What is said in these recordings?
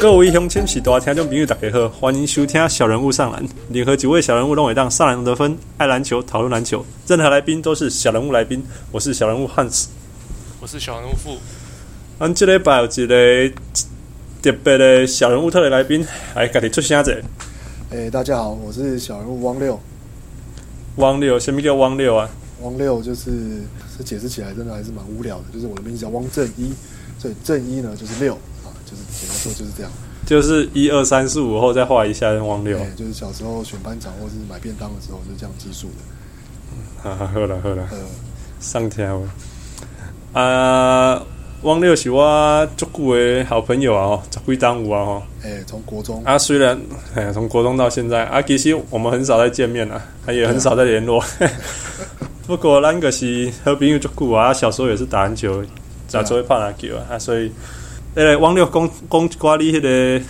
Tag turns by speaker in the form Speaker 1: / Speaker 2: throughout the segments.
Speaker 1: 各位乡亲是大听众朋友，大家好，欢迎收听《小人物上篮》，联合几位小人物，让伟当上篮得分，爱篮球，讨论篮球，任何来宾都是小人物来宾，我是小人物汉斯。
Speaker 2: 我是小人物富，
Speaker 1: 咱这礼拜有一个特别的小人物特别来宾，来家己出声者。
Speaker 3: 诶、哎大家好，我是小人物汪六。
Speaker 1: 汪六，什么叫汪六啊？
Speaker 3: 汪六就是这解释起来真的还是蛮无聊的，就是我的名字叫汪正一，所以正一呢就是六啊，就是简单说就是这样。
Speaker 1: 就是一二三四五后再画一下汪六。
Speaker 3: 诶、就是小时候选班长或是买便当的时候就是这样记数的。
Speaker 1: 哈啊 哈，好啦好啦，
Speaker 3: 呃，
Speaker 1: 上听有。啊，汪六是 我足久的好朋友啊，吼，十几当有啊，吼。
Speaker 3: 诶、哎从国中、
Speaker 1: 啊，虽然哎呀，从国中到现在，啊，其实我们很少再见面了，啊，也很少再联络。 不过咱个是和朋友足久啊，小时候也是打篮球，小时候会拍篮球啊，啊，所以，诶、王六公公瓜你迄个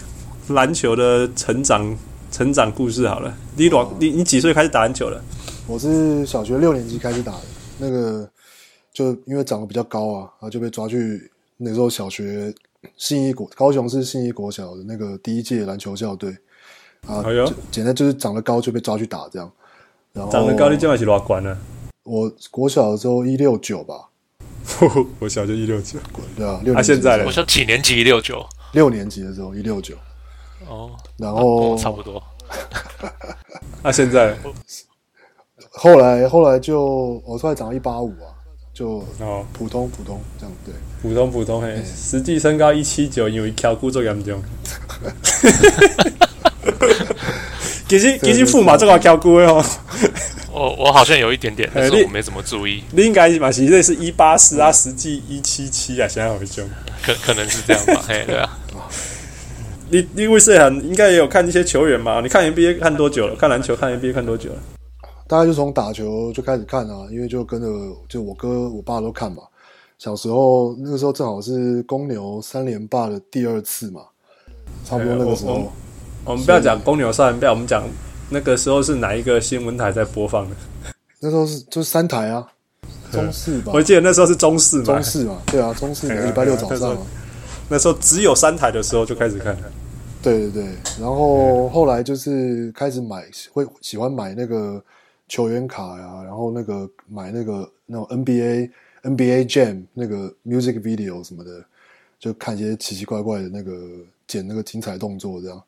Speaker 1: 篮球的成长成长故事好了，你多、你你几岁开始打篮球了？
Speaker 3: 我是小学六年级开始打的，那个就因为长得比较高啊，然后就被抓去那时候小学信义国高雄市信义国小的那个第一届篮球校队啊，
Speaker 1: 哎呦
Speaker 3: 就简单就是长得高就被抓去打这样。然后
Speaker 1: 长得高你今晚是偌悬啊？
Speaker 3: 我国小的时候一六九吧，
Speaker 1: 我小就一六九，
Speaker 3: 对啊，六
Speaker 1: 啊
Speaker 3: 年级的
Speaker 1: 现在
Speaker 3: 时候
Speaker 1: 嘞
Speaker 2: 我说几年级六九
Speaker 3: 六年级的时候一六九，
Speaker 2: 哦，
Speaker 3: 然
Speaker 2: 跟我
Speaker 3: 后
Speaker 2: 差不多。
Speaker 1: 啊，现在
Speaker 3: 后来后来就我后来长到一八五啊，就
Speaker 1: 哦，
Speaker 3: 普通普通这样对，
Speaker 1: 普通普通嘿，
Speaker 3: 嗯
Speaker 1: 实际身高一七九，因为翘骨最严重。 其实其实驸马这个翘骨的哦吼，
Speaker 2: 我我好像有一点点，但
Speaker 1: 哎你
Speaker 2: 是我没怎么注意，
Speaker 1: 你应该嘛是类似一八四啊，实际一七七啊，现在好凶。
Speaker 2: 可可能是这样 吧。嘿，对啊，
Speaker 1: 你你为什很应该也有看一些球员嘛？你看 NBA 看多久了？看篮球看 NBA 看多久了？
Speaker 3: 大概就从打球就开始看啊，因为就跟着就我哥我爸都看嘛。小时候那个时候正好是公牛三连霸的第二次嘛，差不多那个时
Speaker 1: 哎我
Speaker 3: 候。
Speaker 1: 我们不要讲公牛少年队，我们讲那个时候是哪一个新闻台在播放的？
Speaker 3: 哦那时候是就是三台啊，中视吧，
Speaker 1: 我记得那时候是中视嘛
Speaker 3: 中，视嘛，对啊，中视每
Speaker 1: 哎
Speaker 3: 个
Speaker 1: 呀
Speaker 3: 礼拜六早上
Speaker 1: 那时候
Speaker 3: 啊，
Speaker 1: 那时候只有三台的时候就开始看了。
Speaker 3: 对对对，然
Speaker 1: 嗯
Speaker 3: 后后来就是开始买，会喜欢买那个球员卡呀、然后那个买那个那种 NBA NBA Jam 那个 music video 什么的，就看一些奇奇怪怪的那个剪那个精彩动作这样。
Speaker 1: 哎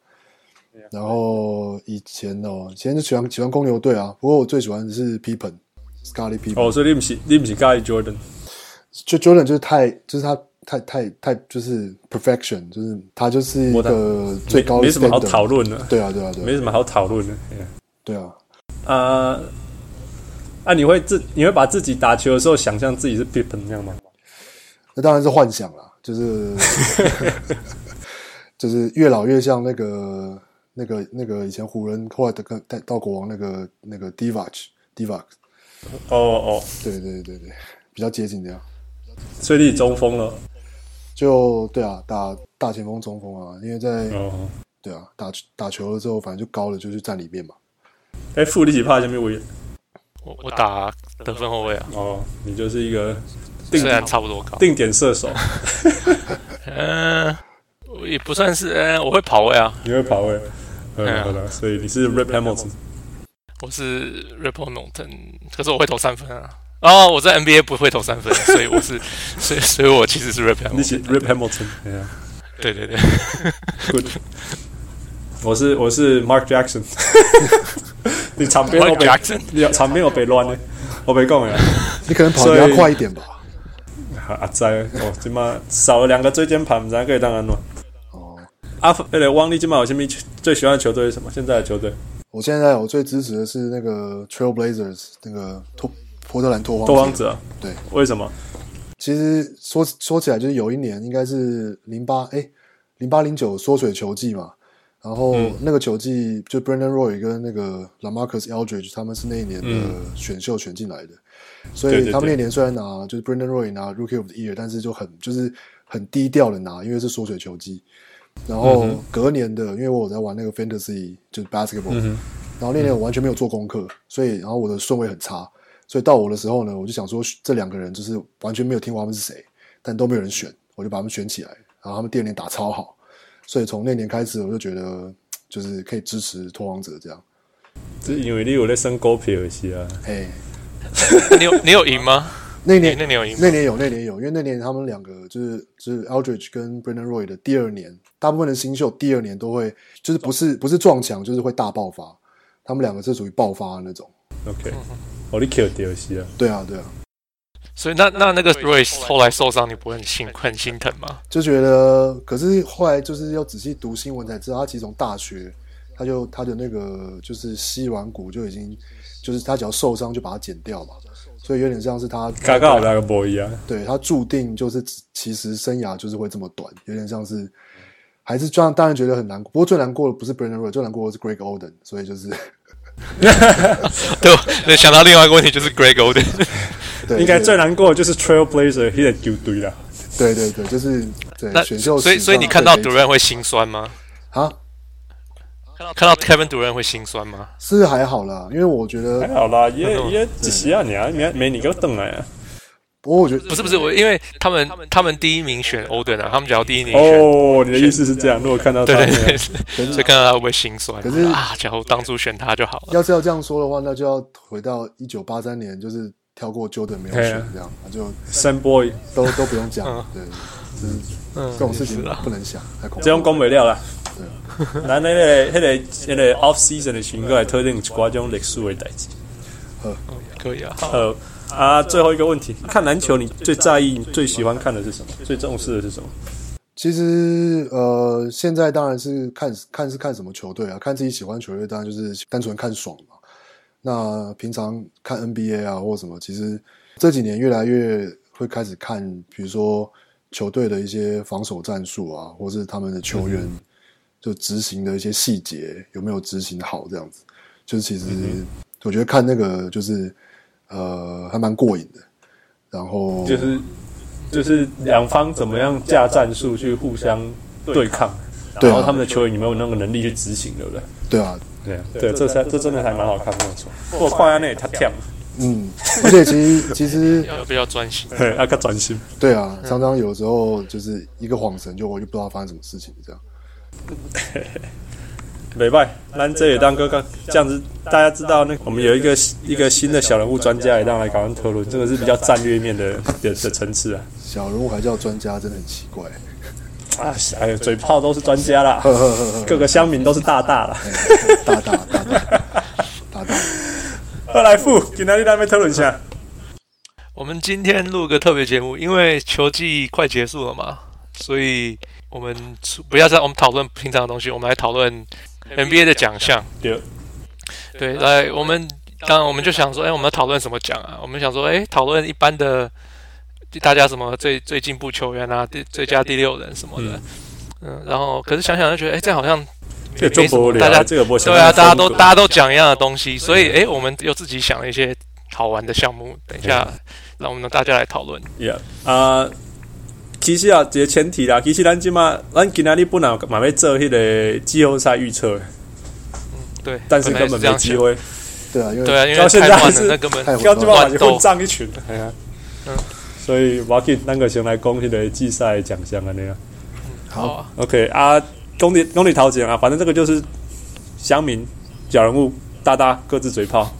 Speaker 3: 然后以前哦，以前就喜欢喜欢公牛队啊，不过我最喜欢的是 Pippen。Scotty Pippen，、
Speaker 1: 哦，所以你不是你不是介意 Jordan？
Speaker 3: 就 Jordan 就是太就是他太太太就是 perfection，就是他就是一
Speaker 1: 我的
Speaker 3: 个最高
Speaker 1: 没
Speaker 3: 的
Speaker 1: 没什么好
Speaker 3: standard
Speaker 1: 讨论的。
Speaker 3: 对啊，对啊，对
Speaker 1: 没
Speaker 3: 啊，
Speaker 1: 什么好讨论的。
Speaker 3: 对啊，
Speaker 1: 啊、啊，你会自你会把自己打球的时候想象自己是 Pippen 那样吗？
Speaker 3: 那当然是幻想啦，就是 就是越老越像那个那个那个以前湖人后来的跟带到国王那个那个 Divac Divac，
Speaker 1: 哦哦，
Speaker 3: 对对对对，比较接近这样。
Speaker 1: 所以你中锋了。
Speaker 3: 就对啊，打大前锋、中锋啊，因为在、
Speaker 1: 哦，
Speaker 3: 对啊打打球了之后，反正就高了就去站里面嘛。
Speaker 1: 哎，富力几怕前面位？
Speaker 2: 我我打得分后卫啊，
Speaker 1: 哦，你就是一个定
Speaker 2: 虽然差不多高，
Speaker 1: 定点射手，
Speaker 2: 嗯，我也不算是，嗯，我会跑位啊，
Speaker 1: 你会跑位。好
Speaker 2: 哎
Speaker 1: 了
Speaker 2: 呀
Speaker 1: 好了，啊所以你是 Rip Hamilton。
Speaker 2: 我是 r i p p l e Norton，可是我会投三分啊。哦，我在 NBA 不会 投三分，所以我是，所以所以我其实是 r i p p l e
Speaker 1: 你是
Speaker 2: Norton。
Speaker 1: Rip Hamilton，哎呀
Speaker 2: 对对对，
Speaker 1: ，Good。我是我是 Mark Jackson，你场边我
Speaker 2: Mike
Speaker 1: 被
Speaker 2: Jackson
Speaker 1: 你场边我被乱呢，我被讲呀。
Speaker 3: 你可能跑
Speaker 1: 所以
Speaker 3: 得比较快一点吧。
Speaker 1: 啊知哦，即马少了两个椎间盘，毋知影可以当安怎。
Speaker 3: 哦，
Speaker 1: 啊，迄、个汪丽即马有啥物最喜欢的球队是什么？现在的球队
Speaker 3: 我现在我最支持的是那个 Trailblazers 那个拓波特兰拓荒
Speaker 1: 拓王者、啊，
Speaker 3: 对，
Speaker 1: 为什么？
Speaker 3: 其实说说起来，就是有一年应该是零八哎零八零九缩水球季嘛，然后
Speaker 1: 嗯
Speaker 3: 那个球季就 Brandon Roy 跟那个 Lamarcus Aldridge 他们是那一年的选秀选进来的，所
Speaker 1: 嗯对对
Speaker 3: 以
Speaker 1: 对
Speaker 3: 他们那年虽然拿就是 Brandon Roy 拿 Rookie of the Year，但是就很就是很低调的拿，因为是缩水球季。
Speaker 1: 嗯
Speaker 3: 然后隔年的，因为我有在玩那个 Fantasy 就
Speaker 1: 嗯
Speaker 3: 是 Basketball，、然后那年我完全没有做功课，所以然后我的顺位很差，所以到我的时候呢，我就想说这两个人就是完全没有听过他们是谁，但都没有人选，我就把他们选起来，然后他们第二年打超好，所以从那年开始，我就觉得就是可以支持拓荒者这样。
Speaker 1: 是因为你有在升股票的是啊，
Speaker 3: 哎、
Speaker 4: 你有你有赢吗？
Speaker 3: 那
Speaker 4: 你
Speaker 3: 年
Speaker 4: 那你有赢吗？
Speaker 3: 那年有，那年有，因为那年他们两个就是就是 Aldridge 跟 Brendan Roy 的第二年，大部分的新秀第二年都会就是不是不是撞墙，就是会大爆发。他们两个是属于爆发的那种。
Speaker 1: OK，哦，
Speaker 3: 嗯
Speaker 1: 你 Q 掉是啊，
Speaker 3: 对啊，对啊，
Speaker 4: 所以那那那个 Royce 后来受伤，你不会很心很心疼吗？
Speaker 3: 就觉得，可是后来就是要仔细读新闻才知道，他其实从大学他就他的那个就是膝软骨就已经就是他只要受伤就把它剪掉嘛，所以有点像是他
Speaker 1: 嘎嘎有那个啊不一样，
Speaker 3: 对他注定就是其实生涯就是会这么短，有点像是还是这样，当然觉得很难过。不过最难过的不是 Brandon Roy，最难过的是 Greg Oden，所以就是
Speaker 4: 对，我想到另外一个问题就是 Greg Oden，
Speaker 3: 对，
Speaker 1: 应该
Speaker 3: 就是
Speaker 1: 最难过的就是 Trailblazer 那个球队啦。
Speaker 3: 对对对，就是
Speaker 4: 那
Speaker 3: 对选秀
Speaker 4: 所以
Speaker 3: 史
Speaker 4: 所以
Speaker 3: 上
Speaker 4: 你看到
Speaker 3: 最悲
Speaker 4: Durant 会心酸吗？
Speaker 3: 啊，
Speaker 4: 看到 Kevin Durant 会心酸吗？
Speaker 3: 是还好啦，因为我觉
Speaker 1: 还
Speaker 3: 得，
Speaker 1: 好啦， 也也只是啊，你啊，没没你给我等来啊。
Speaker 3: 不过我觉得
Speaker 4: 不是不是，我因为他们他们第一名选 Oden 啊，他们只要第一名选，
Speaker 1: 哦，你的意思是这样？如果看到他
Speaker 4: 对
Speaker 1: 那
Speaker 4: 对
Speaker 1: 样
Speaker 4: 对，所以看到他会不会心酸？
Speaker 3: 可是
Speaker 4: 啊，假如当初选他就好了。
Speaker 3: 要是要这样说的话，那就要回到一九八三年，就是跳过 Jordan 没有
Speaker 1: 对
Speaker 3: 选
Speaker 1: 啊
Speaker 3: 这样，就
Speaker 1: ，Sam Boy
Speaker 3: 都都不用讲，对，就是这种事情
Speaker 4: 是啊
Speaker 3: 不能想，太恐怖
Speaker 1: 这。样讲不了啦。咱那个、那个、那个 off season 的选歌来特定一寡种历史的代志。
Speaker 4: 可以啊，好
Speaker 1: 呃啊，最后一个问题，看篮球你最在意、你最喜欢看的是什么？最重视的是什么？
Speaker 3: 其实呃，现在当然是看看是看什么球队啊，看自己喜欢球队，当然就是单纯看爽嘛。那平常看 NBA 啊或什么，其实这几年越来越会开始看，比如说球队的一些防守战术啊，或是他们的球
Speaker 1: 嗯
Speaker 3: 员就执行的一些细节有没有执行好，这样子。就是其
Speaker 1: 嗯
Speaker 3: 实我觉得看那个就是呃还蛮过瘾的，然后
Speaker 1: 就是就是两方怎么样架战术去互相对抗，
Speaker 3: 对
Speaker 1: 然
Speaker 3: 啊
Speaker 1: 后他们的球员有没有那个能力去执行，对不对？
Speaker 3: 对啊，
Speaker 1: 对啊，对，这才这真的还蛮好看，没有错。我看下那也太跳了，
Speaker 3: 嗯，而且其实其实。
Speaker 4: 要比较专心。
Speaker 1: 嘿，啊个专心。
Speaker 3: 对啊，常常有时候就是一个晃神，就我就不知道发生什么事情这样。
Speaker 1: 没拜，咱这也当哥哥这样子，大家知道那我们有一个一个新的小人物专家也让来搞完讨论，这个是比较战略面的的的层次啊。
Speaker 3: 小人物还叫专家，真的很奇怪。
Speaker 1: 啊，哎呦，嘴炮都是专家啦，
Speaker 3: 呵呵呵，
Speaker 1: 各个乡民都是大大啦。
Speaker 3: 大大大大大大，
Speaker 1: 二来富，今天你来没讨论一下？
Speaker 4: 我们今天录个特别节目，因为球季快结束了嘛，所以我们除不要再我们讨论平常的东西，我们来讨论 NBA 的奖项。
Speaker 1: 对，
Speaker 4: 对，来，我们当然我们就想说，哎，我们要讨论什么奖啊？我们想说，哎，讨论一般的大家什么最最进步球员啊，第最佳第六人什么的。嗯，然后可是想想就觉得，哎，这样好像
Speaker 1: 这中国
Speaker 4: 大
Speaker 1: 聊
Speaker 4: 家
Speaker 1: 这个不行。
Speaker 4: 对啊，大家都大家都讲一样的东西，所以诶，我们又自己想了一些好玩的项目，等一下让我们大家来讨论。
Speaker 1: Yeah，啊、其实啊，一个前提啦，其实咱即马，咱今仔日本来嘛要做迄个季后赛预测的，
Speaker 4: 对，
Speaker 1: 但是
Speaker 4: 本来
Speaker 1: 根
Speaker 4: 是
Speaker 1: 本
Speaker 4: 这
Speaker 1: 没
Speaker 4: 样
Speaker 1: 机
Speaker 4: 想。
Speaker 1: 会，
Speaker 3: 对啊，因为
Speaker 4: 对啊，因
Speaker 1: 到
Speaker 4: 为
Speaker 1: 现在
Speaker 4: 太乱
Speaker 1: 还
Speaker 4: 了，
Speaker 1: 是
Speaker 4: 那根本
Speaker 3: 太
Speaker 1: 到即马
Speaker 4: 乱
Speaker 1: 是
Speaker 4: 斗
Speaker 1: 混账一群。哎呀、
Speaker 4: 嗯
Speaker 1: 所以我紧，咱个先来讲迄个季赛的奖项安尼啊。
Speaker 4: 好啊。
Speaker 1: OK 啊，公里公里头前啊，反正这个就是乡民、小人物、大大各自嘴炮，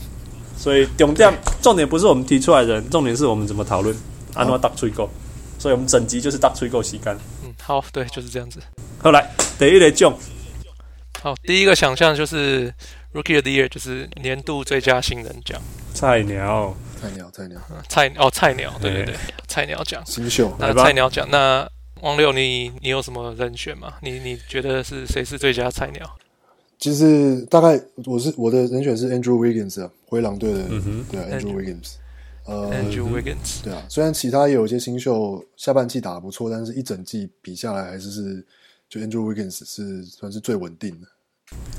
Speaker 1: 所以重点重点不是我们提出来的人，重点是我们怎么讨论，安怎搭吹够，所以我们整集就是搭吹够时间。
Speaker 4: 嗯，好，对，就是这样子。
Speaker 1: 后来第一个奖。
Speaker 4: 好，第一个想象就是 Rookie of the Year，就是年度最佳新人奖。
Speaker 1: 菜鸟，
Speaker 3: 菜鸟菜鸟
Speaker 4: 嗯菜哦，菜鸟，对对
Speaker 1: 对
Speaker 4: 对，菜鸟奖。
Speaker 3: 新秀，
Speaker 4: 那
Speaker 1: 哎来吧
Speaker 4: 菜鸟奖，那汪六你，你有什么人选吗？你你觉得是谁是最佳菜鸟？
Speaker 3: 就是大概我是我的人选是 Andrew Wiggins 啊，灰狼队的，对啊 Andrew Wiggins，呃，
Speaker 4: Andrew Wiggins，
Speaker 3: 对啊，虽然其他也有一些新秀下半季打得不错，但是一整季比下来还是是就 Andrew Wiggins 是算是最稳定的。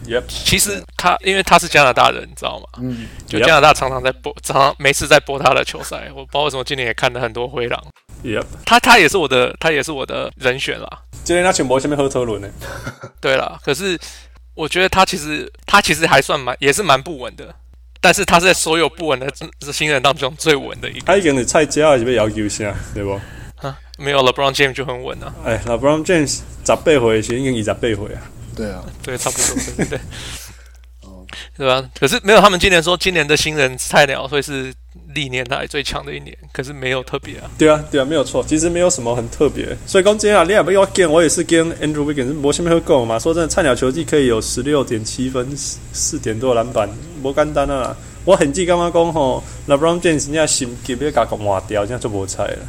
Speaker 1: yep，
Speaker 4: 其实他因为他是加拿大人，你知道吗？
Speaker 3: 嗯，
Speaker 4: 就
Speaker 1: Yep
Speaker 4: 加拿大常常在播，常常每次在播他的球赛，我不知道为什么今年也看了很多灰狼。
Speaker 1: yep，
Speaker 4: 他他也是我的，他也是我的人选啦。
Speaker 1: 今天他全部下面喝车轮呢，
Speaker 4: 对啦，可是我觉得他其实他其实还算蛮也是蛮不稳的，但是他是在所有不稳的新人当中最稳的一个。
Speaker 1: 啊他已经是菜鸟还是被要求啥，对不？
Speaker 4: 啊，没有 LeBron James 就很稳啊，
Speaker 1: 哎，LeBron James 十八岁时已经二十八岁啊，
Speaker 3: 对啊，
Speaker 4: 对，差不多，对对对。
Speaker 3: 哦
Speaker 4: 对吧？可是没有，他们今年说今年的新人菜鸟会是历年来最强的一年，可是没有特别啊。
Speaker 1: 对啊，对啊，没有错，其实没有什么很特别。所以讲真啊，你也不要跟我也是跟 Andrew Wiggins 没什么好讲嘛。说真的，菜鸟球技可以有十六点七分、四点多篮板，不简单啊啦。我很记刚刚讲吼，LeBron James 人家心给别甲换掉，这样就无菜了。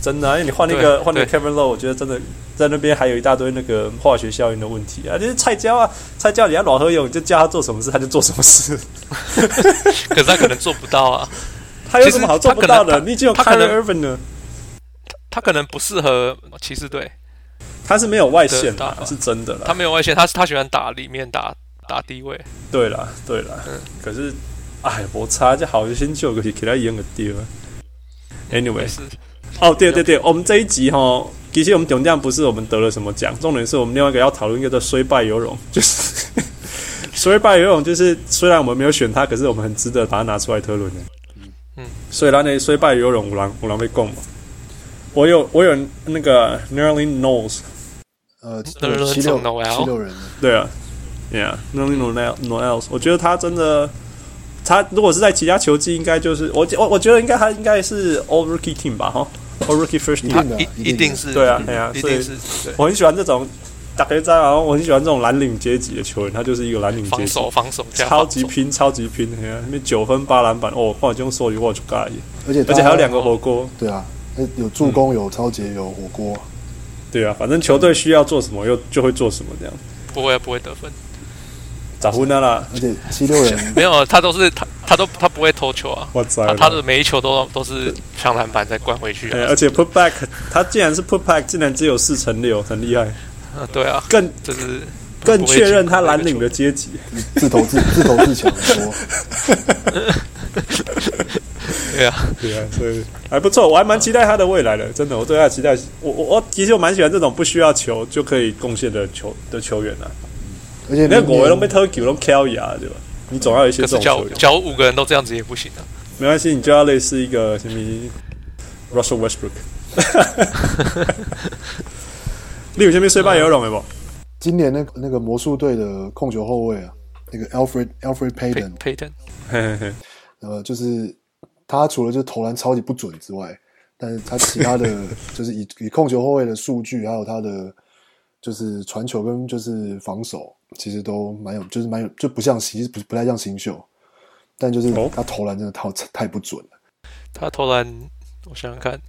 Speaker 1: 真的、啊，因为你换那
Speaker 4: 对
Speaker 1: 个
Speaker 4: 啊
Speaker 1: 换那个
Speaker 4: 对
Speaker 1: Kevin Lowe，我觉得真的在那边还有一大堆那个化学效应的问题啊。就是菜椒啊，菜椒你要老喝油，你就叫他做什么事他就做什么事，
Speaker 4: 可是他可能做不到啊，
Speaker 1: 他有什么好做不到
Speaker 4: 其实
Speaker 1: 的？
Speaker 4: 他可能
Speaker 1: 你已经有
Speaker 4: 他可
Speaker 1: Kyrie
Speaker 4: 能
Speaker 1: Irving 了。
Speaker 4: 他可能不适合骑士队，
Speaker 1: 他是没有外线
Speaker 4: 的打
Speaker 1: 啦，
Speaker 4: 法
Speaker 1: 是真的
Speaker 4: 他
Speaker 1: 啦。
Speaker 4: 没有外线，他他喜欢打里面打打低位。
Speaker 1: 对啦，对啦。可是，哎，我差就好心就可以给他赢个丢。
Speaker 4: 也
Speaker 1: Anyway，
Speaker 4: 是
Speaker 1: 哦，对对对，我们这一集哈，其实我们总量不是我们得了什么奖，重点是我们另外一个要讨论一个叫“虽败犹荣”，就是 虽败犹荣，就是虽然我们没有选他，可是我们很值得把它拿出来讨论的。
Speaker 4: 嗯，
Speaker 1: 所以咱的虽败犹荣，五郎五郎被供嘛。我有我有那个 Nearly Knows，
Speaker 3: 呃，
Speaker 4: 那个
Speaker 3: 七六
Speaker 4: Noel
Speaker 3: 七六人的，
Speaker 1: 对啊，Yeah，no no no no else。我觉得他真的，他如果是在其他球季，应该就是我我我觉得应该他应该是 All Rookie Team 吧，哈，All Rookie First
Speaker 3: 一
Speaker 1: Team
Speaker 4: 他。
Speaker 3: 定的
Speaker 4: 一
Speaker 3: 一定的
Speaker 4: 定是
Speaker 1: 对啊，哎呀、
Speaker 4: 一
Speaker 1: 所以
Speaker 4: 定是对
Speaker 1: 我很喜欢这种打开战，然后我很喜欢这种蓝领阶级的球员，他就是一个蓝领阶
Speaker 4: 防
Speaker 1: 级，
Speaker 4: 守防守加
Speaker 1: 超级
Speaker 4: 防守
Speaker 1: 拼，超级拼，哎呀、那边九分八篮板，哦，换中手里我就尬耶，
Speaker 4: 啊
Speaker 3: 而且他
Speaker 1: 而且还有两个火锅，
Speaker 3: 对啊，有助
Speaker 1: 嗯
Speaker 3: 攻，有超级，有火锅，
Speaker 1: 对啊，反正球队需要做什么又就会做什么这样，
Speaker 4: 不会不会得分，
Speaker 1: 咋呼那啦，
Speaker 3: 而且七六人
Speaker 4: 没有他都是他他都他不会投球啊，
Speaker 1: 我操
Speaker 4: 他，他的每一球都都是抢篮板再灌回去
Speaker 1: 哎
Speaker 4: 啊
Speaker 1: 而，且 put back，他竟然是 put back，竟然只有四乘六，很厉害。
Speaker 4: 嗯对啊，
Speaker 1: 更
Speaker 4: 就是
Speaker 1: 更确认他蓝领
Speaker 4: 领
Speaker 1: 的阶级，
Speaker 3: 自投 自自投自强很多，
Speaker 4: 对啊，
Speaker 1: 对啊，所以还不错，我还蛮期待他的未来的，真的，我对他的期待，我我我其实我蛮喜欢这种不需要球就可以贡献的球的球员啊。
Speaker 3: 而且
Speaker 1: 那
Speaker 3: 明
Speaker 1: 我们都被
Speaker 3: 年
Speaker 1: 偷球，都 KO 牙，对吧？你总要有一些
Speaker 4: 可
Speaker 1: 这种
Speaker 4: 是叫
Speaker 1: 球员，
Speaker 4: 叫五个人都这样子也不行啊。
Speaker 1: 没关系，你就要类似一个什么 Russell Westbrook，你有前面虽败犹荣没不？
Speaker 3: 今年那个那个魔术队的控球后卫啊，那个 Alfred Alfred Payton，
Speaker 4: Payton
Speaker 1: 嘿嘿嘿，
Speaker 3: 呃，就是他除了就是投篮超级不准之外，但是他其他的就是以以控球后卫的数据，还有他的就是传球跟就是防守，其实都蛮有，就是蛮有，就不像其实不不太像新秀，但就是
Speaker 1: 哦
Speaker 3: 他投篮真的太太不准了。
Speaker 4: 他投篮，我想想看，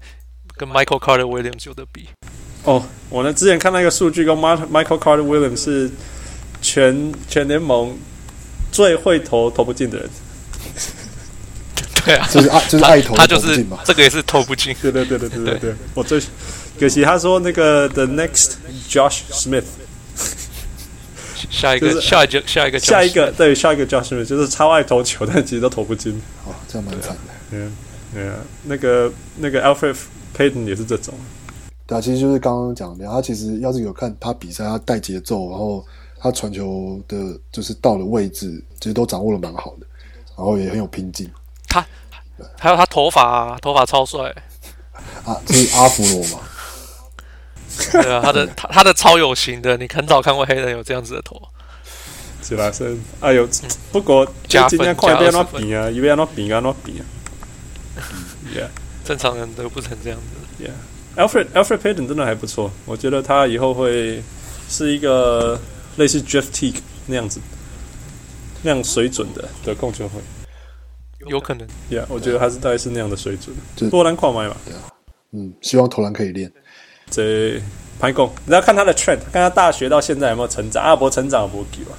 Speaker 4: 跟 Michael Carter Williams 有的比，
Speaker 1: 哦，我呢之前看到一个数据，跟 Mar- Michael Carter Williams 是全全联盟最会投投不进的人。
Speaker 4: 对啊，
Speaker 3: 就是爱就是爱投
Speaker 4: 他他
Speaker 3: 投
Speaker 4: 就
Speaker 3: 不
Speaker 4: 是
Speaker 3: 进嘛
Speaker 4: 这个也是投不进，
Speaker 1: 对对对对对对对，我最可惜他说那个 The next Josh Smith，
Speaker 4: 下一个、
Speaker 1: 就是
Speaker 4: 下一个下一个
Speaker 1: 下一个对下一个 Josh Smith 就是超爱投球，但其实都投不进。
Speaker 3: 哦，这样蛮惨的。
Speaker 1: 嗯嗯，那个那个 Alfred Payton 也是这种，
Speaker 3: 对啊，其实就是刚刚讲的，他其实要是有看他比赛，他带节奏，然后他传球的，就是到的位置，其实都掌握的蛮好的，然后也很有拼劲
Speaker 4: 他，还有他头发、啊，头发超帅，
Speaker 3: 啊，这是阿弗罗嘛。
Speaker 4: 对啊，他的 他他的超有型的，你很少看过黑人有这样子的头，
Speaker 1: 是啦是。哎呦，不过哎
Speaker 4: 加分
Speaker 1: 今天快变
Speaker 4: 加
Speaker 1: 那
Speaker 4: 二十分
Speaker 1: 比啊，一变那比啊那比啊。Yeah。
Speaker 4: 正常人都不成这样子。
Speaker 1: Yeah, Alfred Alfred Payton 真的还不错，我觉得他以后会是一个类似 Jeff Teague 那样子那样水准的的控球会。
Speaker 4: 有可能，
Speaker 1: Yeah，我觉得他是大概是那样的水准
Speaker 3: 就。
Speaker 1: 波兰矿买嘛，
Speaker 3: 嗯，希望投篮可以练。
Speaker 1: 这潘贡，你要看他的 trend，看他大学到现在有没有成长。阿伯成长不给啊。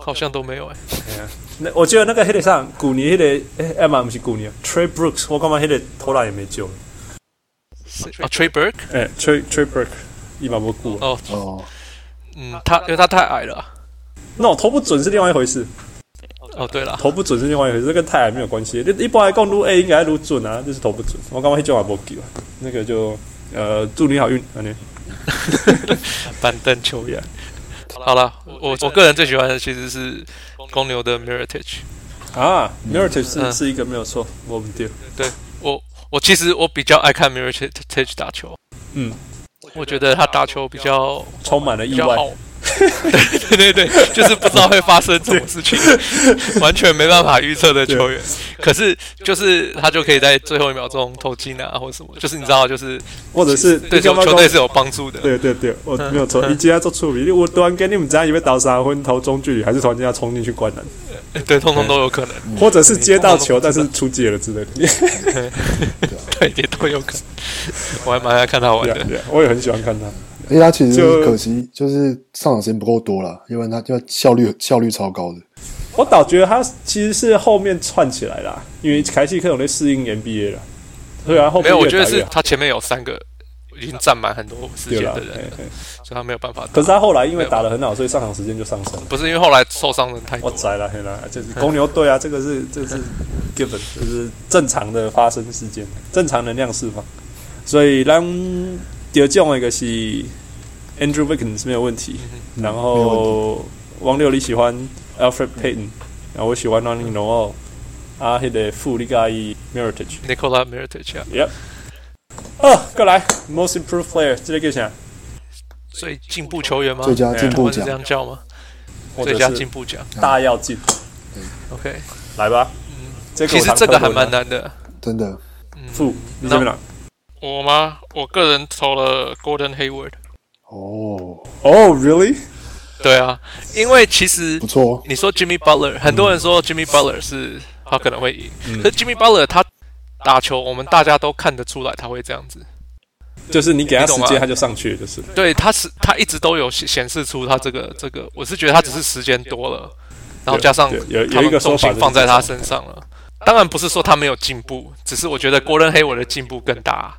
Speaker 4: 好像都没有哎、
Speaker 1: 那我觉得那个黑得上古尼黑得，哎、欸，嘛不是古尼，Trey Brooks，我干嘛黑得投篮也没救了。
Speaker 4: 是啊，Trey Burke，
Speaker 1: 哎、t r e y Trey Brooks 一毛不顾啊。
Speaker 4: 哦，
Speaker 3: 哦，
Speaker 4: 嗯，他因为他太矮了啊、
Speaker 1: 那我投不准是另外一回事。
Speaker 4: 哦，对了，
Speaker 1: 投不准是另外一回事，这跟太矮没有关系。一般来讲，撸 A 应该撸准啊，就是投不准。我刚刚叫马博给了，那个就呃，祝你好运，安妮。
Speaker 4: 板凳球员。好了，我我个人最喜欢的其实是公牛的 Meritage。
Speaker 1: 啊 m e r i t 是、
Speaker 4: 嗯
Speaker 1: 是一个没有错，我们丢。
Speaker 4: 对我我其实我比较爱看 Mirotic 打球，
Speaker 1: 嗯，
Speaker 4: 我觉得他打球比较
Speaker 1: 充满了
Speaker 4: 比
Speaker 1: 意
Speaker 4: 较
Speaker 1: 外。
Speaker 4: 好。 对对对对，就是不知道会发生什么事情，完全没办法预测的球员。可是就是他就可以在最后一秒钟投进啊，或者什么，就是你知道，就是
Speaker 1: 或者是
Speaker 4: 对
Speaker 1: 你干
Speaker 4: 球
Speaker 1: 嘛
Speaker 4: 球
Speaker 1: 讲
Speaker 4: 队是有帮助的。
Speaker 1: 对对对，我
Speaker 4: 嗯
Speaker 1: 没有错，一进来做处理，我突然跟你们家以为倒三分投中距离，还是突然间要冲进去灌篮，
Speaker 4: 嗯对，通通都有可能，
Speaker 1: 或者是接到
Speaker 4: 嗯
Speaker 1: 球但是出界了之类的。
Speaker 4: 对，也都有可能。我还蛮爱看他玩
Speaker 1: 对
Speaker 4: 的
Speaker 1: 啊，，对啊， 我也很喜欢看他。
Speaker 3: 而且他其实
Speaker 1: 就
Speaker 3: 可惜就是上场时间不够多了，要不然他就效率效率超高的。
Speaker 1: 我倒觉得他其实是后面串起来啦，因为凯西克有在适应 NBA 了，对啊，后
Speaker 4: 没
Speaker 1: 面
Speaker 4: 有，我
Speaker 1: 越
Speaker 4: 觉得
Speaker 1: 打
Speaker 4: 是
Speaker 1: 越好
Speaker 4: 他前面有三个已经占满很多时
Speaker 1: 对
Speaker 4: 间
Speaker 1: 啦
Speaker 4: 的人
Speaker 1: 嘿
Speaker 4: 了，
Speaker 1: 嘿
Speaker 4: 所以他没有办法打。
Speaker 1: 可是他后来因为打得很好，所以上场时间就上升了。
Speaker 4: 不是因为后来受伤人太
Speaker 1: 我
Speaker 4: 多，
Speaker 1: 宰了，黑了，这是公牛队 啊，这个是这个是 given，就是正常的发生事件，正常能量释放。所以咱第二种一个是 Andrew Wiggins 没有问题，
Speaker 4: 嗯
Speaker 1: 然
Speaker 3: 没
Speaker 1: 后王六你喜欢 Alfred Payton，然后我喜欢 r o n n i n o 啊，迄个富力加伊 Meritage。
Speaker 4: Nikola Mirotic 啊
Speaker 1: Yep。哦，过来，Most Improved Player，这个叫啥？
Speaker 4: 嗯最进步球员吗？
Speaker 3: 最佳进
Speaker 4: 台
Speaker 3: 步
Speaker 4: 湾是这
Speaker 3: 奖，
Speaker 4: 样叫吗？
Speaker 1: 或
Speaker 4: 最佳
Speaker 1: 者是
Speaker 4: 进步奖。
Speaker 1: 大要进，
Speaker 4: OK，
Speaker 1: 来吧。这个
Speaker 4: 嗯其
Speaker 1: 我
Speaker 4: 实
Speaker 1: 常
Speaker 4: 这个
Speaker 1: 刻
Speaker 4: 还
Speaker 1: 薄
Speaker 4: 蛮
Speaker 1: 的。
Speaker 4: 难的。
Speaker 3: 真的
Speaker 1: 富，你这边来。
Speaker 5: 我吗？我个人投了 Gordon Hayward。
Speaker 3: 哦，
Speaker 1: 哦，Really？
Speaker 4: 对啊，因为其实
Speaker 3: 不错，哦
Speaker 4: 你说 Jimmy Butler，很多人说 Jimmy Butler 是他可能会赢，可是 Jimmy Butler 他打球，我们大家都看得出来他会这样子。
Speaker 1: 就是你给他时
Speaker 4: 你懂啊
Speaker 1: 间，
Speaker 4: 吗
Speaker 1: 他就上去，就是
Speaker 4: 对，他是他一直都有显显示出他这个这个，我是觉得他只是时间多了，然后加上
Speaker 1: 对有有
Speaker 4: 他
Speaker 1: 一个
Speaker 4: 们
Speaker 1: 说法
Speaker 4: 重心
Speaker 1: 就是
Speaker 4: 放在
Speaker 1: 这样
Speaker 4: 他身上了。当然不是说他没有进步，只是我觉得郭伦黑我的进步更大，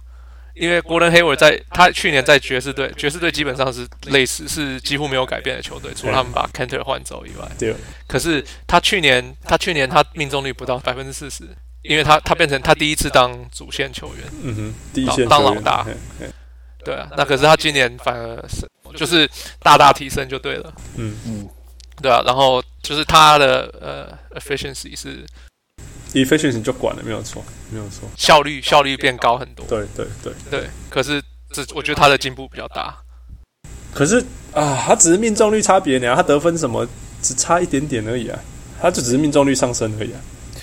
Speaker 4: 因为郭伦黑我在他去年在爵士队，爵士队基本上是类似是几乎没有改变的球队，除了他们把 Cantor 换走以外。
Speaker 1: 对，
Speaker 4: 可是他去年他去年他命中率不到百分之四十，因为他他变成他第一次当主线球员。
Speaker 1: 嗯哼，第一线
Speaker 4: 当
Speaker 1: 球员
Speaker 4: 老大
Speaker 1: 嘿
Speaker 4: 对啊，那可是他今年反而是就是大大提升就对了。
Speaker 1: 嗯
Speaker 3: 嗯，
Speaker 4: 对啊，然后就是他的呃 efficiency 是
Speaker 1: ，efficiency 就管了，没有错，没有错，
Speaker 4: 效率效率变高很多。
Speaker 1: 对对对。
Speaker 4: 对，可是这我觉得他的进步比较大。
Speaker 1: 可是啊，他只是命中率差别呢，他得分什么只差一点点而已啊，他就只是命中率上升而已啊。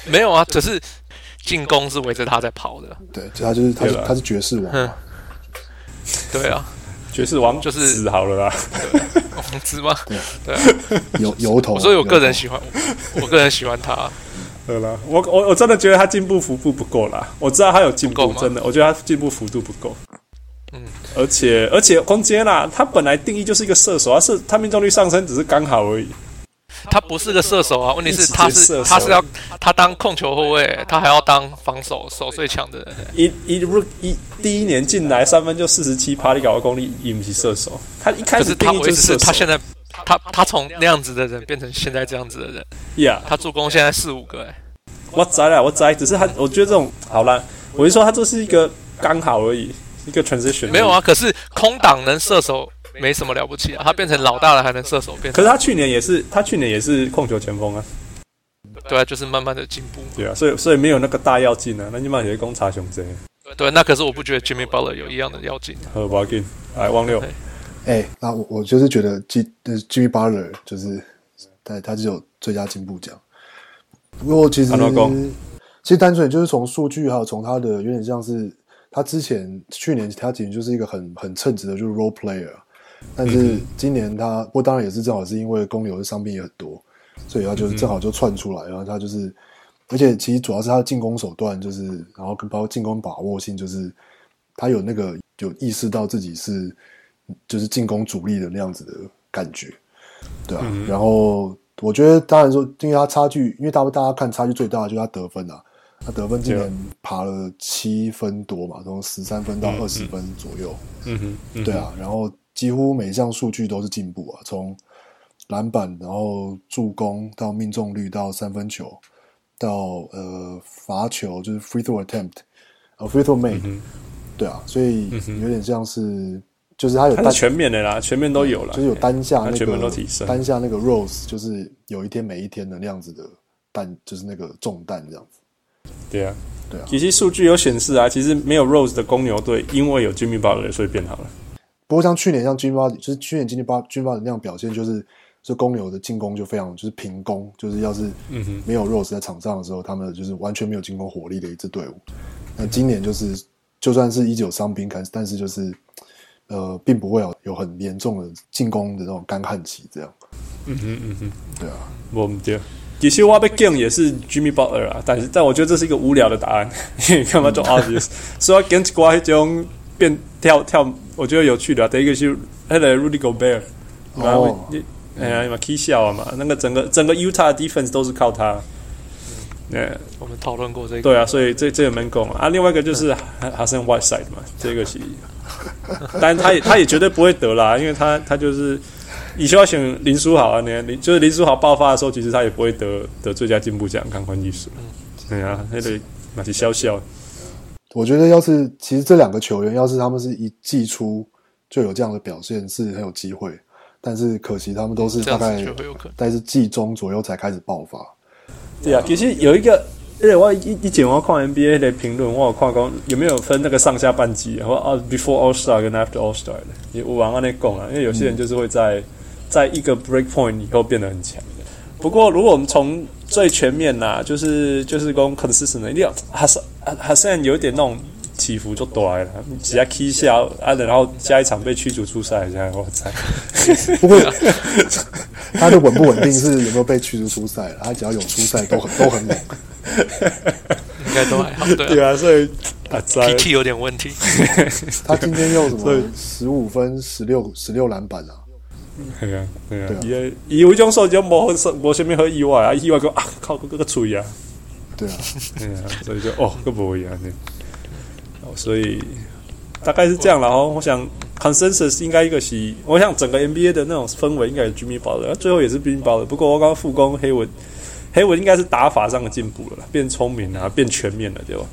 Speaker 4: 没有啊，只是进攻是围着他在跑的。
Speaker 3: 对，他就是他是
Speaker 1: 对啦
Speaker 3: 他是爵士 王嘛，
Speaker 4: 对啊，
Speaker 1: 爵士王
Speaker 4: 就是
Speaker 1: 死好了啦，
Speaker 4: 工资吗？
Speaker 3: 油油头。
Speaker 4: 啊
Speaker 3: 啊
Speaker 4: 所以我个人
Speaker 3: 油
Speaker 4: 喜欢，我我个人喜欢他。
Speaker 1: 对啦，我我我真的觉得他进步幅度不够啦，我知道他有进
Speaker 4: 不够
Speaker 1: 步，
Speaker 4: 吗
Speaker 1: 真的，我觉得他进步幅度不够。
Speaker 4: 嗯，
Speaker 1: 而且而且空间啦，他本来定义就是一个射手，他是他命中率上升只是刚好而已。
Speaker 4: 他不是个射手啊，问题是他
Speaker 1: 一直接射
Speaker 4: 是
Speaker 1: 手
Speaker 4: 他是要他当控球后卫，他还要当防守守最强的人。
Speaker 1: 一一入一第一年进来三分就四十七帕里搞的功力，也不是射手。他一开
Speaker 4: 可
Speaker 1: 始
Speaker 4: 是
Speaker 1: 定
Speaker 4: 他
Speaker 1: 义
Speaker 4: 我
Speaker 1: 就
Speaker 4: 一直是
Speaker 1: 射手
Speaker 4: 他现在他他从那样子的人变成现在这样子的人，
Speaker 1: 呀
Speaker 4: 他助攻现在四五个哎、
Speaker 1: 我栽了，我栽。只是他，我觉得这种好啦，我就说他这是一个刚好而已，一个 transition。
Speaker 4: 没有，啊，可是空档能射手没什么了不起啊，他变成老大了还能射手，变
Speaker 1: 可是
Speaker 4: 成
Speaker 1: 他去年也是，他去年也是控球前锋啊，
Speaker 4: 对啊，就是慢慢的进步嘛。
Speaker 1: 对啊，所以所以没有那个大要进啊，那你嘛也是攻查雄贼，
Speaker 4: 对，啊那可是我不觉得 Jimmy Butler 有一样的要劲。啊
Speaker 1: 好不要紧，来王六
Speaker 4: 对
Speaker 3: 头哎，那我我就是觉得 G 呃 Jimmy Butler 就是他他就有最佳进步奖。不过其实
Speaker 1: 安怎讲
Speaker 3: 其实单纯就是从数据，还有从他的有点像是他之前去年他其实就是一个很很称职的，就是 role player 啊。但是今年他，不过当然也是正好是因为公牛的伤病也很多，所以他就是正好就窜出来，然后他就是，而且其实主要是他的进攻手段就是，然后跟包括进攻把握性，就是他有那个有意识到自己是就是进攻主力的那样子的感觉，对啊。然后我觉得当然说，因为他差距，因为大大家看差距最大的就是他得分啊，他得分今
Speaker 1: 对啊
Speaker 3: 年爬了七分多嘛，从十三分到二十分左右。
Speaker 1: 嗯哼，嗯
Speaker 3: 对啊，然后几乎每一项数据都是进步啊，从篮板，然后助攻到命中率，到三分球，到呃罚球，就是 free throw attempt，呃 free throw
Speaker 1: 嗯
Speaker 3: made，、对啊，所以有点像是就是他有
Speaker 1: 他嗯
Speaker 3: 单
Speaker 1: 是全面的啦，全面都有啦，
Speaker 3: 就是有单下
Speaker 1: 他
Speaker 3: 那
Speaker 1: 全部都
Speaker 3: 个
Speaker 1: 提升
Speaker 3: 单下那个 rose，就是有一天每一天的那样子的担，就是那个重担这样子。
Speaker 1: 对啊，
Speaker 3: 对啊，
Speaker 1: 其实数据有显示啊，其实没有 Rose 的公牛队，因为有 Jimmy Butler 所以变好了。
Speaker 3: 不过像去年像金巴，就是去年金巴金巴的那样表现，就是就公牛的进攻就非常就是平攻，就是要是
Speaker 2: 嗯
Speaker 3: 没有 Rose 在场上的时候，他们就是完全没有进攻火力的一支队伍。那今年就是就算是一九伤兵开始，但是就是呃，并不会有有很严重的进攻的那种干旱期这样。
Speaker 1: 我们对，其实我要被 g a m 也是 Jimmy Butler 啊，但是但我觉得这是一个无聊的答案， 因为干嘛做 obvious？所以 g a m 瓜这种变跳跳，我觉得有趣的、啊。第一个是那个 Rudy Gobert，然后
Speaker 3: 哦
Speaker 1: 你哎呀嘛 K 笑啊嘛，那个整个整个 Utah defense 都是靠他。呃，
Speaker 2: 我们讨论过这个。嗯
Speaker 1: 对啊，所以这这也蛮拱啊。啊，另外一个就是哈森 Whiteside 嘛，这个是， 但他也他也绝对不会得啦，因为他他就是你需要选林书豪啊，你看林就是林书豪爆发的时候，其实他也不会得得最佳进步奖，感官艺术。
Speaker 2: 嗯
Speaker 1: 对啊，那得那是笑笑。
Speaker 3: 我觉得要是其实这两个球员，要是他们是一季初就有这样的表现，是很有机会。但是可惜他们都是
Speaker 2: 这
Speaker 3: 大
Speaker 2: 样子
Speaker 3: 概
Speaker 2: 就会有可能。
Speaker 3: 但是季中左右才开始爆发。
Speaker 1: 对啊，其实有一个，而且我一一前我看 NBA 的评论，我有看讲有没有分那个上下半季，然后啊 before All Star 跟 after All Star 的，也我往安那讲啊，因为有些人就是会在、在一个 break point 以后变得很强的。不过如果我们从最全面呐、就是就是讲 consistent 的，一定要还是还是有一点那种起伏就多了，只要 key 下啊，然后下一场被驱逐出赛，这样我猜。
Speaker 3: 不过 他的稳不稳定是有没有被驱逐出赛了？他只要有出赛都很都很猛。
Speaker 2: 应该都还好。对
Speaker 1: 对
Speaker 2: 啊
Speaker 1: 啊，所以啊，在
Speaker 2: ，PT 有点问题，
Speaker 3: 他今天又什
Speaker 1: 所以
Speaker 3: 么十五分、十六十六篮板啊？
Speaker 1: 系啊，系啊
Speaker 3: 對啊，
Speaker 1: 伊个伊有一种手就无无啥物好意外啊，意外讲啊靠，嗰个嘴啊，
Speaker 3: 对啊，
Speaker 1: 系啊，所以就哦，个无一样呢。哦，所以大概是这样啦。哦，我想 consensus 应该一个是，我想整个 NBA 的那种氛围应该有 Jimmy Butler，最后也是 Jimmy Butler。不过我刚刚复工黑文，黑文应该是打法上的进步了啦，变聪明了，变全面了，对吧？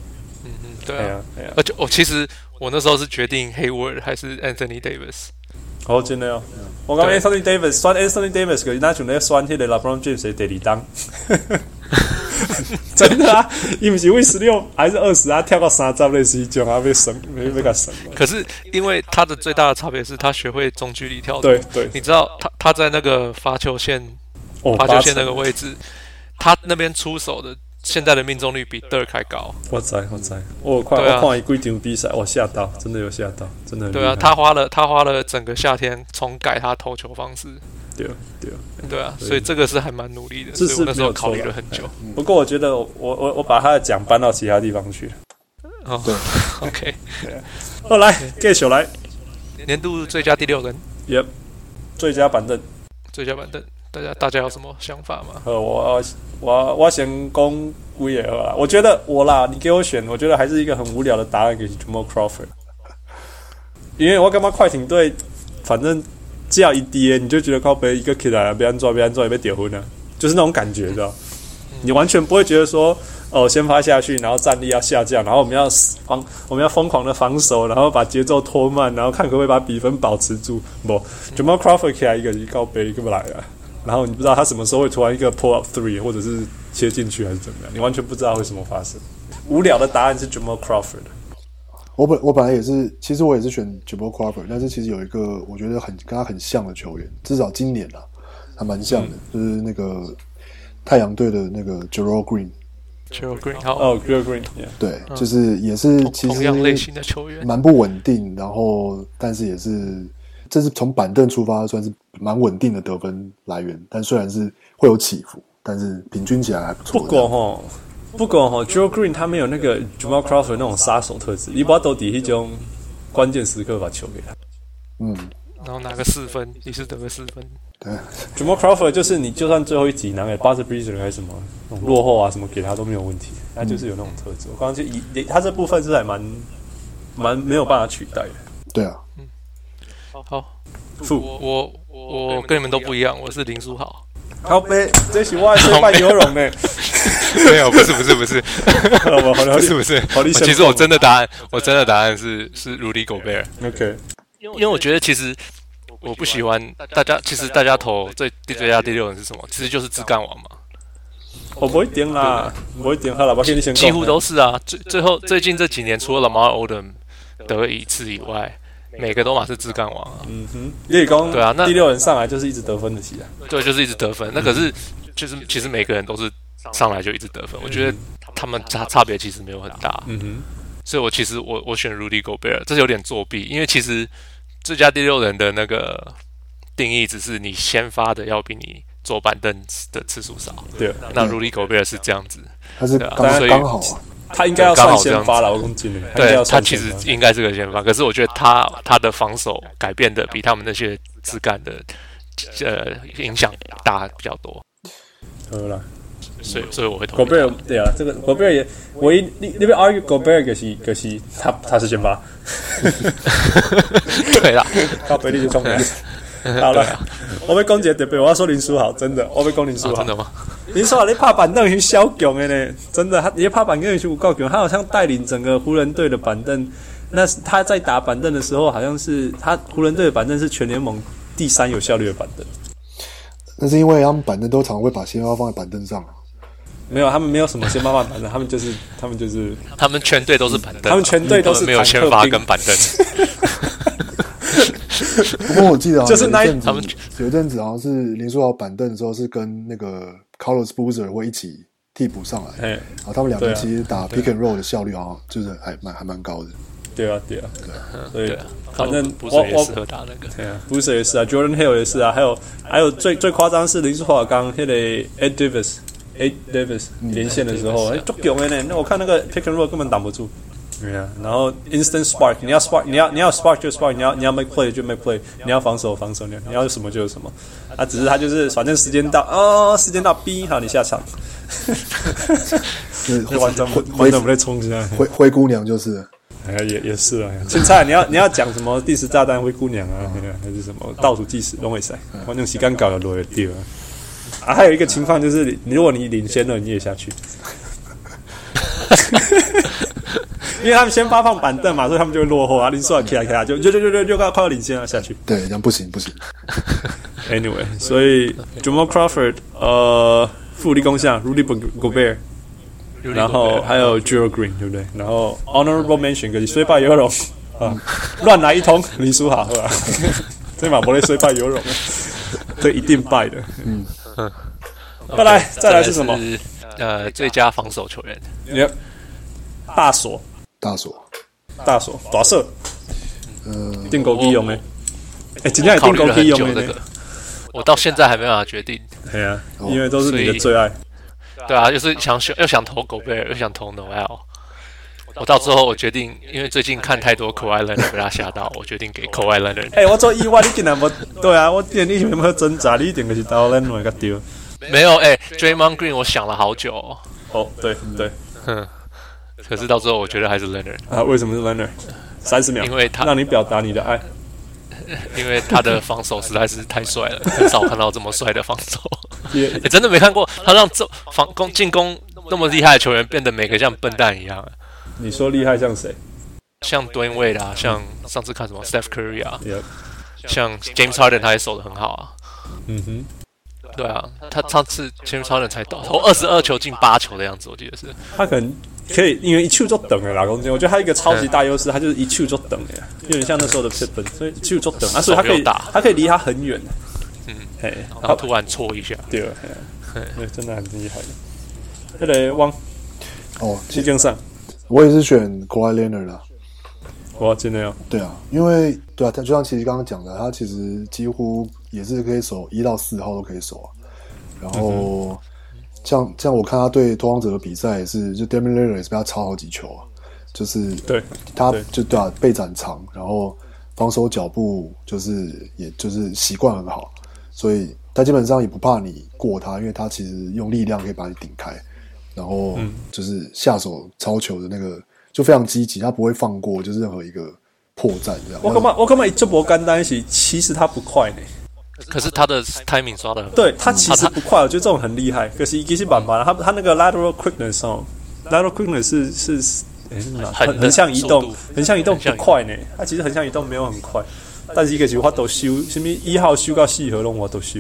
Speaker 2: 嗯，对
Speaker 1: 哎
Speaker 2: 啊
Speaker 1: 呀。哎呀，
Speaker 2: 而
Speaker 4: 哦
Speaker 2: 且我其实我那时候是决定 Hayward 还是 Anthony Davis，
Speaker 1: 好真的哦。
Speaker 2: 嗯
Speaker 1: 我讲
Speaker 2: 對
Speaker 1: Anthony Davis 选 Anthony Davis，可是那像咧选迄个 LeBron James 的第二 档。真的啊，伊毋是为十六还是二十啊跳到三十类似一种啊，被神被
Speaker 2: 嗯
Speaker 1: 被个神。
Speaker 2: 可是因为他的最大的差别是他学会中距离跳投。
Speaker 1: 对对，
Speaker 2: 你知道他他在那个罚球线
Speaker 1: 哦，
Speaker 2: 罚球线那
Speaker 1: 成
Speaker 2: 个，位置，他那边出手的现在的命中率比 Dirk 还高。
Speaker 1: 我知我知，我有看
Speaker 2: 对啊
Speaker 1: 我看伊几场比赛，我吓到，真的有吓到，真的很
Speaker 2: 对啊，
Speaker 1: 厉害
Speaker 2: 他花了他花了整个夏天重改他投球方式。
Speaker 1: 对对。
Speaker 2: 对啊，
Speaker 1: 对
Speaker 2: 所以这个是还蛮努力的，
Speaker 1: 这
Speaker 2: 所以
Speaker 1: 是
Speaker 2: 我那时
Speaker 1: 没有
Speaker 2: 候
Speaker 1: 错
Speaker 2: 考
Speaker 1: 啦
Speaker 2: 虑了很久。
Speaker 1: 不过我觉得我我我我把他的奖搬到其他地方去。哎
Speaker 2: 哦
Speaker 3: 对
Speaker 2: ，OK，
Speaker 1: 后来
Speaker 2: 嗯
Speaker 1: 继续来
Speaker 2: 年度最佳第六人，
Speaker 1: ，Yep，最佳板凳。
Speaker 2: 最佳板凳，大家大家有什么想法吗？
Speaker 1: 呃，我我我先攻龟也啦。我觉得我啦，你给我选，我觉得还是一个很无聊的答案给 Jamal Crawford，因为我干嘛快艇队，反正只要一跌，你就觉得靠背一个 kid 啊，被安抓被安抓也被丢昏了，就是那种感觉，知道？你完全不会觉得说，哦，先发下去，然后战力要下降，然后我们要防，我们要疯狂的防守，然后把节奏拖慢，然后看可不可以把比分保持住。不，Jamal Crawford 起来一个一靠背一个不来了。然后你不知道他什么时候会突然一个 pull up three，或者是切进去还是怎么样，你完全不知道会什么发生。无聊的答案是 Jamal Crawford，
Speaker 3: 我本我本来也是，其实我也是选 Jabal Crawford，但是其实有一个我觉得很跟他很像的球员，至少今年啊，还蛮像的，
Speaker 2: 嗯
Speaker 3: 就是那个太阳队的那个 Gerald Green，
Speaker 2: j e r Green 好，
Speaker 1: 哦、g r e e Green，、yeah.
Speaker 3: 对，就是也是其
Speaker 2: 嗯同
Speaker 3: 实
Speaker 2: 样类型的球员，
Speaker 3: 蛮不稳定，然后但是也是，这是从板凳出发，算是蛮稳定的得分来源。但虽然是会有起伏，但是平均起来还不错。
Speaker 1: 不过哈，不过哈 j e r e Green 他没有那个 Jamal Crawford 那种杀手特质，你把到底一种关键时刻把球给他。
Speaker 3: 嗯，
Speaker 2: 然后拿个四分，你是得个四分，
Speaker 3: 对，
Speaker 1: Jamal Crawford 就是你就算最后一集拿给 b u z z e r b e a t e r 还是什么那种落后啊什么给他都没有问题，他就是有那种特
Speaker 4: 嗯
Speaker 1: 质。我刚刚就以他这部分是还蛮蛮没有办法取代的。
Speaker 3: 对啊，
Speaker 2: 好，
Speaker 1: 负
Speaker 2: 我我我跟你们都不一样，我是林书豪。
Speaker 1: 靠背，这是我的最拜牛荣呢。
Speaker 4: 没有，不是不是不是
Speaker 1: 好吧，好了，
Speaker 4: 不是不是啊
Speaker 1: 好厉，害
Speaker 4: 其实我真的答案，我真的答案是是 Rudy Gobert。
Speaker 1: OK，
Speaker 2: 因为我觉得其实我不喜欢大家，其实大家投最第最佳第六人是什么？其实就是枝干王嘛。
Speaker 1: 我哦不一定啦，不一定。好了，我跟你先讲。
Speaker 4: 几乎都是啊。最最后最近这几年，除了 Lamar Odom 得一次以外，每个都马是自干王啊。
Speaker 1: 嗯哼，叶公
Speaker 4: 对啊那
Speaker 1: 第六人上来就是一直得分的棋啊。
Speaker 4: 对，就是一直得分。那可是就是其实每个人都是上来就一直得分，我觉得他们差差别其实没有很大。
Speaker 1: 嗯哼，
Speaker 4: 所以我其实我我选 Rudy Gobert，这是有点作弊，因为其实最佳第六人的那个定义只是你先发的要比你坐板凳的次数少。
Speaker 1: 嗯对，
Speaker 4: 那 Rudy Gobert 是这样子，
Speaker 3: 他是
Speaker 4: 对啊
Speaker 3: 刚
Speaker 4: 所以
Speaker 3: 刚好啊，
Speaker 1: 他应该要算先发了，我跟进了。应该
Speaker 4: 对
Speaker 1: 要
Speaker 4: 他
Speaker 1: 算先
Speaker 4: 其实
Speaker 1: 发
Speaker 4: 应该是个先发，可是我觉得他他的防守改变的比他们那些自干的呃影响大比较多，
Speaker 1: 好啦。
Speaker 4: 所以所以我会投
Speaker 1: 狗贝尔
Speaker 4: 票。
Speaker 1: 对啊，这个狗贝尔也唯一你那边 argue 狗贝尔可惜可惜他他是先 发，
Speaker 4: 对啦，
Speaker 1: 靠贝利就冲了。好了，我被攻击对不对？我要说林书豪，真的，我被攻林书
Speaker 4: 啊
Speaker 1: 豪
Speaker 4: 真。的吗？
Speaker 1: 林书豪你拍板凳是小强的呢，真的，他你拍板凳是有够强，他好像带领整个湖人队的板凳。那是他在打板凳的时候，好像是他湖人队的板凳是全联盟第三有效率的板凳。
Speaker 3: 那是因为他们板凳都常会把先发放在板凳上啊。
Speaker 1: 没有，他们没有什么先发板凳，他们就是他们就是
Speaker 4: 他们全队都是板凳啊，
Speaker 1: 他们全队都是
Speaker 4: 他们没有先
Speaker 1: 坦克
Speaker 4: 发
Speaker 1: 兵
Speaker 4: 跟板凳。
Speaker 3: 不过我记得好像
Speaker 1: 就是那一
Speaker 3: 有一阵子
Speaker 4: 他们
Speaker 3: 有一阵子好像是林书豪板凳的时候是跟那个 Carlos Boozer 会一起替补上来，
Speaker 1: 哎，
Speaker 3: 然后他们两个
Speaker 1: 对啊
Speaker 3: 其实打 pick and roll 的效率好像就是还蛮还蛮高的。
Speaker 1: 对啊对啊，所以
Speaker 4: 对啊，
Speaker 1: 反正
Speaker 4: 不是
Speaker 1: 我
Speaker 4: 也
Speaker 1: 我
Speaker 4: 适合打那个。
Speaker 1: 对啊 b r u c e 也是啊，Jordan Hill 也是啊，还有还有最最夸张是林书豪刚那个 Ed Davis。Ed Davis 连线的时候，哎，足勇的呢。那我看那个 pick and roll 根本挡不住。对啊，然后 instant spark，你要 spark，你要你要 spark 就 spark，你要你要 make play 就 make play，你要防守防守，你要你要什么就有什么。啊，只是他就是反正时间到，哦，时间到，B 好，你下 场。
Speaker 3: 是
Speaker 1: 就完全不完全不会冲进啊来。
Speaker 3: 灰灰姑娘就是了
Speaker 1: 哎呀，也也是啊。青菜，你要你要讲什么定时炸弹灰姑娘啊，哎呀还是什么倒数计时龙尾赛，反正时间搞了落会掉啊。啊，还有一个情况就是，你你如果你领先了，你也下去。因为他们先发放板凳嘛，所以他们就会落后啊。林书豪起来起来就就就就就就快快要领先了下去。
Speaker 3: 对，这样不行不行。
Speaker 1: Anyway，所以 Jamal Crawford 呃，富力攻下 Rudy Go- Gobert，然后还有 j e r e Green，对不对？然后 Honorable Mention 跟虽败犹荣啊，乱来一通，林书豪啊，这马不会虽败犹荣，这一定败的。嗯， 再来嗯再来是什么？？
Speaker 4: 呃，最佳防守球员，
Speaker 1: 你看大锁
Speaker 3: 大锁，
Speaker 1: 大锁大射，
Speaker 3: 呃，
Speaker 1: 定狗屁用的，哎，今天也
Speaker 4: 考
Speaker 1: 定
Speaker 4: 虑
Speaker 1: 狗
Speaker 4: 了
Speaker 1: 屁
Speaker 4: 很久
Speaker 1: 用
Speaker 4: 这
Speaker 1: 的
Speaker 4: 个
Speaker 1: 呢，，
Speaker 4: 我到现在还没办法决定。
Speaker 1: 哎呀，因为都是你的最爱。
Speaker 4: 对啊，就是想选，又想投狗贝尔，又想投 Noel。我到最后我决定，因为最近看太多 k a w i l e n a 被他吓到，我决定给 k a w i l e n a
Speaker 1: 哎、我做意外，你竟然没对啊！我见你有没有挣扎？你一定就是刀烂乱个丢。
Speaker 4: 没有哎、d r a y m o n d Green 我想了好久、哦，
Speaker 1: 哦，对对
Speaker 4: 可是到最后我觉得还是 Leonard，
Speaker 1: 啊，为什么是 Leonard？三十秒，
Speaker 4: 因为他
Speaker 1: 让你表达你的 爱。
Speaker 4: 因为他的防守实在是太帅 了，很少看到这么帅的防守。
Speaker 1: 也
Speaker 4: 欸，真的没看过他让这防攻进攻那么厉害的球员变得每个像笨蛋一样，啊
Speaker 1: 你说厉害像谁？
Speaker 4: 像蹲位啦，像上次看什么 Steph Curry 啊，
Speaker 1: 也
Speaker 4: 像 James Harden 他也守得很好啊。
Speaker 1: 嗯哼，
Speaker 4: 对啊，他上次 James Harden 才投投二十二球进八球的样子，我记得是。
Speaker 1: 他可能可以，因为一球就等了啦，公斤。我觉得他一个超级大优势，他就是一球就等了，有点像那时候的 Pippen，所以一球就等啊，所以他可
Speaker 4: 手
Speaker 1: 以
Speaker 4: 又大
Speaker 1: 他可以离他很远。嗯，哎，
Speaker 4: 然后突然戳一下，
Speaker 1: 对了，嘿对，真的很厉害。那个汪
Speaker 3: 哦，
Speaker 1: 季更上，
Speaker 3: 我也是选 k a w i Leonard 啦。
Speaker 1: 哇，真的哦，
Speaker 3: 对啊，因为对啊，他就像其实刚刚讲的，他其实几乎也是可以守一到四号都可以守啊。然
Speaker 1: 嗯
Speaker 3: 后像像我看他对拓荒者的比赛也是，就 d e m i n l e r 也是被他抄好几球啊，就是
Speaker 1: 对，
Speaker 3: 他
Speaker 1: 对
Speaker 3: 就对啊，背展长，然后防守脚步就是也就是习惯很好，所以他基本上也不怕你过他，因为他其实用力量可以把你顶开，然后
Speaker 4: 嗯
Speaker 3: 就是下手抄球的那个就非常积极，他不会放过就是任何一个破绽这样。
Speaker 1: 我干嘛我干嘛这波干单是，其实他不快呢。
Speaker 4: 可是他的 timing 抓的，
Speaker 1: 对他
Speaker 4: 啊
Speaker 1: 其实不快，我觉得这种很厉害。可是一个是板板，他他那个 lateral quickness 哦，lateral quickness 是是是诶是哪
Speaker 4: 很
Speaker 1: 很很像移
Speaker 4: 速
Speaker 1: 动
Speaker 4: 度，
Speaker 1: 很像移动
Speaker 4: 很
Speaker 1: 不
Speaker 4: 像移动
Speaker 1: 快呢。他其实很像移动没有很快，但是一个是我都修，什么一号修到四号拢我都修，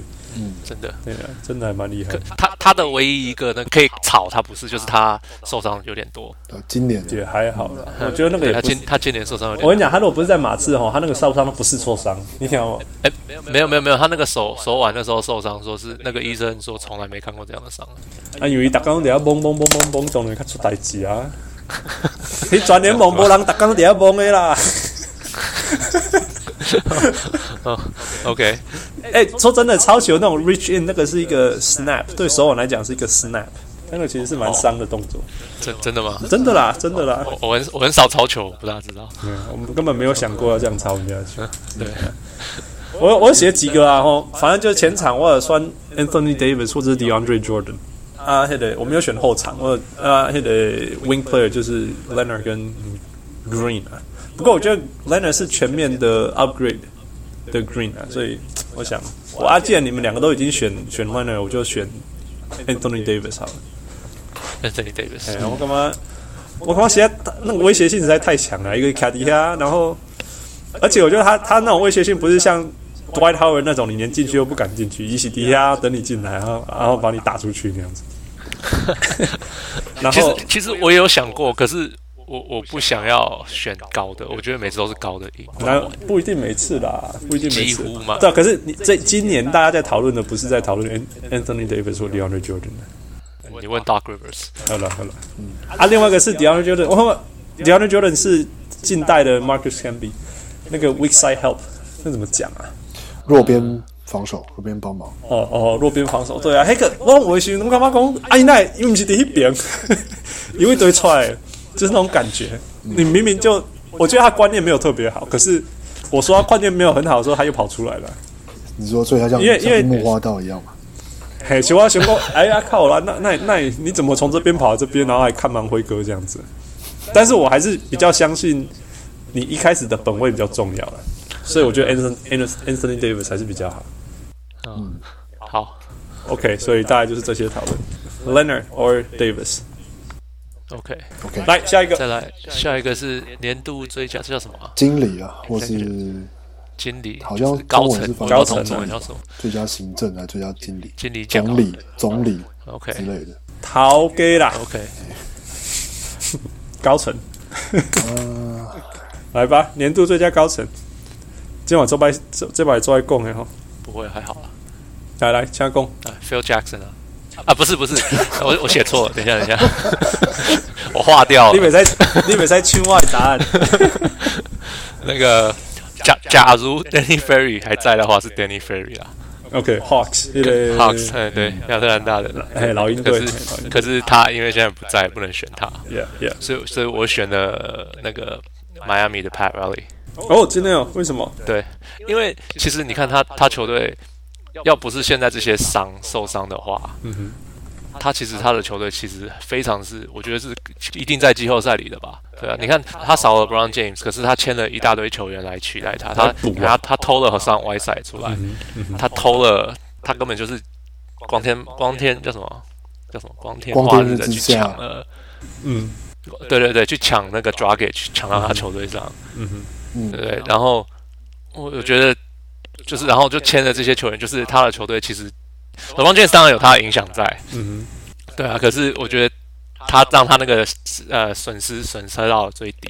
Speaker 4: 真的。
Speaker 1: 对啊，真的还蛮厉害
Speaker 4: 可。他他的唯一一个呢可以炒，他不是就是他受伤有点多，
Speaker 3: 呃，今年
Speaker 1: 也还好啦，我觉得那个
Speaker 4: 嗯对
Speaker 1: 也
Speaker 4: 他
Speaker 1: 不是
Speaker 4: 今。他今年受伤有点
Speaker 1: 我跟你讲，他如果不是在马刺吼，他那个受伤都不是挫伤，你听到吗？
Speaker 4: 哎，没有没有没有，他那个手手腕那时候受伤，说是那个医生说从来没看过这样的伤。
Speaker 1: 啊，因为逐工伫遐蹦蹦蹦蹦蹦，当然较出代志 啊。 你全联盟无人逐工伫遐蹦的啦。
Speaker 4: OK，
Speaker 1: 哎、说真的，超球那种 reach in 那个是一个 snap，对手腕来讲是一个 snap，那个其实是蛮伤的动作。
Speaker 4: 真真的吗？
Speaker 1: 真的啦，真的啦，
Speaker 4: 我我很我很少抄球，不大知道。
Speaker 1: 嗯我们根本没有想过要这样抄人家的球。
Speaker 4: 对，
Speaker 1: 我我有写几个啊，吼，反正就是前场我有选 Anthony Davis 或者是 DeAndre Jordan 啊，那个我没有选后场，我有啊那个 wing player 就是 Leonard 跟 Green 啊。不过我觉得 Leonard 是全面的 upgrade 的 Green 啊，所以我想，我啊，既然你们两个都已经选选 Leonard，我就选 Anthony Davis 好了。
Speaker 4: Anthony Davis，
Speaker 1: 哎、我干嘛？我干嘛？现在那个威胁性实在太强了，一个卡迪亚，然后，而且我觉得他他那种威胁性不是像 Dwight Howard 那种，你连进去都不敢进去，一起迪亚等你进来，然后然后把你打出去那 样子。然
Speaker 4: 其
Speaker 1: 后
Speaker 4: 实其实我也有想过，可是我我不想要选高的，我觉得每次都是高的赢。
Speaker 1: 然后不一定每次啦，不一定每次
Speaker 4: 几乎嘛
Speaker 1: 对啊，可是你这今年大家在讨论的不是在讨论 An- Anthony Davis 或 DeAndre Jordan 的。
Speaker 4: 你问 Doc Rivers，
Speaker 1: 好了好了，啊，另外一个是 DeAndre Jordan，我 DeAndre Jordan 是近代的 Marcus Camby，那个 weak side help，那怎么讲啊？
Speaker 3: 弱边防守，弱边帮忙，
Speaker 1: 哦哦，弱边防守，对啊，迄个我我时阵我感觉讲，啊，伊奈伊毋是伫迄边， 因为堆出来，就是那种感觉。你明明就，我觉得他观念没有特别好，可是我说他观念没有很好的时候，他又跑出来了。
Speaker 3: 你说所以他像
Speaker 1: 因为因为
Speaker 3: 像木花道一样嘛？
Speaker 1: 嘿，熊啊熊哥，哎呀靠啦，那那那你怎么从这边跑到这边，然后还看蛮辉哥这样子？但是我还是比较相信你一开始的本位比较重要了，所以我觉得 Anthony Anthony Anthony Davis 还是比较好。
Speaker 4: 嗯，好
Speaker 1: OK，所以大概就是这些讨论，Leonard or Davis。
Speaker 4: ，OK，
Speaker 1: 来下一个
Speaker 4: 再来下一个是年度最佳，这叫什么啊？
Speaker 3: 经理啊，或是
Speaker 4: 经理，
Speaker 3: 好像
Speaker 4: 就是高
Speaker 3: 中文是
Speaker 4: 层，
Speaker 3: 翻
Speaker 4: 我高
Speaker 3: 成
Speaker 4: 层
Speaker 1: 高层
Speaker 4: 中文叫什么？
Speaker 3: 最佳行政啊，最佳经理、
Speaker 4: 经理奖
Speaker 3: 总理、总理之
Speaker 4: ，OK
Speaker 3: 类的。
Speaker 1: 陶给啦，
Speaker 4: OK，
Speaker 1: 高层。 来吧，年度最佳高层。今晚这摆这这摆做来供的吼，
Speaker 4: 不会还好啦。
Speaker 1: 来来，请供。
Speaker 4: 啊，Phil Jackson 啊，啊，不是不是， 我我写错了，等一下 等一下，我划掉
Speaker 1: 你
Speaker 4: 了
Speaker 1: 袂使 你袂使圈我的答案。
Speaker 4: 那个。假假如 Danny Ferry 还在的话，是 Danny Ferry 啦
Speaker 1: OK，Hawks，那个
Speaker 4: ，Hawks，哎对，亚特兰大人啦。
Speaker 1: 哎，老鹰
Speaker 4: 可
Speaker 1: 队。老
Speaker 4: 是
Speaker 1: 鹰
Speaker 4: 可是他因为现在不在，不能选他，
Speaker 1: Yeah, yeah.
Speaker 4: 所以所以我选了呃那个 Miami 的 Pat Riley。
Speaker 1: 哦，真的哦？为什么？
Speaker 4: 对，因为其实你看他他球队，要不是现在这些伤受伤的话，嗯哼，他其实他的球队其实非常是，我觉得是一定在季后赛里的吧。对啊，你看他少了 Brown James，可是他签了一大堆球员来取代他，他
Speaker 1: 补啊
Speaker 4: 他他偷了和上 Y 赛出来，他偷了，他根本就是光天光天叫什么叫什么光天
Speaker 3: 光
Speaker 4: 化
Speaker 3: 天
Speaker 4: 日
Speaker 3: 日
Speaker 4: 的
Speaker 3: 之
Speaker 4: 去
Speaker 3: 下
Speaker 4: 抢了。
Speaker 1: 嗯，
Speaker 4: 对对对，去啊抢那个 d r a g i c 抢到他球队上，
Speaker 1: 嗯哼，
Speaker 3: 嗯
Speaker 4: 对，对然后我我觉得就是，然后就签了这些球员，就是他的球队其实 LeBron James 当然有他的影响在，
Speaker 1: 嗯
Speaker 4: 对啊，可是我觉得他让他那个呃损失损失到最低，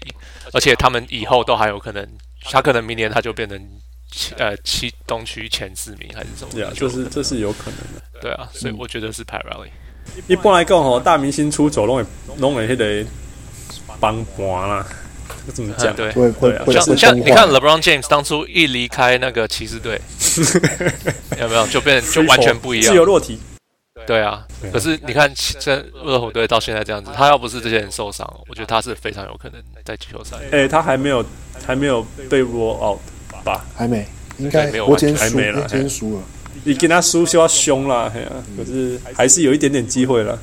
Speaker 4: 而且他们以后都还有可能，他可能明年他就变成七呃七东区前四名还是什么
Speaker 1: 哼，呀，
Speaker 4: 的，
Speaker 1: 这啊是这是有可能的。
Speaker 4: 对啊，所以我觉得是 p a r a l l y
Speaker 1: 一般来讲吼，大明星出走拢会拢会迄个帮盘啦，这怎么讲？
Speaker 4: 对。
Speaker 3: 会会
Speaker 1: 对啊
Speaker 3: 会
Speaker 4: 像
Speaker 3: 会
Speaker 4: 像
Speaker 3: 崩
Speaker 4: 你
Speaker 3: 坏
Speaker 4: 看 LeBron James 当初一离开那个骑士队，有没有就变就完全不一样
Speaker 1: 自由？落体。
Speaker 4: 对啊，可是你看骑这热火队到现在这
Speaker 1: 嗯
Speaker 4: 样子，他要不是这些人受伤，我觉得他是非常有可能在季后赛。
Speaker 1: 哎、他还没有还没有被 roll out 吧？
Speaker 3: 还没，应
Speaker 4: 对
Speaker 3: 该
Speaker 4: 没有
Speaker 3: 我今天
Speaker 1: 完
Speaker 3: 输，
Speaker 1: 全还没啦
Speaker 3: 我今天输了。
Speaker 1: 你跟他输就要凶啦，嘿啊，可是还是有一点点机会了。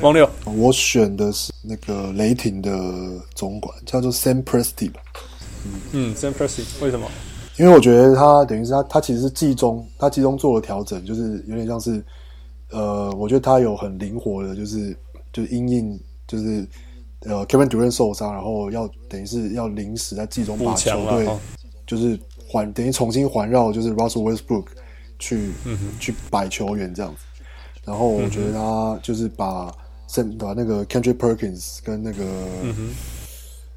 Speaker 1: 王六，
Speaker 3: 我选的是那个雷霆的总管，叫做 Sam Presti 吧，
Speaker 1: 嗯，Sam Percy，为什么？
Speaker 3: 因为我觉得他等于是他，他其实是季中，他季中做了调整，就是有点像是，呃，我觉得他有很灵活的、就是，就是因应就是呃 Kevin Durant 受伤，然后要等于是要临时在季中把
Speaker 1: 补强
Speaker 3: 球
Speaker 1: 了
Speaker 3: 队
Speaker 1: 哦
Speaker 3: 就是环等于重新环绕就是 Russell Westbrook 去、
Speaker 1: 嗯
Speaker 3: 去摆球员这样子。然后我觉得他就是把圣、把那个 Kendrick Perkins 跟那个
Speaker 1: 嗯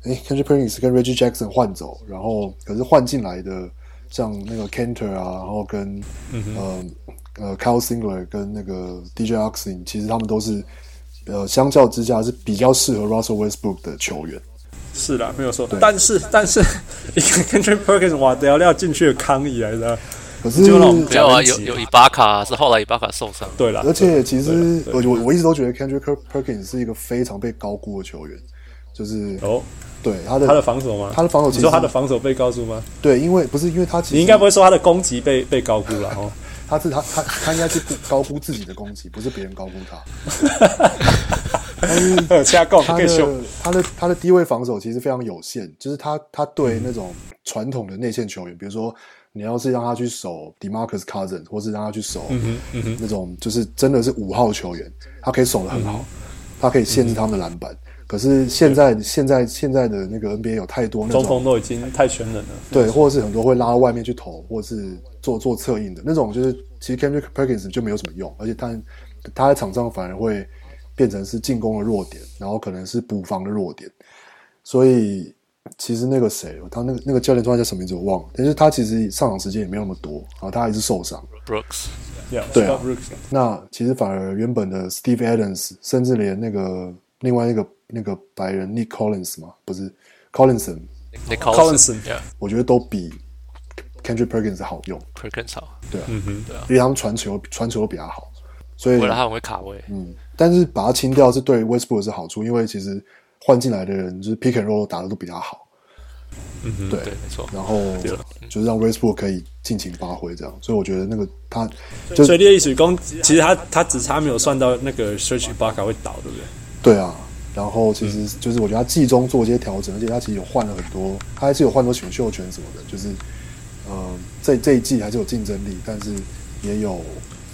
Speaker 3: 哎、Kendrick Perkins 跟 Reggie Jackson 换走，然后可是换进来的像那个 Cantor 啊，然后跟、
Speaker 1: 嗯
Speaker 3: 呃呃 Kyle Singler 跟那个 DJ Oxen，其实他们都是呃相较之下是比较适合 Russell Westbrook 的球员。
Speaker 1: 是啦，没有错。但是但是， 一个 Country Perkins 哇，聊聊进去的康怡来的，
Speaker 3: 可是
Speaker 1: 就让我们
Speaker 6: 没有啊，
Speaker 1: 讲一
Speaker 6: 有
Speaker 1: 集
Speaker 6: 有伊巴卡是后来伊巴卡受伤，
Speaker 1: 对啦，
Speaker 3: 而且其
Speaker 1: 对
Speaker 3: 实
Speaker 1: 对啊
Speaker 3: 我我我一直都觉得 Kendrick Per- Perkins 是一个非常被高估的球员，就是
Speaker 1: 哦，
Speaker 3: 对他的
Speaker 1: 他的防守吗？
Speaker 3: 他的防守其
Speaker 1: 你
Speaker 3: 实
Speaker 1: 说他的防守被告诉吗？
Speaker 3: 对，因为不是因为他其实
Speaker 1: 你应该不会说他的攻击被被高估了哦。
Speaker 3: 他是他他他应该是高估自己的攻击，不是别人高估他。
Speaker 1: 呃，加杠
Speaker 3: 他
Speaker 1: 可以修。
Speaker 3: 的他的他的低位防守其实非常有限，就是他他对那种传统的内线球员，比如说你要是让他去守 Demarcus Cousins，或是让他去守、
Speaker 1: 嗯
Speaker 3: 那种就是真的是五号球员，他可以守
Speaker 1: 嗯
Speaker 3: 得很好，他可以限制他们的篮板。可是现在现在现在的那个 NBA 有太多那
Speaker 1: 中
Speaker 3: 种
Speaker 1: 锋都已经太全能了，
Speaker 3: 对，或者是很多会拉到外面去投，或者是做做策应的那种，就是其实 Kendrick Perkins 就没有什么用，而且他他在场上反而会变成是进攻的弱点，然后可能是补防的弱点。所以其实那个谁，他那个那个教练突然叫什么名字我忘了，但是他其实上场时间也没有那么多，然后他还是受伤。
Speaker 6: Brooks
Speaker 3: 对啊
Speaker 1: Yeah，Scott Brooks
Speaker 3: 那其实反而原本的 Steve Adams，甚至连那个另外那个那个白人 Nick Collins 嘛，不是 Collinson，
Speaker 6: 那 c o l l i n
Speaker 1: Collinson
Speaker 3: 我觉得都比 Kendrick Perkins 好用。
Speaker 6: Perkins 好，
Speaker 3: 对啊，因为他们传球传球比较好，所以
Speaker 6: 为了他很会卡位，
Speaker 3: 嗯，但是把他清掉是对 Westbrook 是好处，因为其实换进来的人就是 pick and roll 打的都比他好，嗯对
Speaker 6: 对，，没错，
Speaker 3: 然后就是让 Westbrook 可以尽情发挥这样，所以我觉得那个他就
Speaker 1: 所以列一水攻，其实他他只差没有算到那个 Search b a k a 会倒，对不对？
Speaker 3: 对啊，然后其
Speaker 6: 嗯
Speaker 3: 实就是我觉得他季中做一些调整，而且他其实有换了很多，他还是有换多选秀权什么的，就是呃这这一季还是有竞争力，但是也有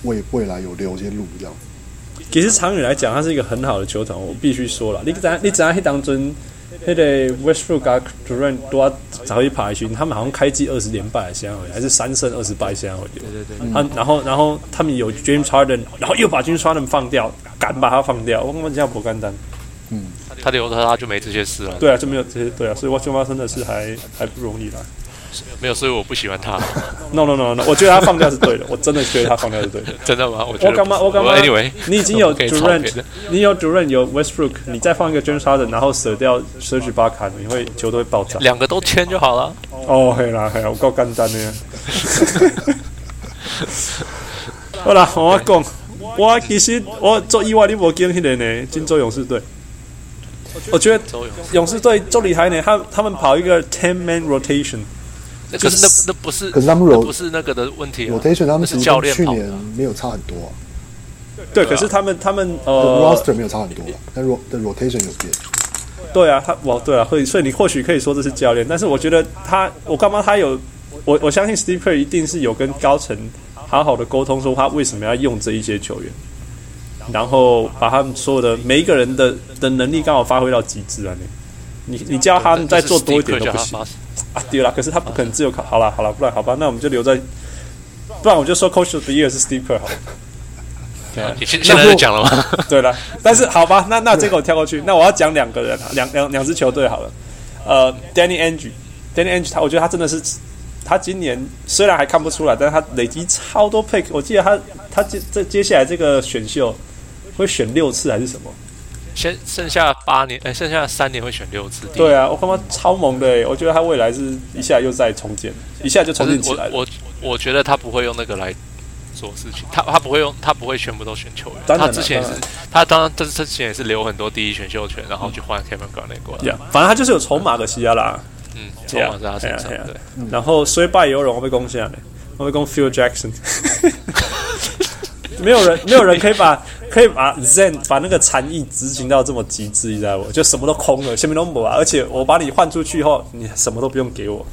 Speaker 3: 为未来有留一些路这样。
Speaker 1: 其实长远来讲，他是一个很好的球团，我必须说了。你知道你知道那当中，那个 Westbrook 啊 Durant 多找一排群，他们好像开季二十连败现在回来，还是三胜二十败现在回来。对对对。他然后然后他们有 James Harden，然后又把 James Harden 放掉，敢把他放掉，我们叫不干单。
Speaker 6: 他留着他就没这些事了，
Speaker 1: 对啊，就没有这些对啊，所以 w a t c h 真的是还还不容易啦。
Speaker 6: 没有，所以我不喜欢 他，
Speaker 1: No no no no，我觉得他放掉是对的，我真的觉得他放掉是对的。
Speaker 6: 真的吗？我觉
Speaker 1: 我
Speaker 6: 得
Speaker 1: 干
Speaker 6: 不
Speaker 1: 嘛？
Speaker 6: 是
Speaker 1: 我干嘛
Speaker 6: Anyway，
Speaker 1: 你已经有
Speaker 6: 我可以吵别
Speaker 1: Durant，
Speaker 6: 的
Speaker 1: 你有 Durant 有 Westbrook，你再放一个 James Harden，然后舍掉 Serge b a k a 你会球队 爆炸。
Speaker 6: 两个都签就好了，
Speaker 1: 哦，嘿啦嘿啦，有够简单的。好啦，我讲，我其实我做意外你无见迄个呢，金州勇士队。我觉得
Speaker 6: 周勇，
Speaker 1: 勇士队做厉害呢，他他们跑一个 ten man rotation，
Speaker 6: 那可是那那不是，
Speaker 3: 可是他们
Speaker 6: 那
Speaker 3: 有
Speaker 6: 不是那个的问题啊，
Speaker 3: rotation 他们
Speaker 6: 那
Speaker 3: 其
Speaker 6: 是
Speaker 3: 实
Speaker 6: 教
Speaker 3: 跟
Speaker 6: 练
Speaker 3: 去
Speaker 6: 跑
Speaker 3: 年
Speaker 6: 的啊，
Speaker 3: 没有差很多、啊。
Speaker 1: 对，可是他们他们呃，
Speaker 3: roster 没有差很多了，啊但 ro 但 rotation 有变。
Speaker 1: 对啊，他哇，对啊，所以所以你或许可以说这是教练，但是我觉得他，我干嘛他有，我我相信 Steve Kerr 一定是有跟高层好好的沟通，说他为什么要用这一些球员，然后把他们所有的每一个人的的能力刚好发挥到极致啊！你你你叫他们再做多一点都不行
Speaker 6: 那是 Steve Kerr 叫他发
Speaker 1: 啊！对啦，可是他不可能只有靠好啦好啦，不然好吧，那我们就留在，不然我就说 Coach of the Year 是 Steve Kerr 好了。
Speaker 6: 你现现在就讲了吗？
Speaker 1: 对了，但是好吧，那那这个我跳过去。那我要讲两个人，啊两两两支球队好了。呃，Danny Ainge，Danny Ainge，他我觉得他真的是，他今年虽然还看不出来，但是他累积超多 pick。我记得他他接这接下来这个选秀会选六次还是什么？
Speaker 6: 先剩下八年，哎，剩下三年会选六次，第一
Speaker 1: 对啊，我他妈超萌的、欸，我觉得他未来是一下又在重建，一下就重
Speaker 6: 但
Speaker 1: 建
Speaker 6: 是
Speaker 1: 起来
Speaker 6: 我
Speaker 1: 了。
Speaker 6: 我我觉得他不会用那个来做事情，他他不会用，他不会全部都选球员。
Speaker 1: 当
Speaker 6: 他
Speaker 1: 然嗯了
Speaker 6: 之前也是
Speaker 1: 当，
Speaker 6: 他当然，这之前也是留很多第一选秀权，然后去换 Kevin Garnett 过来。
Speaker 1: 呀反正他就是有筹码的西亚啦。
Speaker 6: 嗯，筹
Speaker 1: Yeah，
Speaker 6: 码在他身上
Speaker 2: 啊
Speaker 1: yeah，。yeah
Speaker 6: 对，
Speaker 1: 然后虽败犹荣，我被攻下来，我被攻 Phil Jackson。没有人，没有人可以把可以把 Zen 把那个禅意执行到这么极致，你知道不？就什么都空了，什么都没啊！而且我把你换出去以后，你什么都不用给我。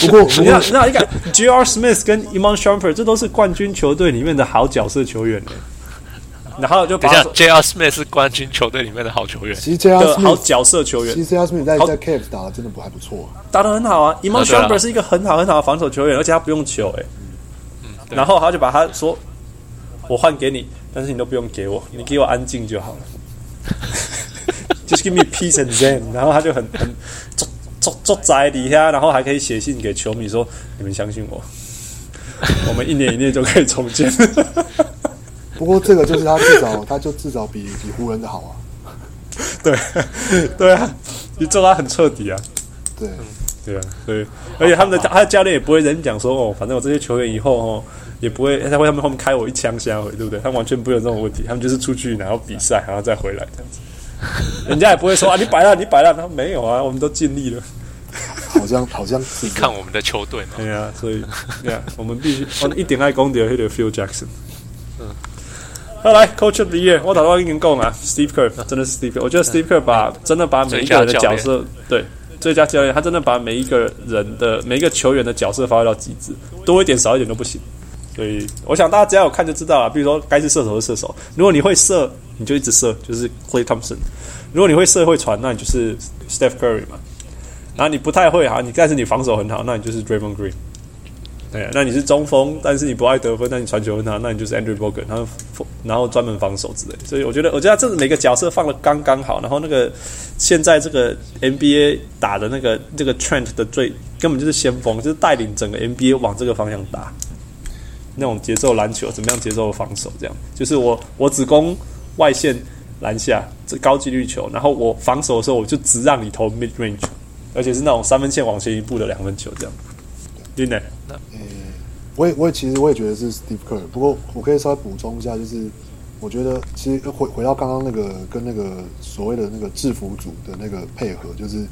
Speaker 3: 不过不
Speaker 1: 你看
Speaker 3: 过，
Speaker 1: 那你看 J.R. Smith 跟 Iman s h a m p e r 这都是冠军球队里面的好角色球员呢。然后就把
Speaker 2: 等一下
Speaker 1: 手
Speaker 2: ，J.R. Smith 是冠军球队里面的好球员，
Speaker 3: 其实 J R
Speaker 1: 的好
Speaker 3: Smith，
Speaker 1: 角色球员
Speaker 3: 其实 J R Smith 在
Speaker 1: 好
Speaker 3: 在 Cavs 打的真的不还不错，
Speaker 1: 打得很好啊 e m o
Speaker 2: 啊
Speaker 1: t i
Speaker 2: 对
Speaker 1: o
Speaker 2: 啊
Speaker 1: n b e r 是一个很好很好的防守球员，而且他不用球哎、然后他就把他说，我换给你，但是你都不用给我，你给我安静就好了。Just give me peace and zen。然后他就很很坐坐坐宅底下，然后还可以写信给球迷说：“你们相信我，我们一年一年就可以重建。
Speaker 3: 不过这个就是他至少他就至少比比湖人的好啊，”
Speaker 1: 对，对啊，你做他很彻底啊。
Speaker 3: 对，
Speaker 1: 对啊，对，而且他们的他的教练也不会人讲说哦，反正我这些球员以后哦也不会，他会他们后面开我一枪下回，对不对？他们完全不会有这种问题，他们就是出去然后比赛，然后再回来这样子，人家也不会说啊你摆烂你摆烂，他们没有啊，我们都尽力了。
Speaker 3: 好像好像是这样
Speaker 4: 看我们的球队 嘛，
Speaker 1: 对啊，所以对啊，我们必须我们一定爱攻掉那个 Phil Jackson。好来，Coach of the Year，我打算跟你讲啊，Steve Kerr 真的是 Steve Kerr，我觉得 Steve Kerr 把真的把每一个人的角色，对，最佳教练，他真的把每一个人的每一个球员的角色发挥到极致，多一点少一点都不行。所以我想大家只要有看就知道了，比如说该是射手就射手，如果你会射，你就一直射，就是 Clay Thompson；如果你会射会传，那你就是 Steph Curry 嘛。然后你不太会哈，你但是你防守很好，那你就是 Draymond Green。对，啊那你是中锋，但是你不爱得分，那你传球很好，那你就是 Andrew Bogut，然后然后专门防守之类。所以我觉得，我觉得他这每个角色放的刚刚好。然后那个现在这个 NBA 打的那个这个 Trent 的最根本就是先锋，就是带领整个 NBA 往这个方向打。那种节奏篮球，怎么样节奏防守，这样就是我我只攻外线篮下这高几率球，然后我防守的时候我就只让你投 mid range，而且是那种三分线往前一步的两分球这样。对呢，
Speaker 3: 嗯我也我也其实我也觉得是 Steve Kerr，不过我可以稍微补充一下，就是我觉得其实回回到刚刚那个跟那个所谓的那个制服组的那个配合，就是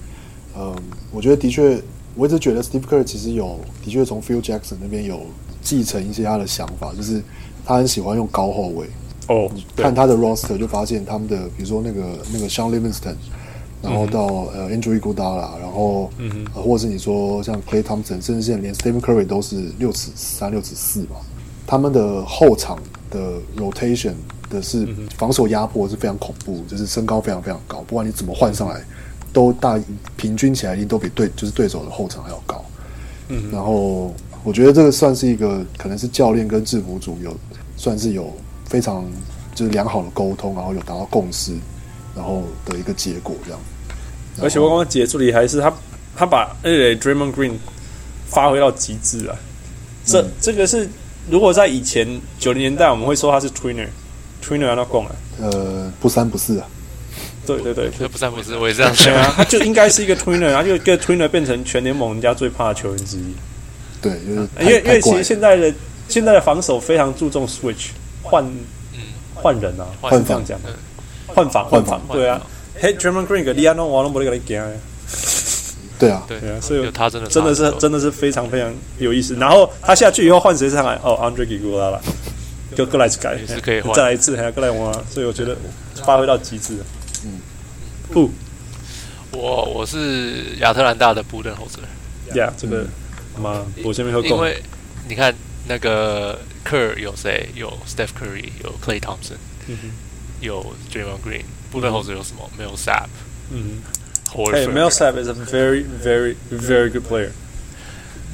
Speaker 3: 嗯，我觉得的确，我一直觉得 Steve Kerr 其实有的确从 Phil Jackson 那边有继承一些他的想法，就是他很喜欢用高后卫，
Speaker 1: 哦，对
Speaker 3: 看他的 roster 就发现他们的，比如说那个那个 Sean Livingston，然后到、呃 Andrew Iguodala，然后、呃或者是你说像 Clay Thompson，甚至现在连 Stephen Curry 都是六尺三、六尺四吧，他们的后场的 rotation 的是防守压迫是非常恐怖，就是身高非常非常高，不管你怎么换上来，都大平均起来一定都比对就是对手的后场还要高。然后我觉得这个算是一个，可能是教练跟制服组有算是有非常就是良好的沟通，然后有达到共识，然后的一个结果这样。
Speaker 1: 而且我刚刚解助理还是他，他把二垒 Draymond Green 发挥到极致了。这、这个是如果在以前九零年代，我们会说他是 twinner，twinner 要供了。
Speaker 3: 呃，不三不四啊，
Speaker 1: 对对对，
Speaker 4: 这不算不是，我也这样
Speaker 1: 对
Speaker 4: 想。
Speaker 1: 啊，他就应该是一个 twinner，然后就一个 twinner 变成全联盟人家最怕的球员之一。
Speaker 3: 对，就是太
Speaker 1: 因为因
Speaker 3: 太
Speaker 1: 为其
Speaker 3: 怪
Speaker 1: 实
Speaker 3: 了
Speaker 1: 现在的现在的防守非常注重 switch 换
Speaker 4: 嗯
Speaker 1: 换人啊，
Speaker 3: 换
Speaker 1: 这
Speaker 3: 防
Speaker 1: 样讲，
Speaker 6: 嗯
Speaker 1: 换防
Speaker 3: 换
Speaker 1: 换
Speaker 3: 防
Speaker 1: 防，对啊。嘿 d r a m o n Green 跟 l e o n 我都没得给你行的
Speaker 3: 对啊，
Speaker 1: 对啊，所以
Speaker 4: 有他真的
Speaker 1: 真的
Speaker 4: 差
Speaker 1: 是
Speaker 4: 很多
Speaker 1: 真的是非常非常有意思。然后他下去以后换谁上来？哦，Andre g i g u l a 就过来改，
Speaker 4: 是可以换
Speaker 1: 再来一次，还要过来玩啊。所以我觉得发挥到极致。嗯，不
Speaker 4: 我我是亚特兰大的布登猴子，
Speaker 1: 呀，这个
Speaker 3: 嗯
Speaker 1: 妈，我前面喝
Speaker 4: 因
Speaker 1: 够。
Speaker 4: 为你看那个 Kerr 有谁？有 Steph Curry，有 Clay Thompson，有 Draymond Green。布登猴子有什么？没有 Sap，
Speaker 1: 嗯，
Speaker 4: 或
Speaker 1: 哎
Speaker 4: 者
Speaker 1: m e l s a p is a very very very good player。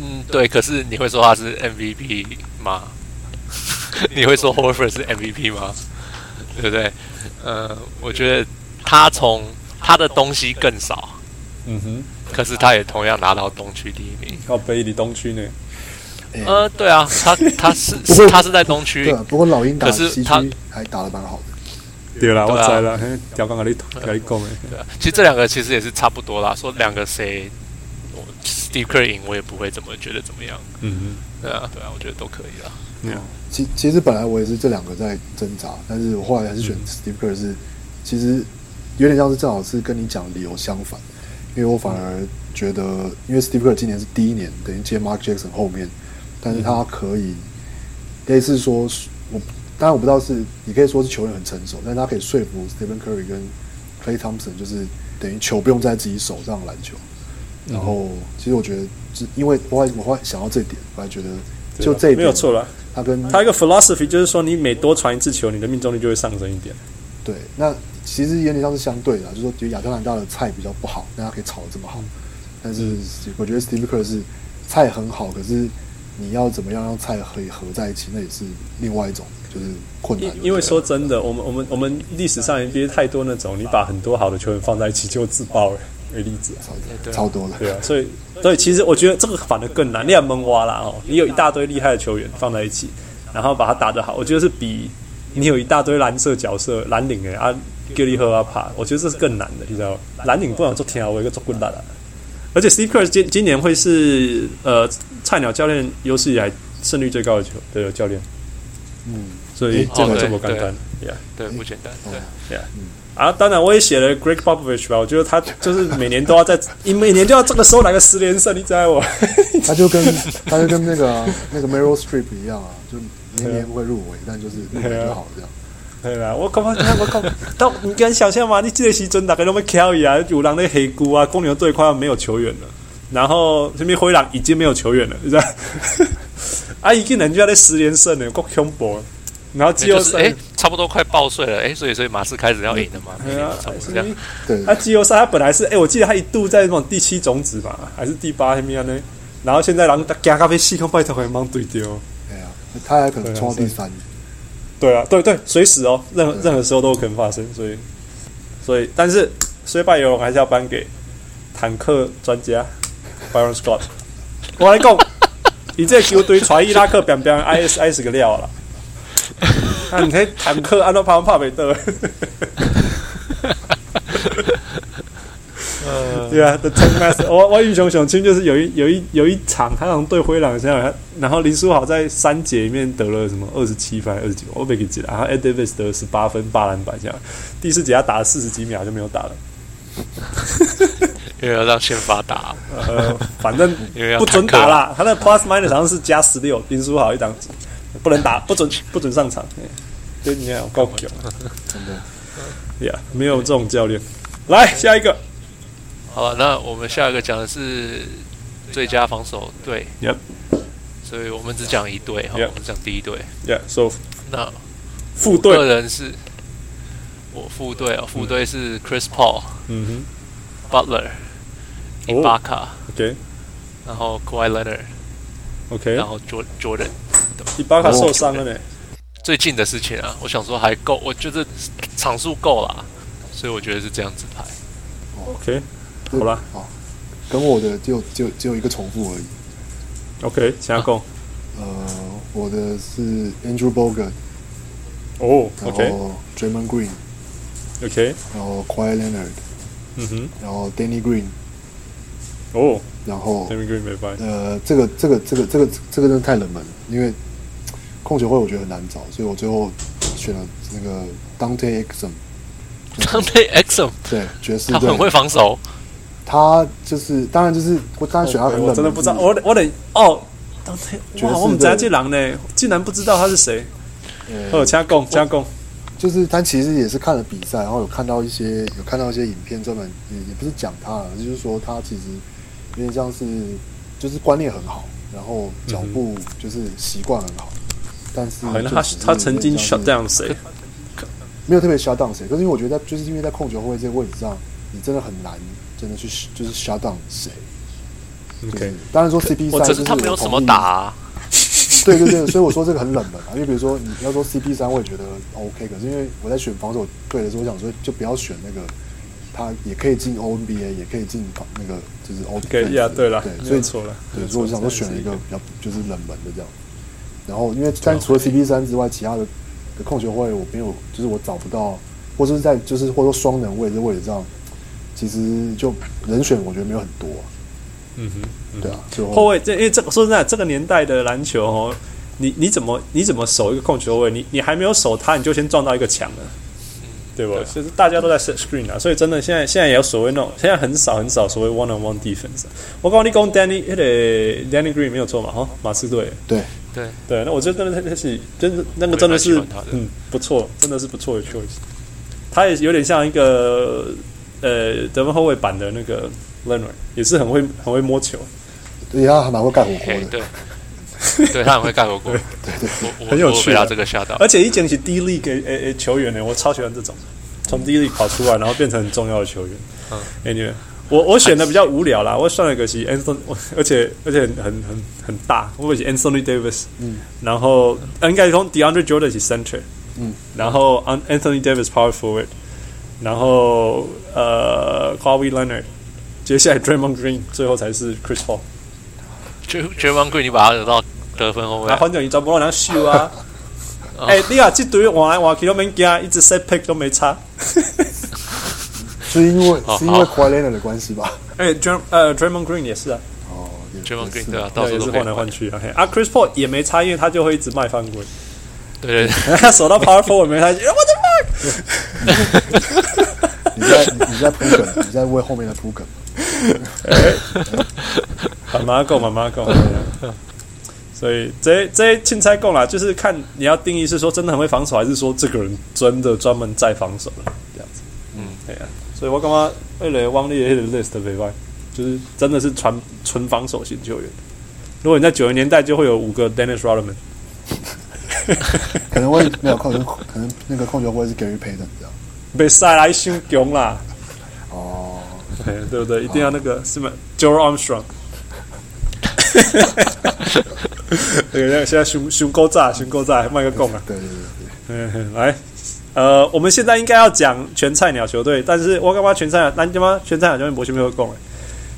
Speaker 4: 嗯，对，可是你会说他是 MVP 吗？ 你会说 Horford 是 MVP 吗？对不对？呃，我觉得他从他的东西更少，
Speaker 1: 嗯哼，
Speaker 4: 可是他也同样拿到东区第一名。
Speaker 3: 哦
Speaker 1: 靠北离东区呢。
Speaker 4: 呃，对啊，他他是
Speaker 3: 不过
Speaker 4: 他是在东区
Speaker 3: 对，啊。不过老鹰打
Speaker 4: 可是
Speaker 3: 西
Speaker 4: 他
Speaker 3: 区还打得蛮好的，
Speaker 1: 对啦，我
Speaker 4: 对啊
Speaker 1: 知啦，嘿调刚跟你跟你讲的，
Speaker 4: 对啊，其实这两个其实也是差不多啦。说两个谁我，Steve Kerr 赢，我也不会怎么觉得怎么样。
Speaker 1: 嗯
Speaker 4: 对啊，对啊，我觉得都可以啦。
Speaker 3: 其其实本来我也是这两个在挣扎，但是我后来还是选
Speaker 1: 嗯
Speaker 3: Steve Kerr 是，其实有点像是正好是跟你讲理由相反，因为我反而觉得，因为 Steve Kerr 今年是第一年，等于接 Mark Jackson 后面，但是他可
Speaker 1: 嗯
Speaker 3: 以类似说，我当然我不知道是你可以说是球员很成熟，但是他可以说服 Stephen Curry 跟 Clay Thompson 就是等于球不用在自己手
Speaker 1: 嗯
Speaker 3: 上的篮球，然后其实我觉得，是因为我后来我后来想到这一点，我还觉得
Speaker 1: 对
Speaker 3: 就
Speaker 1: 吧
Speaker 3: 这一点
Speaker 1: 没有错了。
Speaker 3: 他跟
Speaker 1: 他一个 philosophy 就是说，你每多传一次球，你的命中率就会上升一点。
Speaker 3: 对，那其实原理上是相对的啊，就是说觉得亚特兰大的菜比较不好，但他可以炒的这么好。但是我觉得 Steve Kerr 是菜很好，可是你要怎么样让菜可以合在一起，那也是另外一种就是困难。
Speaker 1: 因因为说真的，我们我们我们历史上 NBA 太多那种，你把很多好的球员放在一起就自爆了为例子。
Speaker 3: 超超多了，
Speaker 1: 对啊，所以对，其实我觉得这个反而更难。你很蒙挖啦哦，你有一大堆厉害的球员放在一起，然后把他打得好，我觉得是比你有一大堆蓝色角色蓝领诶啊，给你喝啊爬，我觉得这是更难的，你知道吗？蓝领不能做天啊，我一个做滚蛋的。而且 Steve Kerr 今今年会是呃菜鸟教练有史以来胜率最高的球的教练，
Speaker 3: 嗯，
Speaker 1: 所以
Speaker 3: 诶
Speaker 1: 这么
Speaker 4: 哦对
Speaker 1: 这么简
Speaker 4: 对
Speaker 1: 单，Yeah。
Speaker 4: 对，不简单，对。
Speaker 1: 啊，当然我也写了 Greg Popovich 吧，我觉得他就是每年都要在， 你每年就要这个时候来个十连胜，你知道我？
Speaker 3: 他 就跟他就跟那个啊、那个 Meryl Streep 一样啊，就年年会入围，但就是
Speaker 1: 啊
Speaker 3: 入围就好这样。
Speaker 1: 对啦，我恐怕我恐怕，但你敢想象吗？你这个时阵大家都要敲伊啊，有人那黑姑啊，公牛队快要没有球员了，然后这边灰狼已经没有球员了，你知道？ 啊，一个人就要在十连胜呢，够恐怖的。啊然后季后
Speaker 4: 就是
Speaker 1: 赛，
Speaker 4: 哎、差不多快报税了，哎、所以所以马刺开始要赢了嘛，
Speaker 1: 对啊
Speaker 4: 差不多这样。
Speaker 3: 对，
Speaker 1: 他季后赛他本来是，哎、我记得他一度在那种第七种子吧，还是第八什么样呢？然后现在人加咖啡细看拜托还忙对丢。
Speaker 3: 哎呀，他还可
Speaker 1: 啊
Speaker 3: 能冲到第三，
Speaker 1: 对啊，对对，随时哦，任何
Speaker 3: 对
Speaker 1: 任何时候都有可能发生，所以，所以，但是虽败犹荣还是要颁给坦克专家 Byron Scott。我来讲，你这个球队传伊拉克表表 IS IS 个料啦。那、你看坦克按照旁边怕没得。对啊，The Tank Master，我我英雄雄青就是有一有一有一场，他好像对灰狼这样，然后林书豪在三节里面得了什么二十七分、二十几，我没给记了，然后 Ed Davis 得了十八分、八篮板这样，第四节他打了四十几秒就没有打了，
Speaker 4: 因为要让先发打，
Speaker 1: 呃，反正
Speaker 4: 因为要
Speaker 1: 不准
Speaker 4: 坦克
Speaker 1: 打
Speaker 4: 啊
Speaker 1: 啦，他的 Plus Minus 好像是加十六，林书豪一档子不能打，不准不准上场，哎对，你看我够久，
Speaker 3: 真的。
Speaker 1: 呀，哦没有这种教练，来下一个
Speaker 4: 好了，那我们下一个讲的是最佳防守队。
Speaker 1: Yep
Speaker 4: 所以我们只讲一队哈
Speaker 1: Yep
Speaker 4: 我们讲第一队。
Speaker 1: ，Yeah，So
Speaker 4: 那
Speaker 1: 副
Speaker 4: 个
Speaker 1: 队，
Speaker 4: 人是我副队哦，副队是 Chris Paul、
Speaker 1: 嗯
Speaker 4: Butler、
Speaker 1: 哦
Speaker 4: Ibaka，
Speaker 1: 哼，OK
Speaker 4: 然后 Kawhi Leonard，
Speaker 1: OK，
Speaker 4: 然后 Jor- Jordan。
Speaker 1: 伊巴卡受伤了呢，
Speaker 4: 最近的事情啊，我想说还够，我觉得场数够啦，所以我觉得是这样子排。
Speaker 1: ，OK
Speaker 3: 对
Speaker 1: 好啦，
Speaker 3: 好，跟我的就就只有一个重复而已。
Speaker 1: OK，请他讲。
Speaker 3: 呃，我的是 Andrew Bogut，
Speaker 1: 哦
Speaker 3: 然
Speaker 1: ，OK
Speaker 3: 后 Draymond Green，
Speaker 1: OK，
Speaker 3: 然后 k a w i Leonard，
Speaker 1: 嗯哼，
Speaker 3: 然后 Danny Green，
Speaker 1: 哦
Speaker 3: 然后
Speaker 1: d a m i Green 没掰，
Speaker 3: 呃，这个这个这个这个这个真的太冷门了，因为控球会我觉得很难找，所以我最后选了那个 Dante Exum，
Speaker 1: 嗯
Speaker 4: 当队 Exum，
Speaker 3: 对，爵士
Speaker 4: 他
Speaker 3: 队
Speaker 4: 很，会防守，
Speaker 3: 他就是当然就是我当然选他很冷门，
Speaker 1: 我真的不知道，
Speaker 3: 是
Speaker 1: 我得我得哦，当天
Speaker 3: 爵士
Speaker 1: 哇，
Speaker 3: 队
Speaker 1: 我们家这狼呢，竟然不知道他是谁。
Speaker 3: 呃
Speaker 1: 哦，加贡加贡，
Speaker 3: 就是他其实也是看了比赛，然后有看到一些有看到一些影片，专门也也不是讲他了，就是说他其实有点像是就是观念很好，然后脚步就是习惯很好，但是
Speaker 1: 好像
Speaker 3: 嗯就
Speaker 1: 他
Speaker 3: 只是嗯
Speaker 1: 他曾经
Speaker 3: 有点像
Speaker 1: shut
Speaker 3: 是
Speaker 1: down 谁？
Speaker 3: 没有特别 shut down 谁，可是因为我觉得在就是因为在控球后卫这个位置上，你真的很难真的去就是 shut down 谁。就是
Speaker 1: OK
Speaker 3: 当然说 CP
Speaker 4: 我
Speaker 3: 三，
Speaker 4: 只是他没有什么打、啊。
Speaker 3: 对对对，所以我说这个很冷门啊。因为比如说你要说 CP 三，我也觉得 OK，可是因为我在选防守队的时候，我想说就不要选那个他也可以进 ONBA，也可以进防那个就是 O
Speaker 1: OK，呀，对了，
Speaker 3: 所
Speaker 1: 没
Speaker 3: 以
Speaker 1: 有错嗯了，
Speaker 3: 对，所以我想说选了一
Speaker 1: 真
Speaker 3: 个
Speaker 1: 的
Speaker 3: 比较就是冷门的这样。然后因为
Speaker 1: 啊
Speaker 3: 但除了 CP 三之外，其他的的控球位我没有，就是我找不到，或者是在就是或者说双能位这位置上，其实就人选我觉得没有很多、
Speaker 1: 是一个，嗯哼。
Speaker 3: 对啊，最
Speaker 1: 后
Speaker 3: 后
Speaker 1: 卫这因为这个说实在，这个年代的篮球哦，你你怎么你怎么守一个控球位？你你还没有守他，你就先撞到一个墙了。对
Speaker 4: 啊
Speaker 1: 吧？就是大家都在 set screen 啊，所以真的现在现在也有所谓那种，现在很少很少所谓 one on one defense 啊。我告诉你，讲 Danny 那个 Danny Green 没有错嘛，哈、马刺队
Speaker 3: 对
Speaker 4: 对
Speaker 1: 对，那我觉得真的那是真的那个真的
Speaker 4: 我
Speaker 1: 是
Speaker 4: 也蛮喜欢他的
Speaker 1: 嗯不错，真的是不错的 choice。他也有点像一个呃得分后卫版的那个 Leonard，也是很会很会摸球。
Speaker 3: 而且他还蛮会盖火锅
Speaker 4: 嘿，
Speaker 3: 的，
Speaker 4: 对，对他很会盖火锅，我我
Speaker 1: 很有
Speaker 4: 我
Speaker 1: 趣
Speaker 4: 被
Speaker 1: 啊
Speaker 4: 他这个吓到。
Speaker 1: 而且以前是 D League 诶诶诶球员呢，我超喜欢这种从 D League 跑出来，然后变成很重要的球员。嗯，Anyway，我我选的比较无聊啦，我选了个是 Anthony，我而且而且很很很很大，我是 Anthony Davis，嗯，然后呃应该从 DeAndre Jordan 是 center，
Speaker 3: 嗯，
Speaker 1: 然后 An- Anthony Davis power forward，然后呃 k a w h i Leonard，接下来 Draymond Green，最后才是 Chris Paul。
Speaker 4: 绝绝望贵，你把他惹到得分后卫
Speaker 1: 啊，
Speaker 4: 啊，
Speaker 1: 反正伊全部拢人秀 啊。
Speaker 4: 哦
Speaker 1: 哎、你啊，这队换来换去都免惊，一直 set pick 都没差。
Speaker 3: 是因为
Speaker 4: 哦好
Speaker 3: 是因为 q u a l e n a 的关系吧？
Speaker 1: 哎、d r a m 呃 Draymond Green 也是啊，
Speaker 3: 哦，也
Speaker 4: 绝望贵
Speaker 3: 也是
Speaker 4: 对 啊，到
Speaker 1: 对，也
Speaker 4: 处都
Speaker 1: 是
Speaker 4: 可以
Speaker 1: 换来换去啊。嘿啊，Chris Paul 也没差，因为他就会一直卖犯规，
Speaker 4: 对对对，
Speaker 1: 守到 power forward 没差。我的
Speaker 3: 啊你在你你在铺梗，你在为后面的铺梗。
Speaker 1: 妈，慢慢讲，慢慢讲。所以这这钦差够啦，就是看你要定义是说真的很会防守，还是说这个人真的专门在防守了这样子。嗯，对啊。所以我感觉为了汪丽的那个 list 没办就是真的是传纯防守型球员。如果你在九零年代就会有五个 Dennis Rodman，
Speaker 3: 可能会没有控球，可能那个控球会是 Gary Payton 这样。
Speaker 1: 被塞来胸强啦，
Speaker 3: 哦，
Speaker 1: 哎对不对？一定要那个什么 Joe Armstrong。对，那个现在胸胸够炸，胸够炸，卖个供啊！
Speaker 3: 对对对对，
Speaker 1: 嗯哼，来，呃，我们现在应该要讲全菜鸟球队，但是我干嘛全菜鸟？那你他妈全菜鸟球队博学没有供哎，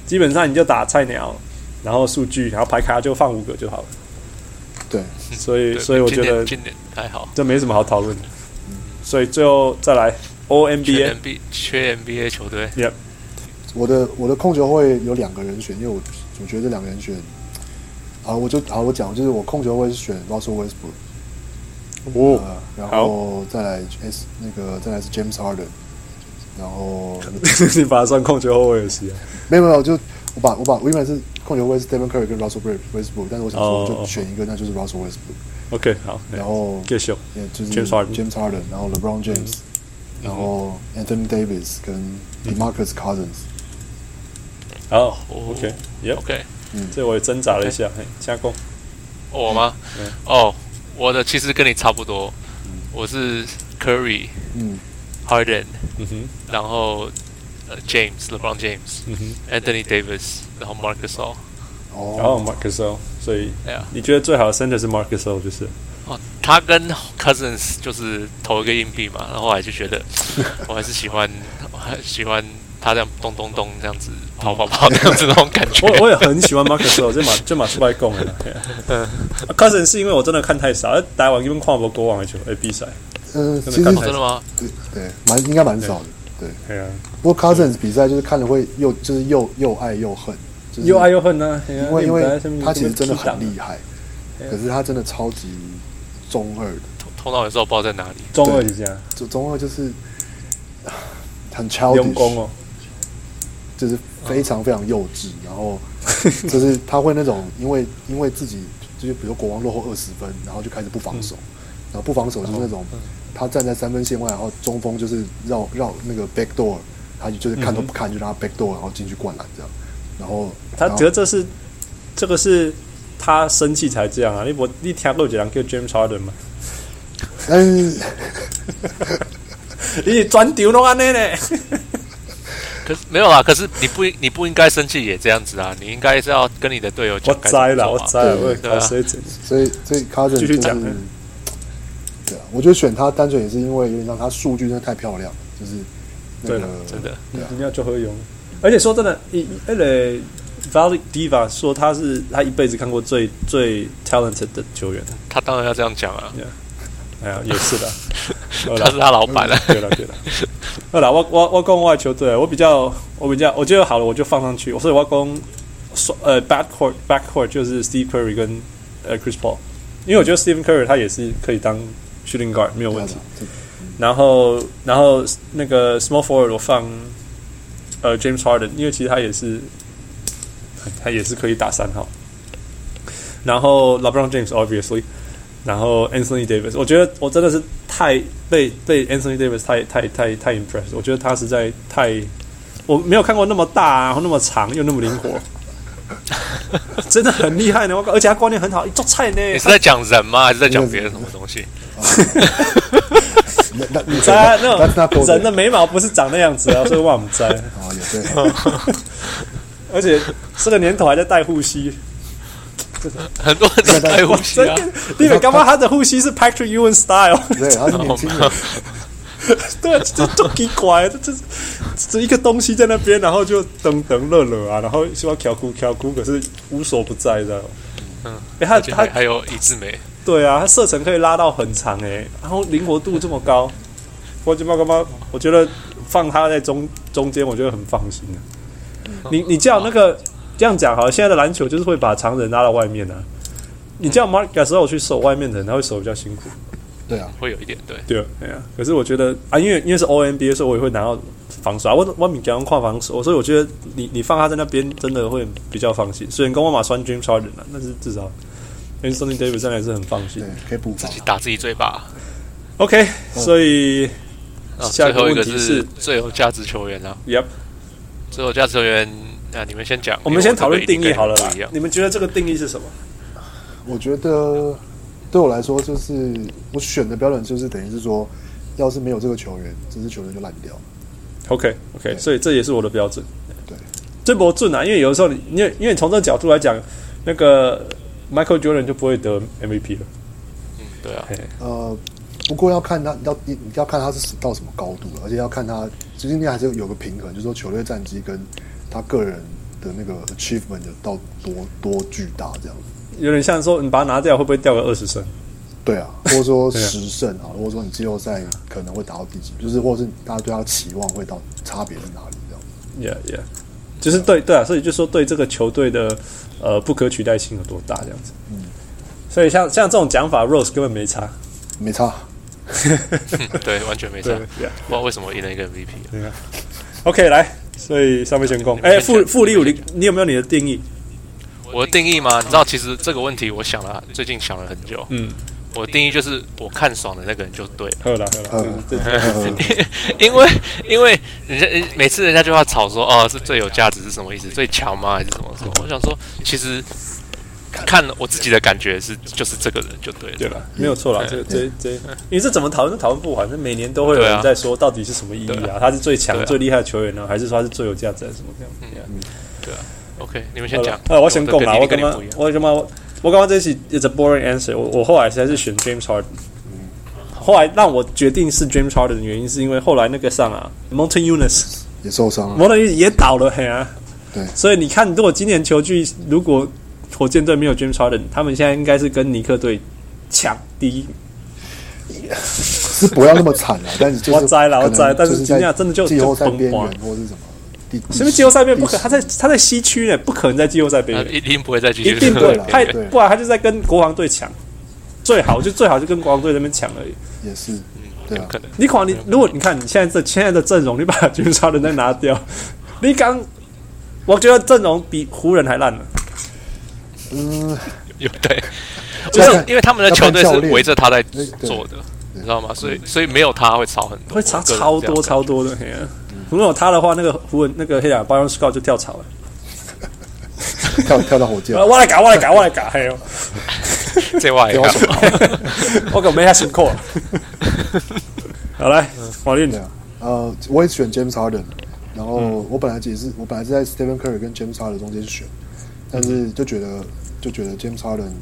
Speaker 1: 基本上你就打菜鸟，然后数据，然后牌卡就放五个就好了。
Speaker 3: 对，
Speaker 1: 所以，
Speaker 4: 对
Speaker 1: 所以我
Speaker 4: 今
Speaker 1: 觉
Speaker 4: 年
Speaker 1: 得
Speaker 4: 今年还好，
Speaker 1: 这没什么好讨论的。所以最后再来 O N B
Speaker 4: 缺
Speaker 1: A，
Speaker 4: NBA 缺 NBA 球队，
Speaker 3: 我的我的控球会有两个人选，因为我我觉得这两个人选，啊，我就好，我讲就是我控球会是选 Russell Westbrook，、
Speaker 1: 哦，
Speaker 3: 呃，然后再来 S 那个再来是 James Harden，然后
Speaker 1: 你把它算控球后卫也是啊。
Speaker 3: 没有没有，就我把我把我原本是控球会是 Stephen Curry 跟 Russell Westbrook，但是我想说
Speaker 1: 哦
Speaker 3: 我
Speaker 1: 哦
Speaker 3: 就选一个，那就是 Russell Westbrook，
Speaker 1: OK，好，哎
Speaker 3: 然后
Speaker 1: 继续。
Speaker 3: 也就是
Speaker 1: James Harden 嗯
Speaker 3: James Harden，然后 LeBron James，、然后 Anthony Davis 跟 Demarcus Cousins，
Speaker 1: 好
Speaker 4: 哦
Speaker 1: ，OK，Yep，
Speaker 4: OK，
Speaker 3: 嗯
Speaker 1: 这我也挣扎了一下，嘿，哎加工。
Speaker 4: 我吗
Speaker 1: 嗯？
Speaker 4: 哦，我的其实跟你差不多，我是 Curry、
Speaker 3: 嗯
Speaker 4: Harden，
Speaker 1: 嗯哼，
Speaker 4: 然后呃 James、LeBron James、
Speaker 1: 嗯哼，
Speaker 4: Anthony Davis，然后 Marcus All，
Speaker 3: 哦，
Speaker 1: 然后 Marcus O，所以
Speaker 4: 对啊，
Speaker 1: 你觉得最好的 center 是 Marcus O 就是？
Speaker 4: 哦，他跟 Cousins 就是投一个硬币嘛，然后后来 就觉得我还是喜欢，我还喜欢他这样咚咚咚这样子跑跑跑这样子那种感觉。
Speaker 1: 嗯我我也很喜欢 Marcus O，这马这马出来供了。嗯，Cousin 是因为我真的看太少，打完一边看不国王的球，哎，比赛，
Speaker 3: 嗯，其实
Speaker 1: 看
Speaker 4: 哦真的吗？
Speaker 3: 对对，蛮应该蛮少的。对，
Speaker 1: 对啊，
Speaker 3: 不过 Cousins 比赛就是看了会又就是又又爱又恨，就是
Speaker 1: 又爱又恨啊哎呐，因
Speaker 3: 因为因为他其实真的很厉害，可是他真的超级中二的，
Speaker 4: 头头脑有时候不知道在哪里。
Speaker 1: 中二一下，
Speaker 3: 就中二就是啊很
Speaker 1: 用功
Speaker 3: childish，
Speaker 1: 哦，
Speaker 3: 就是非
Speaker 1: 嗯
Speaker 3: 常非常幼稚，然后就是他会那种因为因为自己就是比如说国王落后二十分，然后就开始不防守，
Speaker 1: 嗯
Speaker 3: 然后不防守就是那
Speaker 1: 哦
Speaker 3: 种他站在三分线外，然后中锋就是绕绕那个 back door，他就是看都不看就让他 back door，然后进去灌篮这样，然后
Speaker 1: 嗯他
Speaker 3: 然后
Speaker 1: 觉得这是这个是他生气才这样啊，你我你听过有一个人叫 James Harden 吗？
Speaker 3: 但是
Speaker 1: 你是全场拢安尼呢？
Speaker 4: 可是没有啊啦，可是你不你不应该生气也这样子啊，你应该是要跟你的队友
Speaker 1: 我
Speaker 4: 讲该怎
Speaker 1: 栽
Speaker 4: 么
Speaker 1: 了，我
Speaker 4: 做啊。
Speaker 1: 栽了，我
Speaker 4: 对啊
Speaker 1: 靠水准。
Speaker 3: 所以 所以 Cousin
Speaker 1: 继
Speaker 3: 就
Speaker 1: 续
Speaker 3: 是
Speaker 1: 讲
Speaker 3: 对啊，我觉得选他单纯也是因为有点让他数据真的太漂亮了，就是那
Speaker 1: 对
Speaker 3: 个
Speaker 1: 了
Speaker 4: 真的，
Speaker 3: 对啊
Speaker 1: 一定要就会用。而且说真的，一那个 Valley Diva 说他是他一辈子看过最最 talented 的球员。
Speaker 4: 他当然要这样讲啊，
Speaker 1: 哎呀，也是 的。好
Speaker 4: 他是
Speaker 1: 啦，嗯
Speaker 4: 他老板啊。
Speaker 1: 对了对了。好啦，我我我攻外球队，啊我比较我比较我觉得好了，我就放上去。所以我要攻呃 backcourt backcourt 就是 Steve Curry 跟呃 Chris Paul，因为我觉得 Steve Curry 他也是可以当 shooting guard 没有问题。然后然后那个 small forward 我放呃 James Harden，因为其实他也是他也是可以打三号。然后 LeBron James obviously，然后 Anthony Davis，我觉得我真的是太被被 Anthony Davis 太太太太 impressed，我觉得他实 在太我没有看过那么大、然后那么长又那么灵活。真的很厉害呢。我而且他观念很好，做菜呢。
Speaker 4: 你是在讲人吗？还是在讲别的什么 东西？
Speaker 3: 那那你
Speaker 1: 在啊那
Speaker 3: That's not
Speaker 1: 种
Speaker 3: golden
Speaker 1: 人的眉毛不是长那样子啊，所以我们在。
Speaker 3: 啊，也对，
Speaker 1: 而且这个年头还在戴护膝，
Speaker 4: 很多人都在呼 吸
Speaker 1: 真
Speaker 4: 啊
Speaker 1: 的，，你们刚刚他的护膝是 Patrick Ewan style，
Speaker 3: 对，他是年轻人，
Speaker 1: 对啊，这这奇怪，这这这一个东西在那边，然后就噔噔乐乐啊，然后希望调哭调哭，可是无所不在的。嗯，哎、他
Speaker 4: 而且还
Speaker 1: 他
Speaker 4: 还有一字眉，
Speaker 1: 对啊，它射程可以拉到很长哎、然后灵活度这么高，我就干嘛？我觉得放他在中中间，我觉得很放心啊。你你叫那个这样讲好了，现在的篮球就是会把常人拉到外面啊。你叫 Mark 的时候去守外面的人，他会守比较辛苦。
Speaker 3: 对啊，
Speaker 4: 会有一点对。
Speaker 1: 对啊，哎呀、可是我觉得啊，因为因为是 O N B A，所以我也会拿到防守啊。我我敏感跨防守，所以我觉得你你放他在那边真的会比较放心。虽然跟我马酸 Dream c h a r d e n 啊，但是至少 Anthony Davis 真的是很放心
Speaker 3: 对。，可以补啊防，
Speaker 4: 打自己嘴巴。
Speaker 1: OK，、所以
Speaker 4: 啊，
Speaker 1: 下
Speaker 4: 最
Speaker 1: 一个
Speaker 4: 后一
Speaker 1: 问
Speaker 4: 个
Speaker 1: 题是
Speaker 4: 是最有价值球员啊，
Speaker 1: ，Yep，
Speaker 4: 最有价值球员，那你们先讲。
Speaker 1: 我们先讨论定义好了啦
Speaker 4: 因为我这个一定跟你们不一样。
Speaker 1: 你们觉得这个定义是什么？
Speaker 3: 我觉得对我来说，就是我选的标准就是等于是说，要是没有这个球员，这支球队就烂掉。
Speaker 1: OK OK，
Speaker 3: 对
Speaker 1: 所以这也是我的标准。
Speaker 3: 对，
Speaker 1: 这不准啊，因为有的时候你，因为因为你从这个角度来讲，那个 Michael Jordan 就不会得 MVP 了。
Speaker 4: 嗯，对啊，
Speaker 3: 呃，不过要看他要你要看他是到什么高度了，而且要看他最近还是有个平衡，就是说球队战绩跟他个人的那个 achievement 有到多多巨大这样子。
Speaker 1: 有点像说你把它拿掉，会不会掉个二十胜？
Speaker 3: 对啊，或者 说
Speaker 1: 对啊
Speaker 3: 十胜啊，或者说你季后赛可能会打到第几，就是或者是大家对他的期望会到差别在哪里这样。
Speaker 1: Yeah Yeah，就是对对啊，所以就说对这个球队的呃不可取代性有多大这样子。嗯，所以像像这种讲法，Rose 根本没差。
Speaker 3: 没差，
Speaker 4: 嗯对，完全没 差。
Speaker 1: 对
Speaker 4: 不知
Speaker 1: ，Yeah。
Speaker 4: 道为什么赢了一个 MVP，啊
Speaker 1: OK，来，所以上面先攻。哎、
Speaker 4: 你们先
Speaker 1: 复
Speaker 4: 讲
Speaker 1: 复利五零，你有没有你的定义？
Speaker 4: 我的定义嘛，你知道，其实这个问题我想了，最近想了很久。
Speaker 1: 嗯，
Speaker 4: 我的定义就是我看爽的那个人就对 了，
Speaker 1: 喝了喝了
Speaker 3: 嗯，
Speaker 1: 这这
Speaker 3: 呃，
Speaker 4: 因为因为人家人每次人家就要吵说，哦，是最有价值是什么意思？最强吗？还是什么什么？我想说，其实看我自己的感觉是，就是这个人就对了。
Speaker 1: 对了，没有错了，这这这，因为这怎么讨论都讨论不完，这每年都会有
Speaker 4: 对啊
Speaker 1: 人在说到底是什么意义
Speaker 4: 对
Speaker 1: 啊？他是最强
Speaker 4: 对、啊
Speaker 1: 最厉害的球员呢，还是说他是最有价值还是什么这样？
Speaker 4: OK，你们先讲。
Speaker 1: 呃，我先讲啦，我
Speaker 4: 跟
Speaker 1: 刚
Speaker 4: 你
Speaker 1: 刚
Speaker 4: 不一样。
Speaker 1: 我刚刚我刚刚这是 is a boring answer，我我后来还是选 James Harden。后来让我决定是 James Harden 的原因，是因为后来那个上啊 Mountain Eunice
Speaker 3: 也受伤了。
Speaker 1: 摩登也倒了，嘿啊！
Speaker 3: 嗯对
Speaker 1: 所以你看，如果今年球季如果火箭队没有 James Harden，他们现在应该是跟尼克队抢第一。
Speaker 3: 是不要那么惨 了，但是就是
Speaker 1: 我栽了我栽
Speaker 3: 可能
Speaker 1: 但是
Speaker 3: 就在
Speaker 1: 今天真的就
Speaker 3: 季后赛
Speaker 1: 就崩
Speaker 3: 边缘
Speaker 1: 垮
Speaker 3: 或是什么第
Speaker 1: 是不是季后赛边不可？
Speaker 3: 第
Speaker 1: 他在他在西区呢，不可能在季后赛边
Speaker 4: 那
Speaker 1: 缘，
Speaker 4: 啊一定不会再继续。
Speaker 1: 一定不会
Speaker 3: 啊对。
Speaker 1: 他
Speaker 3: 对
Speaker 1: 不然他就在跟国王队抢，最好就最好就跟国王队那边抢而已。
Speaker 3: 也是对啊，
Speaker 4: 可能
Speaker 1: 你可能你如果你看你现在这现在的阵容，你把 James Harden 再拿掉， 你刚我觉得阵容比湖人还烂了。
Speaker 3: 嗯，
Speaker 4: 有对，
Speaker 3: 就
Speaker 1: 嗯
Speaker 4: 就是是因为他们的球队
Speaker 3: 要看教
Speaker 4: 是
Speaker 3: 练
Speaker 4: 围着他在
Speaker 3: 对对
Speaker 4: 做的，你知道吗？所以所以没有他会吵很多，
Speaker 1: 会差
Speaker 3: 哦
Speaker 1: 超
Speaker 4: 我个人这样
Speaker 1: 多
Speaker 4: 看
Speaker 1: 超多的。嘿啊，如果有他的话，那个湖人那个黑人巴隆斯高就跳槽了。
Speaker 3: 跳跳到火 箭
Speaker 1: 呃，我来搞，我来搞，我来搞， 嘿哦，
Speaker 4: 这外
Speaker 3: 跳到什么？
Speaker 1: 我搞没他辛 苦。好来，王令
Speaker 3: 对，啊，呃，我也选 James Harden，然后
Speaker 1: 嗯
Speaker 3: 我本来也是我本来是在 Stephen Curry 跟 James Harden 中间选，但
Speaker 1: 嗯
Speaker 3: 是就觉得就觉得 James Harden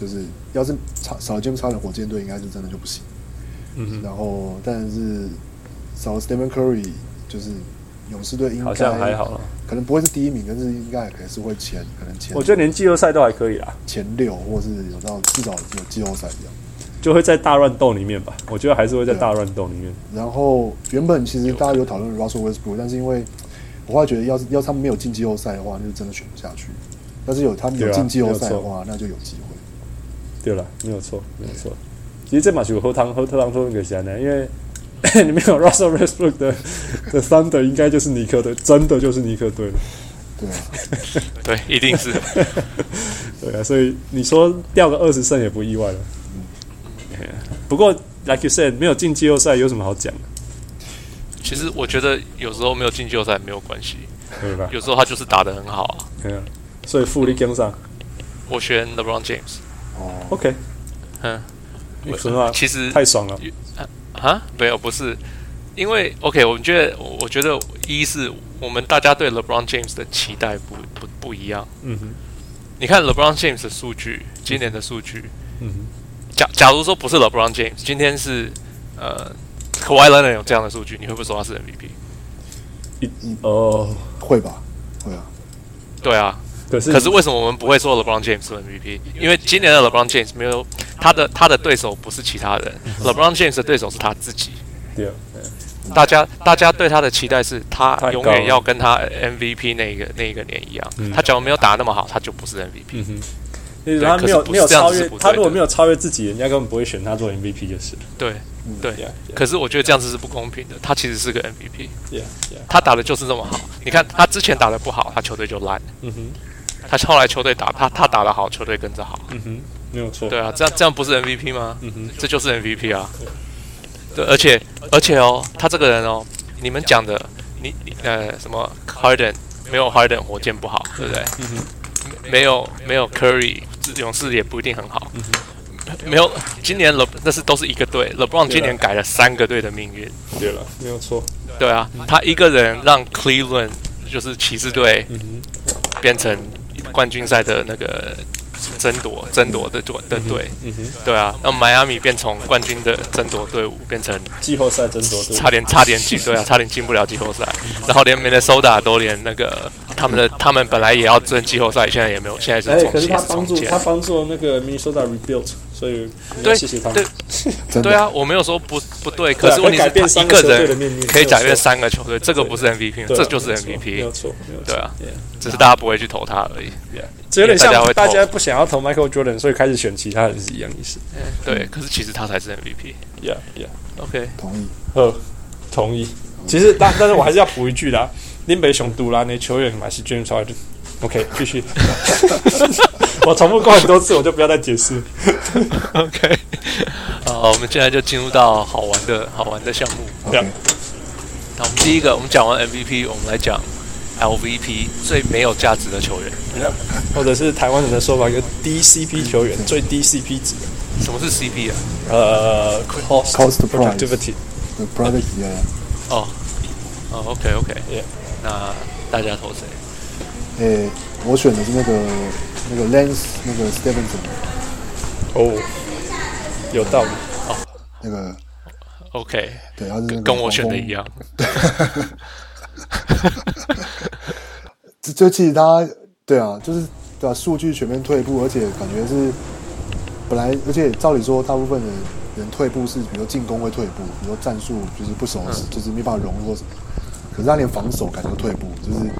Speaker 3: 就是要是少少了 James Harden，火箭队应该是真的就不行。
Speaker 1: 嗯
Speaker 3: 然后但是少了 Stephen Curry，就是勇士队应该
Speaker 1: 好像还好啊啦，
Speaker 3: 可能不会是第一名，但是应该也可能是会前可能前
Speaker 1: 我觉得连季后赛都还可以啦，
Speaker 3: 前六，或是有到至少有季后赛这样。
Speaker 1: 就会在大乱斗里面吧。我觉得还是会在大乱斗里面。
Speaker 3: 然后原本其实大家有讨论 Russell Westbrook，但是因为我后来觉得，要是要是他们没有进季后赛的话，那就真的选不下去。但是有他们有
Speaker 1: 对啊
Speaker 3: 进季后赛的话，那就有机会。
Speaker 1: 对了，没有错，没有错。其实这马球喝汤喝特汤托那个谁呢？因为你没有 Russell Westbrook 的的 Thunder，应该就是尼克队，真的就是尼克队了。
Speaker 3: 对啊，
Speaker 4: 对，一定是
Speaker 1: 对啊，所以你说掉个二十胜也不意外了。不过，like you said，没有进季后赛有什么好讲的，
Speaker 4: 其实我觉得有时候没有进季后赛没有关系，
Speaker 1: 对吧？
Speaker 4: 有时候他就是打得很好啊。
Speaker 1: 对啊，所以富力跟上
Speaker 4: 我选 LeBron James。
Speaker 3: 哦，
Speaker 1: ，OK，
Speaker 4: 嗯，
Speaker 1: 你说话
Speaker 4: 其实
Speaker 1: 太爽了，
Speaker 4: 啊，没有，不是，因为 OK，我们觉得，我我觉得一是我们大家对 LeBron James 的期待不不不一样。
Speaker 1: 嗯哼，
Speaker 4: 你看 LeBron James 的数据，今年的数据，
Speaker 1: 嗯哼，
Speaker 4: 假假如说不是 LeBron James，今天是呃 Kawhi Leonard 有这样的数据，你会不会说他是 MVP？
Speaker 1: 哦，
Speaker 3: 会吧，会啊，
Speaker 4: 对啊，
Speaker 1: 可是
Speaker 4: 可是为什么我们不会说 LeBron James 是 MVP？因为今年的 LeBron James 没有他的他的对手不是其他人，LeBron
Speaker 1: 嗯
Speaker 4: James 的对手是他自己。
Speaker 1: 对，对
Speaker 4: 大家大家对他的期待是他
Speaker 1: 太高
Speaker 4: 永
Speaker 1: 了
Speaker 4: 远要跟他 MVP 那个那一个年一样。
Speaker 1: 嗯
Speaker 4: 他假如没有打那么好，他就不是 MVP。
Speaker 1: 嗯哼。因为他没有
Speaker 4: 可是不是
Speaker 1: 没有
Speaker 4: 这样
Speaker 1: 超
Speaker 4: 子
Speaker 1: 越
Speaker 4: 是不对的
Speaker 1: 他，如果没有超越自己，人家根本不会选他做 MVP 就是了。
Speaker 4: 对对
Speaker 1: Yeah,
Speaker 4: 可是我觉得这样子是不公平的。他其实是个 MVP，
Speaker 1: yeah, yeah.
Speaker 4: 他打的就是这么好。你看他之前打的不好，他球队就烂；
Speaker 1: 嗯哼，
Speaker 4: 他后来球队打他他打的好，球队跟着好。
Speaker 1: 嗯哼，没有错。
Speaker 4: 对啊，这样这样不是 MVP 吗？
Speaker 1: 嗯哼，
Speaker 4: 这就是 MVP 啊。对，而且而且哦，他这个人哦，你们讲的，你你呃什么 Harden 没有 Harden 火箭不好，对不对？
Speaker 1: 嗯哼，
Speaker 4: 没有没有 Curry 勇士也不一定很好。
Speaker 1: 嗯
Speaker 4: 没有，今年 Le 那是都是一个队，LeBron
Speaker 1: 啊
Speaker 4: 今年改了三个队的命运。
Speaker 1: 对了，没有错。
Speaker 4: 对啊，他一个人让 Cleveland 就是骑士队
Speaker 1: 嗯哼，
Speaker 4: 变成冠军赛的那个争夺争夺的队的队。
Speaker 1: 嗯哼，
Speaker 4: 对啊，那迈阿密变从冠军的争夺队伍变成
Speaker 1: 季后赛争夺对吧
Speaker 4: 差点差点进对啊，差点进不了季后赛，然后连 Minnesota 都连那个他们的他们本来也要争季后赛，现在也没有，现在
Speaker 1: 哎、
Speaker 4: 是重
Speaker 1: 可是
Speaker 4: 新
Speaker 1: 他
Speaker 4: 是
Speaker 1: 帮
Speaker 4: 重
Speaker 1: 助
Speaker 4: 建
Speaker 1: 他。帮助那个 Minnesota rebuild，所以你要
Speaker 4: 对
Speaker 1: 谢谢他们
Speaker 4: 对。
Speaker 3: 真
Speaker 4: 对
Speaker 3: 的，
Speaker 4: 啊，我没有说不不对，
Speaker 1: 对啊
Speaker 4: 可是问题
Speaker 1: 可以改变
Speaker 4: 是他
Speaker 1: 三
Speaker 4: 一
Speaker 1: 个
Speaker 4: 个
Speaker 1: 球队的命运
Speaker 4: 人可以改
Speaker 1: 没有
Speaker 4: 变
Speaker 1: 错
Speaker 4: 三个球队，这个不是 MVP，
Speaker 1: 对啊
Speaker 4: 这就是
Speaker 1: 没有错，
Speaker 4: MVP，
Speaker 1: 没有错。没有错
Speaker 4: 对啊，
Speaker 1: Yeah
Speaker 4: 只是大家不会去投他而已。
Speaker 1: 这有点
Speaker 4: 大家
Speaker 1: 像
Speaker 4: 会
Speaker 1: 大家
Speaker 4: 投
Speaker 1: 不想要投 Michael Jordan，所以开始选其他人是一样意思。
Speaker 4: 对，可是其实他才是 MVP。
Speaker 1: Yeah, yeah.
Speaker 4: OK，
Speaker 3: 同意。
Speaker 1: 呃，同意。其实，但但是我还是要补一句啦，林北雄杜兰的球员还是 James Harden。OK，继续。 我重复过很多次，我就不要再解释。
Speaker 4: OK，好，我们现在就进入到好玩的好玩的项目。
Speaker 1: Yeah.
Speaker 3: OK，
Speaker 4: 那我们第一个，我们讲完 MVP，我们来讲 LVP 最没有价值的球员。
Speaker 1: 或者是台湾人的说法，一个 DCP 球员最低 CP 值，
Speaker 4: 什么是 CP 啊？
Speaker 1: 呃，cost
Speaker 3: Cost to price
Speaker 1: productivity。
Speaker 3: The product yeah，
Speaker 4: 哦，哦，OK OK，
Speaker 1: Yeah
Speaker 4: 那大家投谁？
Speaker 3: 诶、我选的是那个那个 Lance 那个 Stevenson
Speaker 1: 哦，有道理。
Speaker 3: 那个，
Speaker 4: OK，
Speaker 3: 对，他是那个
Speaker 4: 跟我选的
Speaker 3: 黄蜂
Speaker 4: 一样。
Speaker 3: 这就其实他对啊，就是对啊，数据全面退步，而且感觉是本来，而且照理说，大部分的人退步是，比如说进攻会退步，比如说战术就是不
Speaker 4: 嗯
Speaker 3: 熟悉，就是没办法融入或什么。可是他连防守感觉都退步，就是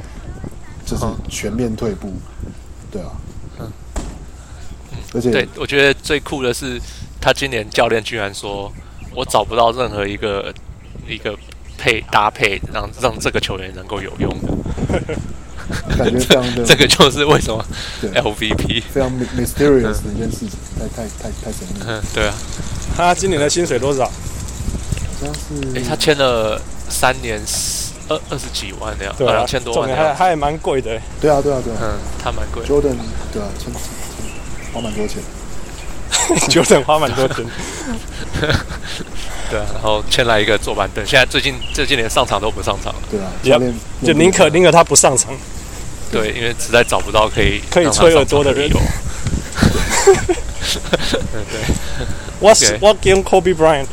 Speaker 3: 就是
Speaker 4: 嗯
Speaker 3: 全面退步，对啊，而且
Speaker 4: 对，我觉得最酷的是，他今年教练居然说，我找不到任何一个一个配搭配，让让这个球员能够有用的。
Speaker 3: 感觉非常的
Speaker 4: 这个就是为什么
Speaker 3: 对
Speaker 4: LVP。
Speaker 3: 非常 mysterious 的一件事情，太太太太神秘了，
Speaker 4: 嗯，对啊，
Speaker 1: 他今年的薪水多少？
Speaker 3: 好像
Speaker 4: 诶，
Speaker 3: 是
Speaker 4: 他签了三年十二二十几万的样子，
Speaker 1: 对
Speaker 4: 呃
Speaker 1: 啊，
Speaker 4: 两千多
Speaker 1: 重
Speaker 4: 万的
Speaker 1: 点
Speaker 4: 样
Speaker 1: 还
Speaker 4: 子。
Speaker 1: 还蛮贵的。
Speaker 3: 对啊对啊对啊
Speaker 4: 嗯，他蛮贵的。
Speaker 3: ，Jordan 对啊，签签签花蛮多钱，
Speaker 1: Jordan 花蛮多钱。
Speaker 4: 对啊，然后签来一个坐板凳，现在最近这近连上场都不上场了，
Speaker 3: 对啊，教
Speaker 1: Yep，
Speaker 3: 练
Speaker 1: 就宁可宁可他不上场。
Speaker 4: 对，因为实在找不到可以
Speaker 1: 可以
Speaker 4: 让他
Speaker 1: 吹耳
Speaker 4: 上
Speaker 1: 朵
Speaker 4: 场
Speaker 1: 的
Speaker 4: 理
Speaker 1: 人
Speaker 4: 由。
Speaker 1: 我是
Speaker 4: Okay
Speaker 1: 我跟 Kobe Bryant。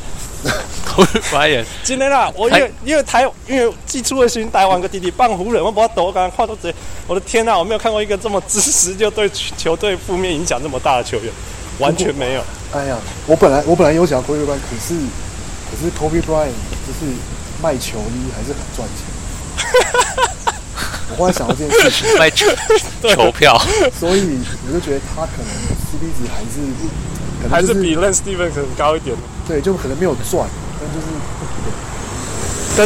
Speaker 4: Brian，
Speaker 1: 真的啦，啊我因为因为台因为寄出的时候台湾个弟弟棒湖人，我把他抖，刚刚跨到这，我的天呐、啊我没有看过一个这么支持就对球队负面影响这么大的球员，完全没有。
Speaker 3: 哎呀，我本来我本来有想要 Kobe Bryant，可是可是 Kobe Bryant 就是卖球衣还是很赚钱。 我忽然想到这件事情，
Speaker 4: 卖球球票，
Speaker 3: 所以我就觉得他可能 CP 值还是可
Speaker 1: 还
Speaker 3: 能、就是
Speaker 1: 比 Len Stevenson 高一点的。
Speaker 3: 对，就可能没有赚，但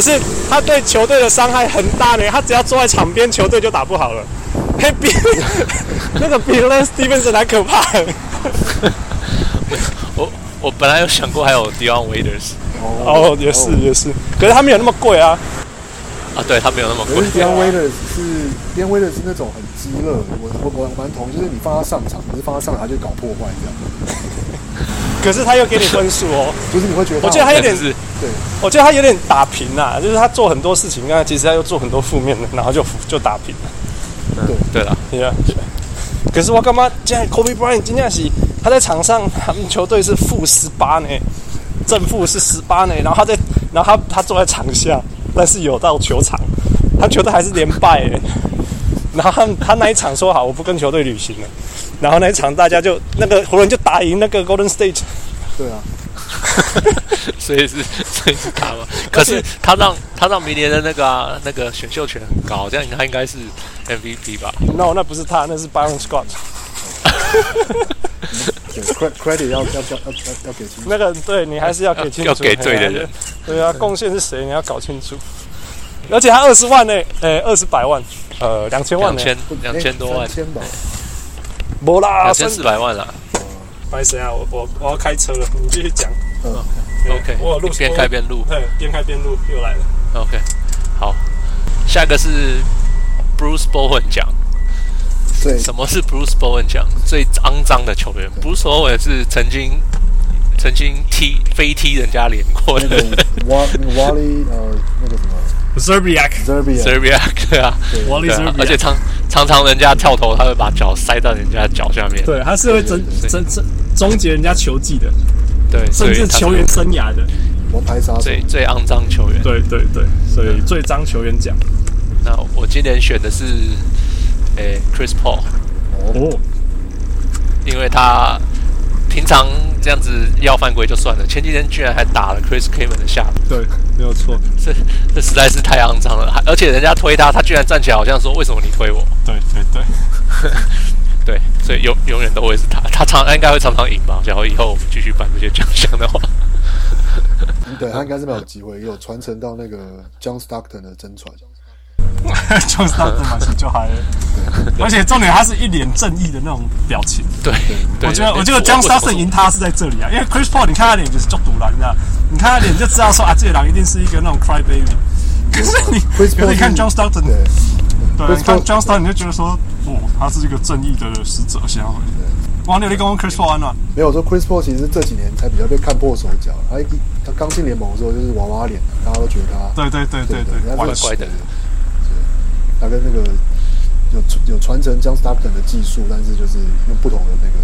Speaker 1: 可
Speaker 3: 就是
Speaker 1: 是他对球队的伤害很大呢，他只要坐在场边，球队就打不好了。嘿，比那个比 Len Stevenson 还可怕。
Speaker 4: 我我本来有想过还有 Dion Waiters，
Speaker 3: 哦
Speaker 1: 哦，也是也是，可是他没有那么贵啊。
Speaker 4: 啊，对他没有那么
Speaker 3: 可
Speaker 4: 贵
Speaker 3: 是 Dion Waiters 是 Dion Waiters 是那种很激乐，我我我蛮同意，就是你放他上场，可是放他上场他就搞破坏这样，
Speaker 1: 可是他又给你分数哦，
Speaker 3: 就是你会觉得
Speaker 1: 我觉得他有点
Speaker 4: 是
Speaker 3: 对
Speaker 1: 我觉得他有点打平啦、就是他做很多事情，但其实他又做很多负面的，然后就就打平了。
Speaker 3: 对
Speaker 4: 对了，
Speaker 1: 对啊，可是我干嘛？现在 Kobe Bryant 今天是他在场上，他们球队是负十八呢，正负是十八呢，然后他在，然后他他坐在场下，但是有到球场，他球队还是连败哎。 然后他们他那一场说好，我不跟球队旅行了，然后那一场大家就那个湖人就打赢那个 Golden State，
Speaker 3: 对啊，
Speaker 4: 所以是 所以是他嘛。可是他让他让明年的那个啊、那个选秀权很高，这样他应该是 MVP 吧？
Speaker 1: no 那不是他，那是 Byron Scott。
Speaker 3: 对 cre- credit 要要要要要要给清楚。
Speaker 1: 那个对你还是要给清楚，
Speaker 4: 要给对的人
Speaker 1: 对啊，贡献是谁你要搞清楚。而且他二十万呢、诶、二十百万，呃，两千万
Speaker 4: 两
Speaker 1: 呢、
Speaker 4: 千两千多万
Speaker 3: 三，千吧，
Speaker 1: 没啦，
Speaker 4: 两千四百万啦。
Speaker 1: 白谁啊？我我我要开车了，你继续讲。
Speaker 3: 嗯
Speaker 1: 对
Speaker 4: OK，
Speaker 1: 我有录嗯
Speaker 4: 你边开边录。
Speaker 1: 对，边开边录又来了。
Speaker 4: OK，好，下一个是 Bruce Bowen 奖。
Speaker 3: 对，
Speaker 4: 什么是 Bruce Bowen 奖？最肮脏的球员，Bruce Bowen 是曾经曾经踢飞踢人家脸过
Speaker 3: 那个
Speaker 4: 的
Speaker 3: Wa 那个 Wally 呃那个什么
Speaker 1: Zerbiak
Speaker 3: Zerbia，
Speaker 4: Serbia，对啊，
Speaker 1: 王力
Speaker 4: 对啊，而且常常常人家跳投，他会把脚塞到人家脚下面，
Speaker 1: 对，他是会终
Speaker 4: 对
Speaker 1: 终终终结人家球技的，
Speaker 4: 对，所
Speaker 1: 甚
Speaker 4: 以
Speaker 1: 至
Speaker 4: 他是
Speaker 1: 球员生涯的。
Speaker 3: 王牌杀手，
Speaker 4: 最最肮脏球员。
Speaker 1: 对对对，所以最脏球员奖
Speaker 4: 那我今年选的是诶、Chris Paul，
Speaker 1: 哦，
Speaker 4: 因为他平常这样子要犯规就算了，前几天居然还打了 Chris k a m a n 的下巴。
Speaker 1: 对，没有错，
Speaker 4: 这这实在是太肮脏了，还而且人家推他，他居然站起来，好像说为什么你推我？
Speaker 1: 对对对。
Speaker 4: 对，所以永永远都会是他，他常他应该会常常赢吧。然后以后我们继续办这些奖项的话，
Speaker 3: 对他应该是没有机会，也有传承到那个 John Stockton 的真传，
Speaker 1: 就是他不满心就嗨了，而且重点他是一脸正义的那种表情。
Speaker 4: 对，对
Speaker 1: 我觉得，我觉得 John s t a r s o n 赢，他是在这里啊，因为 Chris Paul 你看他脸就是就堵然的，你看他脸就知道说啊，这个人一定是一个那种 cry baby。可是你，可
Speaker 3: Chris Paul
Speaker 1: 是你看
Speaker 3: 是
Speaker 1: John Stockton，
Speaker 3: 对，
Speaker 1: 对，
Speaker 3: Chris
Speaker 1: 你看
Speaker 3: Paul-
Speaker 1: John Stockton 你就觉得说，哦，他是一个正义的使者，先回。王六，你跟我 Chris Paul 安了，
Speaker 3: 没有我说 Chris Paul 其实这几年才比较被看破手脚，他一他刚进联盟的时候就是娃娃脸，大家都觉得他
Speaker 1: 对对对对对，
Speaker 3: 对，
Speaker 1: 完
Speaker 4: 怪怪的，
Speaker 3: 他跟那个有有传承 John Stockton 的技术，但是就是用不同的那个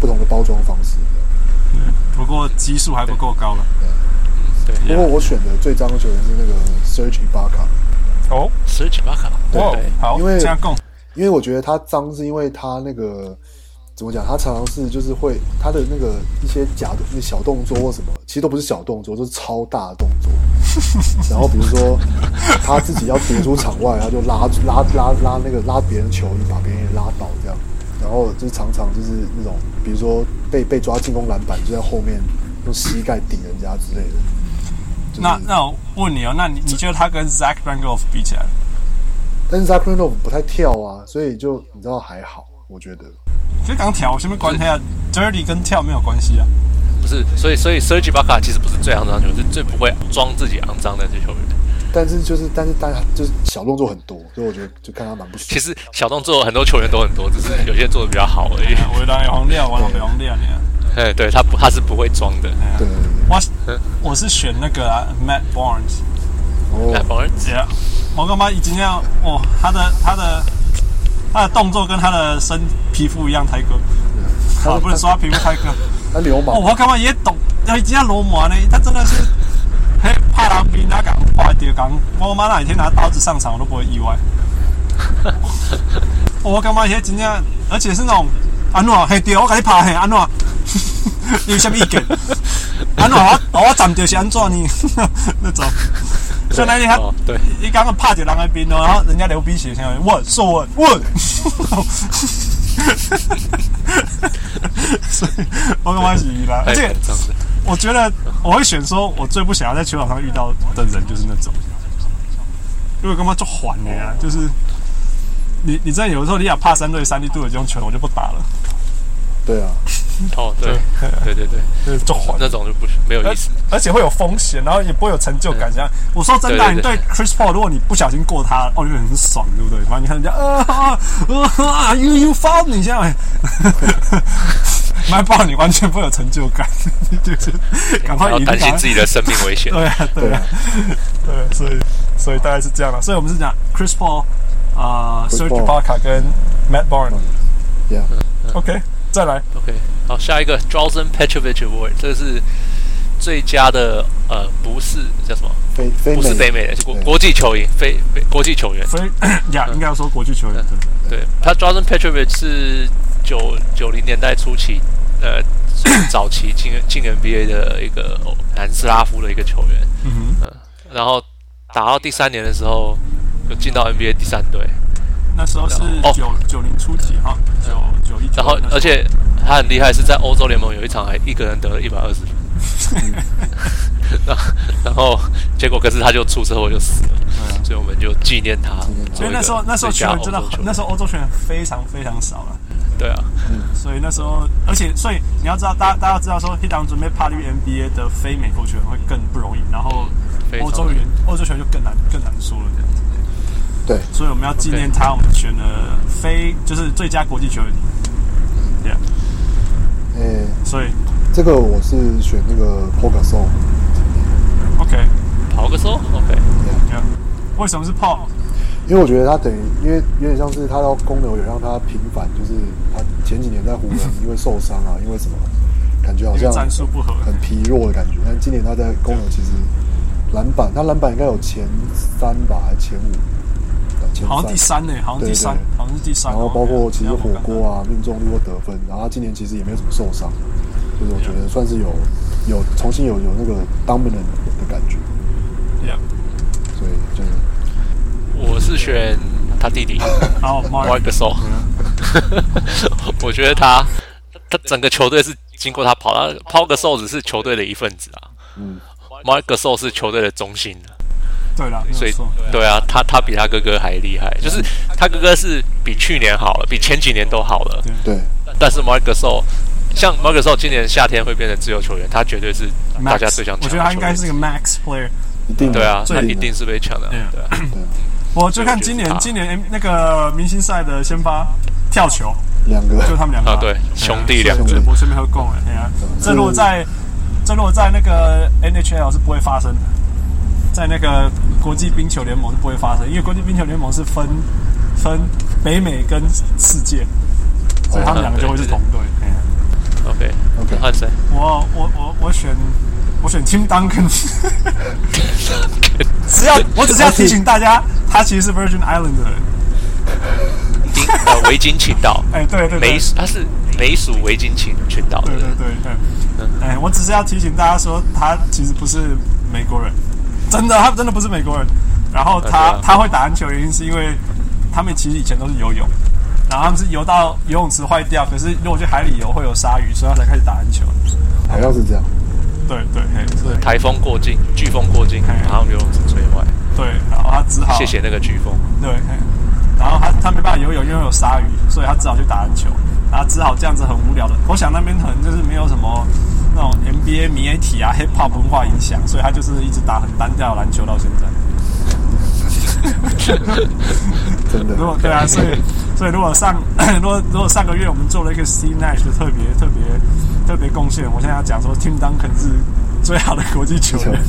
Speaker 3: 不同的包装方式这样。
Speaker 1: 不过基数还不够高了。
Speaker 4: 对，
Speaker 3: 不过我选的最脏的球员是那个 Serge Ibaka，
Speaker 1: 哦，
Speaker 4: 十几巴卡，对
Speaker 1: 哇，好，
Speaker 3: 因为
Speaker 1: 这样共
Speaker 3: 因为我觉得他脏是因为他那个怎么讲，他常常是就是会他的那个一些假的那小动作或什么，其实都不是小动作，就是超大的动作。然后比如说他自己要跌出场外，他就拉拉拉拉那个拉别人球衣，把别人也拉倒这样。然后就是常常就是那种，比如说被被抓进攻篮板，就在后面用膝盖顶人家之类的。就是
Speaker 1: 那那我问你哦，那你你觉得他跟 Zach Van g o f f 比起来？
Speaker 3: 但是 z a c r a n o 不太跳啊，所以就你知道还好，我觉得。
Speaker 1: 其实刚跳，我先边关跳，dirty 跟跳没有关系啊。
Speaker 4: 不是，所以所以 Serge b a a 其实不是最肮脏的球员，是最不会装自己肮脏的这球员。
Speaker 3: 但是就是，但是大家就是小动作很多，所以我觉得就看他蛮不
Speaker 4: 其
Speaker 3: 爽。
Speaker 4: 实小动作很多球员都很多，只是有些做的比较好而已。
Speaker 1: 我有人红啊料，我有人红料呢。
Speaker 4: 哎，对他不他是不会装的。
Speaker 3: 对对对
Speaker 1: 我是我是选那个、啊、Matt Barnes，
Speaker 4: 哎
Speaker 1: 呃
Speaker 3: 哦，
Speaker 4: 反而
Speaker 1: yeah, 我干嘛已经要哦，他的他的他的动作跟他的身皮肤一样，泰哥，好、
Speaker 3: 他
Speaker 1: 不能说他皮肤泰哥。
Speaker 3: 他流氓
Speaker 1: 哦，，我干嘛也懂，要一定要罗马呢？他真的是，嘿，怕狼兵他敢坏掉敢，我妈哪一天拿刀子上场，我都不会意外。哦我干嘛也真正，而且是那种安怎嘿对，我给你拍嘿安怎， 你有什么意见？安怎我我站着是安怎呢？ 那种，所以那天他
Speaker 4: 哦，对，
Speaker 1: 你刚刚怕着人的边哦，然后人家流鼻血，想问说问问， 所以我干嘛洗啦？而
Speaker 4: 哎
Speaker 1: 且
Speaker 4: 很脏的。
Speaker 1: 我觉得我会选说，我最不想要在球场上遇到的人就是那种，因为干嘛就缓的啊，就是你你真的有的时候你想怕三对三，你对我这种球，我就不打了。
Speaker 3: 对啊，
Speaker 4: 哦，对，对对对，
Speaker 1: 就是就还
Speaker 4: 那种就不是没有
Speaker 1: 而
Speaker 4: 意思。
Speaker 1: 而且会有风险，然后也不会有成就感。这样，我说真的啊，
Speaker 4: 对
Speaker 1: 你对
Speaker 4: 对对
Speaker 1: Chris Paul，如果你不小心过他，哦，你就很爽，对不对？反正你看人家，啊啊啊，you you found 你现在，卖爆你完全不会有成就感，你就是赶呃快
Speaker 4: 然后
Speaker 1: 赢
Speaker 4: 担心
Speaker 1: 他
Speaker 4: 自。己的生命 危险。
Speaker 1: 对啊，对啊，对，所以所以大概是这样了。所以我们是讲 Chris Paul 啊、
Speaker 3: Chris
Speaker 1: Serge
Speaker 3: Paul
Speaker 1: Ibaka 跟 Matt Barnes。
Speaker 3: 啊 Yeah
Speaker 1: OK，再来
Speaker 4: OK，好，下一个 d r a z e n Petrovic Award，这是最佳的呃，不是叫什么？
Speaker 3: 非非
Speaker 4: 不是北
Speaker 3: 美
Speaker 4: 美的，是国
Speaker 3: 对
Speaker 4: 国际球员，非非国际球员。
Speaker 1: 所以呀，应该要说国际球员对。
Speaker 4: 对他 d r a z e n Petrovic 是九九零年代初期，呃，最早期进 进 NBA 的一个南斯拉夫的一个球员。呃
Speaker 1: 嗯哼，
Speaker 4: 然后打到第三年的时候，就进到 NBA 第三队。
Speaker 1: 那时候是
Speaker 4: 哦
Speaker 1: 九九零初几哈，九九一。
Speaker 4: 然后
Speaker 1: 那时候
Speaker 4: 而且他很厉害，是在欧洲联盟有一场还一个人得了一百二十分。然后然后结果可是他就出车祸就死了，
Speaker 1: 对啊
Speaker 4: 所以我们就纪念他
Speaker 1: 所以哎
Speaker 4: 作为一
Speaker 3: 念。他
Speaker 1: 那
Speaker 4: 个
Speaker 1: 时候那时候球
Speaker 4: 最佳
Speaker 1: 员真的
Speaker 4: 欧
Speaker 1: 很
Speaker 4: 洲球，员
Speaker 1: 那时候欧洲球员非常非常少了，
Speaker 4: 对啊，
Speaker 1: 所以那时候，而且所以你要知道，大家大家知道说，黑狼准备帕绿 NBA 的非美国球员会更不容易，然后
Speaker 4: 非常
Speaker 1: 欧洲员欧洲球员就更难更难说了这样子。
Speaker 3: 对，
Speaker 1: 所以我们要纪念他，我们选了非就是最佳国际球员。Yeah，
Speaker 3: 诶，
Speaker 1: 所以
Speaker 3: 这个我是选那个 p o g a s o
Speaker 1: OK，
Speaker 4: 跑个手 OK，
Speaker 1: yeah. 为什么是 Paul？
Speaker 3: 因为我觉得他等于，因为有点像是他要公牛，有让他平反，就是他前几年在湖人因为受伤啊，因为什么，感觉好
Speaker 1: 因
Speaker 3: 像
Speaker 1: 为战术不合
Speaker 3: 很疲弱的感觉。但今年他在公牛其实篮板，他篮板应该有前三吧，还是前五，前
Speaker 1: 好像第
Speaker 3: 三。
Speaker 1: 三呢、好像第三
Speaker 3: 对对，
Speaker 1: 好像是第三
Speaker 3: 然
Speaker 1: 哦。
Speaker 3: 后包括其实火锅
Speaker 1: 啊，
Speaker 3: 啊、命中率或得分，然后他今年其实也没有什么受伤，就是我觉得算是有有重新有有那个 dominant 的感觉，
Speaker 1: Yeah.
Speaker 3: 所以就是
Speaker 4: 我是选他弟 弟
Speaker 1: 好 m a
Speaker 4: Mark
Speaker 1: r
Speaker 4: g a s o
Speaker 1: 嗯
Speaker 4: 我觉得他他整个球队是经过他跑，他 Paul g a s o 只是球队的一份子啊，
Speaker 3: 嗯
Speaker 4: ，Mark g a s o 是球队的中心啊。
Speaker 1: 对啊了，没
Speaker 4: 所
Speaker 1: 有
Speaker 4: 以
Speaker 1: 错。
Speaker 4: 对啊，他他比他哥哥还厉害，就是他哥哥是比去年好了，比前几年都好了。
Speaker 3: 对
Speaker 4: 但是 Mark g a s o 像 Mark g a s o 今年夏天会变成自由球员，他绝对是
Speaker 1: Max，
Speaker 4: 大家最想
Speaker 1: 我
Speaker 4: 抢的球
Speaker 1: 觉
Speaker 4: 员。
Speaker 1: 得他应该是个 max player。
Speaker 3: 一定的
Speaker 4: 对啊，
Speaker 1: 最
Speaker 4: 他
Speaker 1: 赢的
Speaker 4: 一定是被抢的。
Speaker 1: 嗯
Speaker 4: 对啊，
Speaker 3: 对啊
Speaker 1: 我就看今
Speaker 4: 所以
Speaker 1: 年
Speaker 4: 我觉得是他
Speaker 1: 今年 M- 那个明星赛的先发跳球，
Speaker 3: 两个
Speaker 1: 就他们两个哎
Speaker 4: 啊对兄弟两嗯
Speaker 3: 个
Speaker 1: 对，我顺便合共哎，哎呀这如果在这如果在那个 NHL 是不会发生的，在那个国际冰球联盟是不会发生，因为国际冰球联盟是分分北美跟世界，所以他们两个就会是同队。
Speaker 4: 哦
Speaker 1: 哎呀
Speaker 4: 啊 OK，
Speaker 3: OK
Speaker 4: 换谁？
Speaker 1: 我我我我选我选 Tim Duncan，只要我只是要提醒大家，他其实是 Virgin Island 的人。
Speaker 4: 金呃，维京群 岛，
Speaker 1: 哎，对对
Speaker 4: 美
Speaker 1: 对，
Speaker 4: 他是美属维京群群岛的
Speaker 1: 对对对，嗯，哎，我只是要提醒大家说，他其实不是美国人，真的，他真的不是美国人。然后他、
Speaker 4: 对啊
Speaker 1: 他会打篮球，原因是因为他们其实以前都是游泳，然后他们是游到游泳池坏掉，可是如果去海里游会有鲨鱼，所以他才开始打篮球。
Speaker 3: 好像是这样，
Speaker 1: 对对，哎，对
Speaker 4: 台风过境，飓风过境，
Speaker 1: 哎
Speaker 4: 然后游泳池吹坏，
Speaker 1: 对，然后他只好
Speaker 4: 谢谢那个飓风。
Speaker 1: 对，嘿然后他他没办法游泳，因为有鲨鱼，所以他只好去打篮球，然后只好这样子很无聊的。我想那边可能就是没有什么那种 NBA 迷 A 体啊、hip hop 文化影响，所以他就是一直打很单调的篮球到现在。
Speaker 3: 真的
Speaker 1: 如果对啊，所以所以如果上 如果如果上个月我们做了一个 C Nash 的特别特别特别贡献，我现在要讲说 Tim Duncan 是最好的国际球员。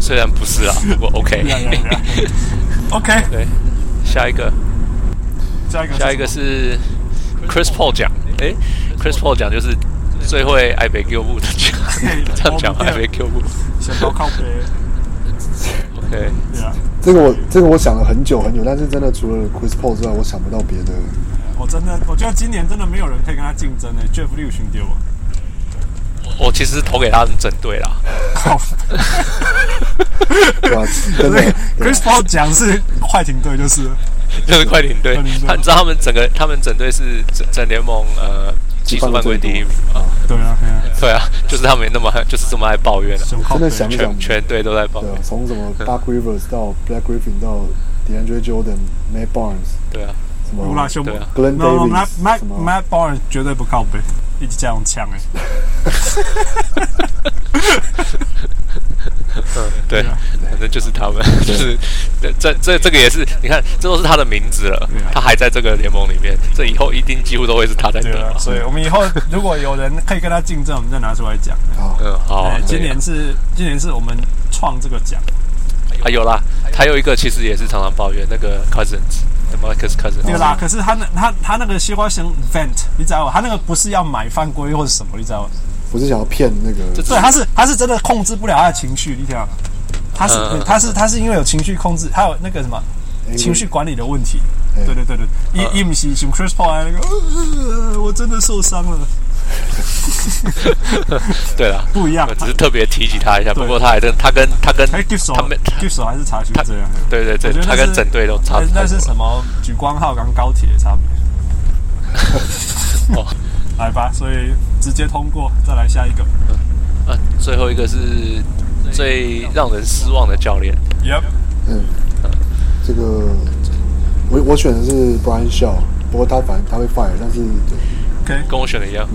Speaker 4: 虽然 不是啊，不过 OK。
Speaker 1: 呀呀呀 OK，
Speaker 4: 对，下一个。
Speaker 1: 下一个
Speaker 4: 下一个是 Chris Paul 奖，诶 c h r i s Paul 奖就是最会爱北 Q 步的奖， 这样讲爱北 Q 步。
Speaker 1: 小包靠背，
Speaker 4: OK，
Speaker 1: 对啊。
Speaker 3: 这个我这个我想了很久很久，但是真的除了 Chris Paul 之外，我想不到别的。
Speaker 1: 我真的，我觉得今年真的没有人可以跟他竞争诶、j e f f 六巡丢我，
Speaker 4: 我其实投给他们整队 啦，
Speaker 1: 靠！
Speaker 3: 对啊吧？真
Speaker 1: 所以
Speaker 3: 的
Speaker 1: Chris Paul 讲是快艇队就是了，
Speaker 4: 就是快艇队
Speaker 1: 快艇。队
Speaker 4: 他你知道他们整个他们整队是整整联盟呃技术犯规第一名啊，
Speaker 1: 对啊，对啊，
Speaker 4: 对啊，就是他们那么就是这么爱抱怨啊，
Speaker 1: 小靠
Speaker 3: 真
Speaker 1: 背
Speaker 3: 的想一想
Speaker 4: 全，全队都在抱
Speaker 3: 对
Speaker 4: 怨
Speaker 3: 啊，，从什么 Doc Rivers 到 Black Griffin 到 DeAndre Jordan、Matt Barnes，
Speaker 4: 对啊，
Speaker 3: 什
Speaker 1: 如啦
Speaker 3: 么
Speaker 1: 胸部
Speaker 4: 对啊。
Speaker 3: Glenn
Speaker 1: 那 Matt
Speaker 3: Davis，什
Speaker 1: Matt
Speaker 3: 么
Speaker 1: Matt Barnes 绝对不靠背，一直这样呛哎、
Speaker 4: 啊 对，
Speaker 1: 嗯
Speaker 4: 反正就是他们， 就是这这这这个也是，你看，这都是他的名字了，他还在这个联盟里面，这以后一定几乎都会是他在
Speaker 1: 啊对
Speaker 4: 得
Speaker 1: 啊
Speaker 4: 嘛。，
Speaker 1: 所以我们以 后如果有人可以跟他竞争，我们再拿出来讲。
Speaker 4: 嗯，好
Speaker 1: 哎，
Speaker 4: 可以
Speaker 1: 今年是今年是我们创这个奖，
Speaker 4: 啊有啦，还有一个其实也是常常抱怨那个 Cousins，那 Marcus Cousins，
Speaker 1: 对啦。可是他那他他那个西瓜型 vent，你知道吗？他那个不是要买犯规或者什么，你知道吗？
Speaker 3: 我是想要骗那个，
Speaker 1: 对，他是他是真的控制不了他的情绪，你知道吗？他是
Speaker 4: 嗯
Speaker 1: 他是他是因为有情绪控制，还有那个什么情绪管理的问题。
Speaker 3: 哎
Speaker 1: 对对对对，
Speaker 4: 嗯
Speaker 1: 一一不是像 Chris Paul 那个，呃我真的受伤了，
Speaker 4: 对啦，
Speaker 1: 不一样
Speaker 4: 我。只是特别提及他一下，
Speaker 1: 对
Speaker 4: 不过他还真，他跟他跟
Speaker 1: 哎，give 手
Speaker 4: 他们，
Speaker 1: give 手还是查询这样。
Speaker 4: 对对
Speaker 1: 我觉得
Speaker 4: 对，他
Speaker 1: 那是
Speaker 4: 跟整队都差
Speaker 1: 那
Speaker 4: 不多。
Speaker 1: 那是什么？举光号跟高铁的差别。
Speaker 4: 哦，
Speaker 1: 来吧，所以直接通过，再来下一个。
Speaker 4: 啊，最后一个是最让人失望的教练，
Speaker 1: Yep，
Speaker 3: 嗯，这个我我选的是 Brian Shaw，不过他反正他会 fire，但是
Speaker 4: 跟我选的一样。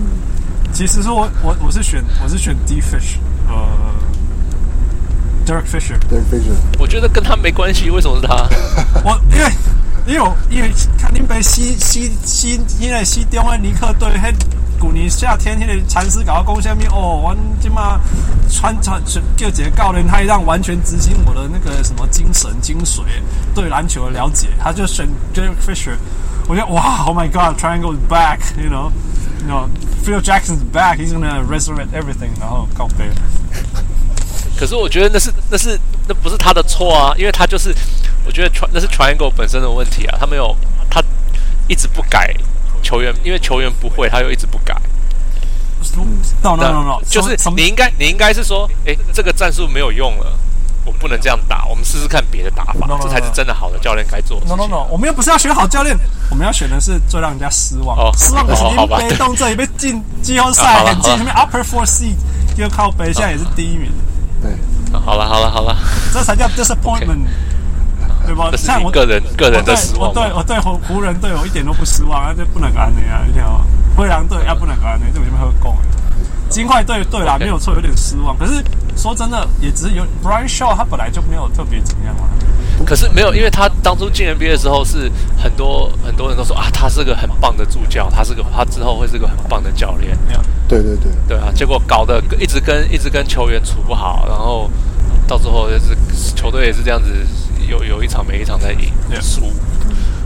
Speaker 1: 其实说我我我是选我是选 D Fish，呃，Derek Fisher。
Speaker 3: Derek Fisher
Speaker 4: 我觉得跟他没关系，为什么是他？
Speaker 1: 我因为因为我因为看恁被西西西迄个西中的尼克队，迄旧年夏天迄个禅师搞讲啥物哦，我即嘛穿穿叫几个教练，他一样完全执行我的那个什么精神精髓，对篮球的了解，他就选 Derek Fisher，我觉得哇，Oh my God，Triangle is back，you know。No, Phil Jackson's back. He's gonna resurrect everything. 然后告别。
Speaker 4: 可是我觉得那是那是那不是他的错啊，因为他就是我觉得 tri- 那是 Triangle 本身的问题啊，他没有他一直不改球员，因为球员不会，他又一直不改。
Speaker 1: No, no, no, no.
Speaker 4: 就是
Speaker 1: 什么
Speaker 4: 你应该你应该是说，诶，这个战术没有用了，我不能这样打，我们试试看别的打法
Speaker 1: No, no, no,
Speaker 4: 这才是真的好的教练该做的事
Speaker 1: No
Speaker 4: 情。
Speaker 1: no no，我们又不是要选好教练，我们要选的是最让人家失望。
Speaker 4: 哦
Speaker 1: 失望的是
Speaker 4: 哦
Speaker 1: 因
Speaker 4: 好吧
Speaker 1: 为被动这里被进季后
Speaker 4: 好
Speaker 1: 赛
Speaker 4: 吧
Speaker 1: 很近，
Speaker 4: 好
Speaker 1: 什么 upper four seed 又靠北，现在也是第一名，
Speaker 3: 对
Speaker 4: 好了好了好了，
Speaker 1: 这才叫 disappointment，对吧？
Speaker 4: 这是
Speaker 1: 像
Speaker 4: 你
Speaker 1: 我
Speaker 4: 个人个
Speaker 1: 我
Speaker 4: 人
Speaker 1: 对
Speaker 4: 的失
Speaker 1: 我
Speaker 4: 望啊
Speaker 1: 对
Speaker 4: 吧。
Speaker 1: 我对湖湖人队我一点都不失望，啊，就不能安尼啊，一定要灰狼队啊不能安尼，这我就没有讲了。金块队对啦，没有错，有点失望。可是说真的，也只是有 Brian Shaw 他本来就没有特别怎么样嘛。
Speaker 4: 可是没有，因为他当初进 NBA 的时候是很多很多人都说啊，他是个很棒的助教，他是个他之后会是个很棒的教练，
Speaker 3: 对对对，
Speaker 4: 对啊，结果搞得一直跟一直跟球员处不好，然后到最后就是球队也是这样子，有有一场没一场在赢
Speaker 1: Yeah.
Speaker 4: 输，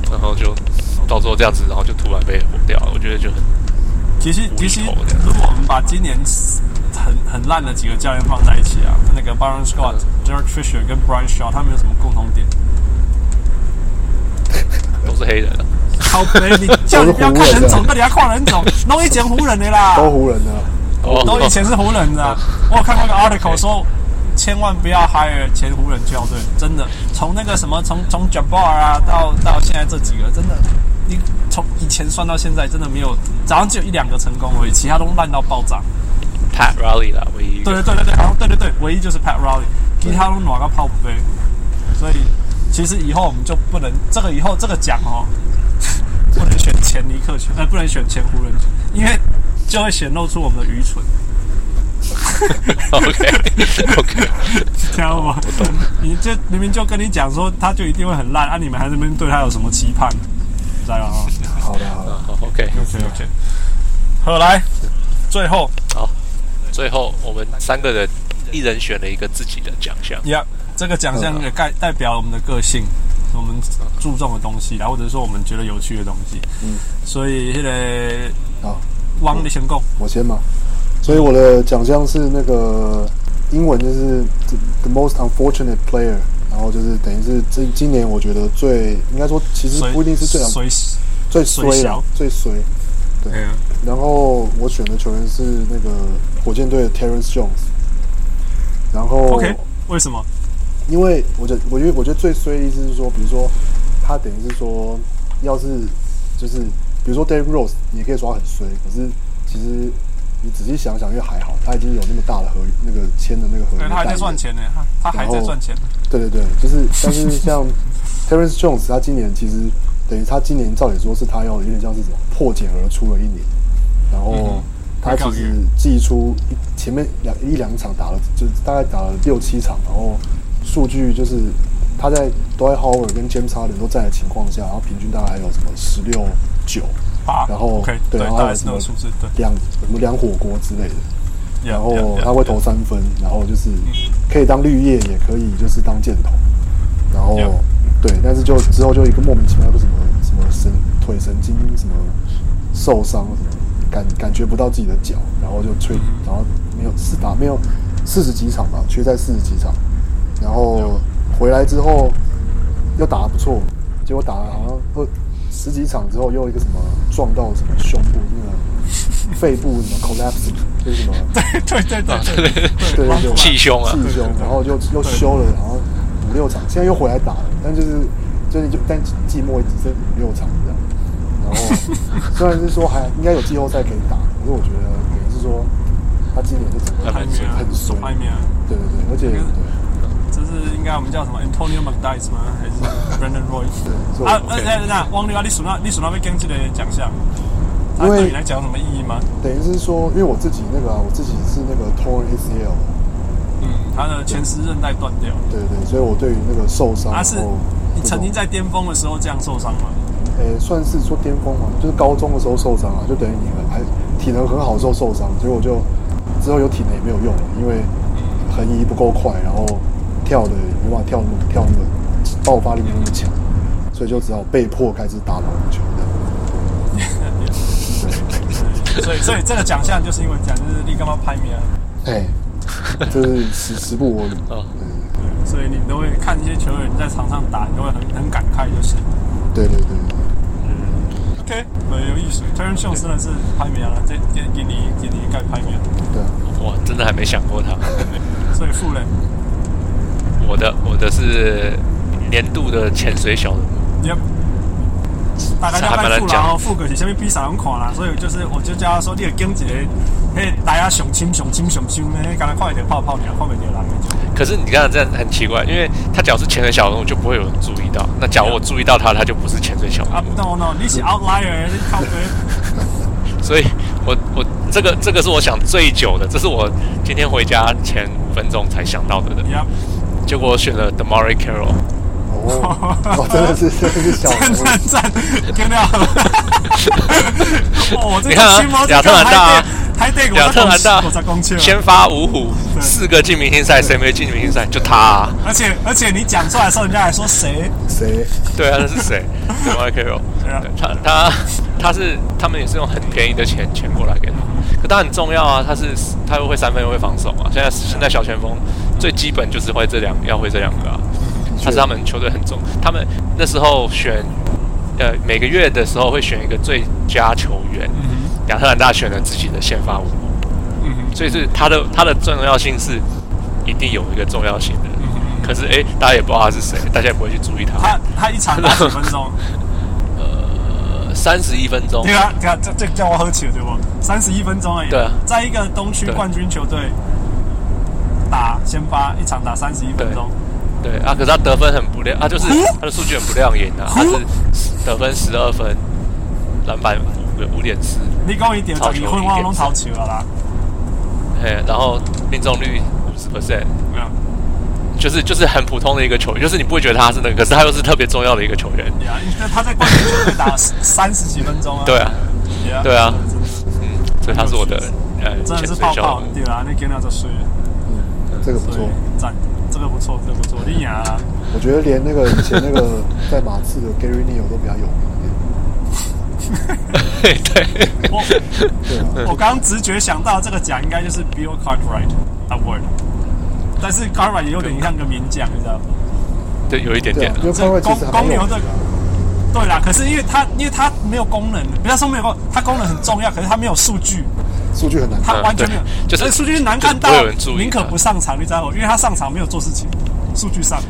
Speaker 4: 然后就到最后这样子，然后就突然被火掉，我觉得就很
Speaker 1: 其实
Speaker 4: 无
Speaker 1: 其
Speaker 4: 厘
Speaker 1: 实
Speaker 4: 头的，
Speaker 1: 如果我们把今年很很烂的几个教练放在一起啊，那个 Baron Scott、Derek Fisher 跟 Brian Shaw，他们有什么共同 点？
Speaker 4: 都是黑人啊。
Speaker 1: 靠北，你叫你不要看人种，到底要看人种，弄以前湖人的啦，
Speaker 3: 都湖人的，
Speaker 4: 哦
Speaker 1: 都以前是湖人 的啊。我有看过一个 article 说，千万不要 hire 前湖人教队，真的，从那个什么，从从 Jabbar 啊，到到现在这几个，真的，你从以前算到现在，真的没有，早上只有一两个成功而已，其他都烂到爆炸。
Speaker 4: 哦 Pat Riley 啦，唯一一
Speaker 1: 对
Speaker 4: 个
Speaker 1: 对对对对，好像对对对，唯一就是 Pat Riley，其他都拿个泡杯，所以其实以后我们就不能这个以后这个奖哦，不能选前尼克球，呃，不能选前湖人球，因为就会显露出我们的愚蠢，
Speaker 4: OK OK，
Speaker 1: 听到吗？你这明明就跟你讲说他就一定会很烂，啊，你们还在那边对他有什么期盼？知道吗
Speaker 3: 好的好的，
Speaker 4: 好哦 OK。
Speaker 1: ？OK OK，好来，最后
Speaker 4: 最后我们三个人一人选了一个自己的奖项。
Speaker 1: 呀，这个奖项也代代表我们的个
Speaker 3: 嗯
Speaker 1: 性，我们注重的东西啦，或者说我们觉得有趣的东西。嗯，所以那个
Speaker 3: 好，
Speaker 1: 汪你先讲，
Speaker 3: 我先嘛。所以我的奖项是那个英文就是 the- the most unfortunate player，然后就是等于是这今年我觉得最应该说其实
Speaker 1: 谁
Speaker 3: 不一定是最
Speaker 1: 谁
Speaker 3: 最衰
Speaker 1: 水
Speaker 3: 啦
Speaker 1: 小，
Speaker 3: 最衰。对，
Speaker 1: 嗯
Speaker 3: 然后我选的球员是那个火箭队的 Terrence Jones，然后
Speaker 1: OK？为什么？
Speaker 3: 因为我觉得，我觉得，我觉得最衰的意思是说，比如说，他等于是说，要是就是，比如说 Derek Rose，你也可以说他很衰，可是其实你仔细想想，因为还好，他已经有那么大的合那个签的那个
Speaker 1: 对
Speaker 3: 合约，
Speaker 1: 哎他还在赚。钱呢，他他还在赚钱。
Speaker 3: 对对对， 就是，但是像 Terrence Jones，他今年其实
Speaker 1: 嗯
Speaker 3: 等于他今年照理说是他要有点像是什么破茧而出了一年，然后他其实季初一前面两一两场打了，就是大概打了六七场，然后数据就是他在 Dwight Howard 跟 James Harden 都在的情况下，然后平均大概有什么十六九，
Speaker 1: 八，
Speaker 3: 然后
Speaker 1: 啊 OK，
Speaker 3: 对，然后
Speaker 1: 大概
Speaker 3: 还有
Speaker 1: 是
Speaker 3: 什
Speaker 1: 那
Speaker 3: 么
Speaker 1: 个数字，对，
Speaker 3: 两什么两火锅之类的，
Speaker 1: Yeah,
Speaker 3: 然
Speaker 1: yeah,
Speaker 3: 后
Speaker 1: yeah,
Speaker 3: 他会投三分，然后就是可以当绿叶，也可以就是当箭头，然后
Speaker 1: Yeah.
Speaker 3: 对，但是就之后就一个莫名其妙的什么什么神腿神经什么受伤什么，感感觉不到自己的脚，然后就吹，然后没有四打没有四十几场吧，缺在四十几场，然后回来之后又打得不错，结果打了好像二十几场之后又一个什么撞到什么胸部那个肺部什么 collapse 就是什么
Speaker 1: 对对对对，
Speaker 3: 对对对
Speaker 4: 气胸啊，
Speaker 3: 气胸，然后又又休了，好像五六场，现在又回来打了，但就是就是就但季末只剩五六场这样。然后虽然是说还应该有季后赛可以打，可是我觉得可能是说他今年就整个
Speaker 1: 排
Speaker 3: 很
Speaker 1: 名啊
Speaker 3: 很衰，
Speaker 1: 排名啊，
Speaker 3: 对对对，而且
Speaker 1: 那个
Speaker 3: 对
Speaker 1: 这是应该我们叫什么 Antonio m c d i c e 吗？还是 Brandon Roy？
Speaker 3: 所以
Speaker 1: 啊，那那那汪六啊，你数那你数那被经济的奖项，它
Speaker 3: 因为
Speaker 1: 对你来讲有什么意义吗？
Speaker 3: 等于是说，因为我自己那个啊、我自己是那个 torn ACL，
Speaker 1: 嗯，他的前十韧带断掉，
Speaker 3: 对对，所以我对于那个受伤，
Speaker 1: 啊他是
Speaker 3: 然后
Speaker 1: 你
Speaker 3: 这
Speaker 1: 曾
Speaker 3: 种
Speaker 1: 经在巅峰的时候这样受伤吗？
Speaker 3: 呃，算是说巅峰嘛，就是高中的时候受伤啊，就等于你很还体能很好的时候受伤，结果就之后有体能也没有用了，因为横移不够快，然后跳的也没办法跳那么跳那么爆发力没有那么强，所以就只好被迫开始打网球这样。
Speaker 1: 所以所以这个奖项就是因为讲就是你干嘛排名啊？
Speaker 3: 哎、这是时时不我与。嗯
Speaker 1: 对所以你都会看一些球员在场上打，你都会很很感慨，就是
Speaker 3: 对对对，
Speaker 1: OK，很有意思。Terence Jones 真的是排名啊，这给给你给你盖排名，
Speaker 3: 对啊，
Speaker 4: 我真的还没想过他。
Speaker 1: 所以负嘞。
Speaker 4: 我的我的是年度的潜水小人物，
Speaker 1: Yep，大概叫卖副啦，哦，副个是下面比赛拢看啦，所以就是我就叫他说，你的经一个，迄大家上深上深上深，迄敢若看一个泡泡尔，看袂着人的就。
Speaker 4: 可是你刚刚这样很奇怪，因为他假如是潜水小人物，就不会有人注意到。那假如我注意到他，他就不是潜水小人
Speaker 1: 啊
Speaker 4: 物。
Speaker 1: ，no no，你是 outlier，你靠背。
Speaker 4: 所以我我这个这个是我想最久的，这是我今天回家前五分钟才想到的人。
Speaker 1: Yep，
Speaker 4: 结果我选了 Demary Carroll，
Speaker 3: 哦，哦真的是真的是小
Speaker 1: 赞
Speaker 3: 人
Speaker 1: 赞赞，听到 了。哦，这
Speaker 4: 你
Speaker 1: 个
Speaker 4: 看啊
Speaker 1: 新毛这
Speaker 4: 亚特
Speaker 1: 个
Speaker 4: 兰大
Speaker 1: 还
Speaker 4: 啊
Speaker 1: 得还得
Speaker 4: 亚特兰大
Speaker 1: 我在公啊车。
Speaker 4: 先发五虎，四个进明星赛，谁没进明星赛？就他、啊。
Speaker 1: 而且而且你讲出来的时候，人家还说谁？
Speaker 3: 谁？
Speaker 4: 对啊，那是 谁？Demary Carroll，
Speaker 1: 对啊
Speaker 4: 对他他他是他们也是用很便宜的钱钱过来给他，可他很重要啊，他是他又会三分又会防守啊。现在现在小前锋最基本就是会这两要会这两个啊，
Speaker 1: 嗯
Speaker 4: 他是他们球队很重，他们那时候选呃每个月的时候会选一个最佳球员，
Speaker 1: 嗯
Speaker 4: 亚特兰大选了自己的先发五，所以是他的他的重要性是一定有一个重要性的。
Speaker 1: 嗯
Speaker 4: 可是，哎、大家也不知道他是谁，大家也不会去注意他。
Speaker 1: 他他一场打几分钟？
Speaker 4: 三十一分钟
Speaker 1: 对，啊，对啊，这这叫我喝酒对不？三十一分钟而已。
Speaker 4: 对啊
Speaker 1: 在一个东区
Speaker 4: 对
Speaker 1: 冠军球队打先发一场打三十一分钟，
Speaker 4: 对啊，可是他得分很
Speaker 1: 嗯
Speaker 4: 不亮，他就是他的数据很不亮眼啊，他是得分十二分，篮板五五点四，
Speaker 1: 你讲一点
Speaker 4: 超
Speaker 1: 十
Speaker 4: 球
Speaker 1: 一分，我拢投球了啦。
Speaker 4: 哎，然后命中率五十 percent，
Speaker 1: 没有
Speaker 4: 就是就是很普通的一个球员，就是你不会觉得他是那个，可是他又是特别重要的一个球员。
Speaker 1: 对啊，因为他在冠军球队打三十几分钟啊。
Speaker 4: 对啊，
Speaker 1: 啊
Speaker 4: 对啊，所以他是我的呃
Speaker 1: 真的
Speaker 4: 潜
Speaker 1: 是
Speaker 4: 水
Speaker 1: 泡
Speaker 4: 小
Speaker 1: 泡
Speaker 4: 人物，
Speaker 1: 对啊，那给那就睡，
Speaker 3: 这个不
Speaker 1: 所
Speaker 3: 错
Speaker 1: 以。赞，这个不错，这个不错，你赢 啊！
Speaker 3: 我觉得连那个以前那个在马刺的 Gary Neal 都比较有名一点。
Speaker 4: 对对，
Speaker 1: 我
Speaker 3: 对啊，
Speaker 1: 我刚刚直觉想到这个奖应该就是 Bill Cartwright Award，但是 Cartwright 也有点像个名将，你知道吗？
Speaker 4: 对有一点
Speaker 3: 对
Speaker 4: 点
Speaker 3: 啊
Speaker 4: 啊，，
Speaker 3: 因为 c a r 其实还蛮
Speaker 1: 公
Speaker 3: 有名的
Speaker 1: 公牛
Speaker 3: 啊
Speaker 1: 的。对啦，可是因为它因为它没有功能，不要说没有功，它功能很重要，可是它没有数据，
Speaker 3: 数据很难看。
Speaker 1: 它完全没有，
Speaker 4: 啊对就
Speaker 1: 所
Speaker 4: 是
Speaker 1: 以数据难看到
Speaker 4: 就是不会有人注，意
Speaker 1: 宁可不上场，你知道吗？因为他上场没有做事情，数据上，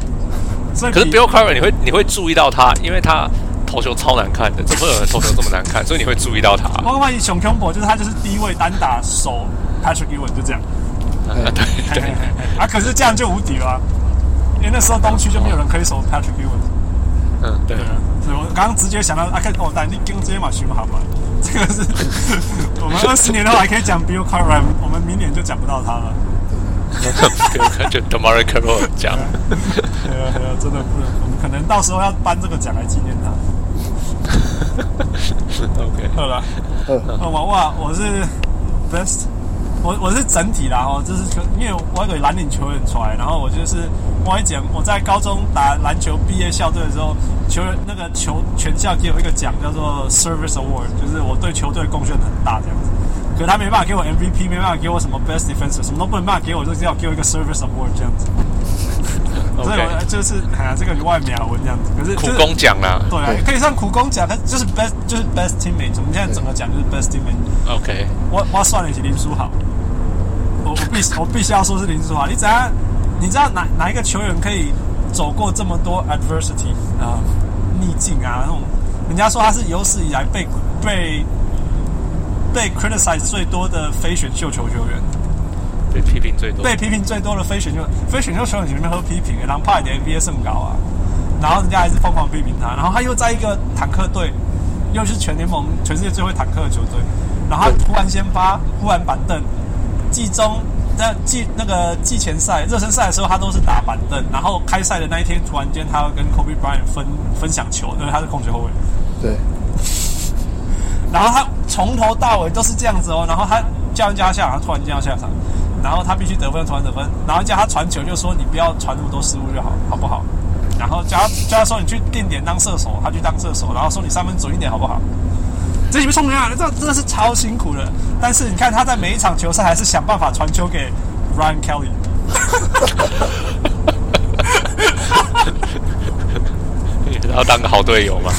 Speaker 1: 所以
Speaker 4: 可是
Speaker 1: 比
Speaker 4: Bill Carver 你会你会注意到他，因为他投球超难看的，怎么会有人投球这么难看？所以你会注意到他。
Speaker 1: 包括万一熊 c o 就是他就是低位单打手 Patrick Ewing 就这样，对对啊，可是这样就无敌了啊、因为那时候东区就没有人可以守 Patrick Ewing，
Speaker 4: 嗯，对
Speaker 1: 对。啊，所以我刚刚直接想到啊，看哦，但你跟这些马修好吧，这个 是我们二十年后还可以讲 Bill Cartwright，我们明年就讲不到他了。
Speaker 4: 就 d a m a r i c a r o 讲，
Speaker 1: 对啊，对啊，真的不能，我们可能到时候要颁这个奖来纪念他。
Speaker 4: OK
Speaker 1: 好了，呃我哇，我是 best，我我是整体啦哦，就是可因为我有个蓝领球员出来，然后我就是我一讲我在高中打篮球毕业校队的时候，球员那个球全校给我一个奖叫做 Service Award，就是我对球队贡献很大这样子。可他没办法给我 MVP，没办法给我什么 Best Defense，什么都不能办法给我，就是要给我一个 Service Award 这样 子。所以
Speaker 4: OK，
Speaker 1: 我就是啊，这个外秒文这样子，可是、就
Speaker 4: 苦
Speaker 1: 是、
Speaker 4: 工奖啦
Speaker 1: 对啊，可以算苦工奖，但就是 best 就是 best teammate。我们现在整个奖就是 best teammate。
Speaker 4: ，OK，
Speaker 1: 我我算了一起林书豪，我我必须我必须要说是林书豪。你怎样？你知道哪哪一个球员可以走过这么多 adversity 啊、逆境啊那种？人家说他是有史以来被被被 criticize 最多的非选秀球球员。
Speaker 4: 被批评最多，
Speaker 1: 被批评最多的非选秀非选秀球员里面喝批评，然后怕一点 NBA 甚高啊，然后人家还是疯狂批评他，然后他又在一个坦克队，又是全联盟全世界最会坦克的球队，然后他忽然先发，忽然板凳，季中那季那个季前赛热身赛的时候，他都是打板凳，然后开赛的那一天，突然间他要跟 Kobe Bryant 分分享球，因为他是控球后卫。
Speaker 3: 对，
Speaker 1: 然后他从头到尾都是这样子哦，然后他叫人家下场，他突然间要下场，然后他必须得分，突然得分，然后叫他传球就说你不要传那么多失误就好，好不好？然后叫他叫他说你去定点当射手，他去当射手，然后说你三分准一点好不好？这你们冲啊，这真的是超辛苦的。但是你看他在每一场球赛还是想办法传球给 Ryan Kelly，
Speaker 4: 然后当个好队友嘛，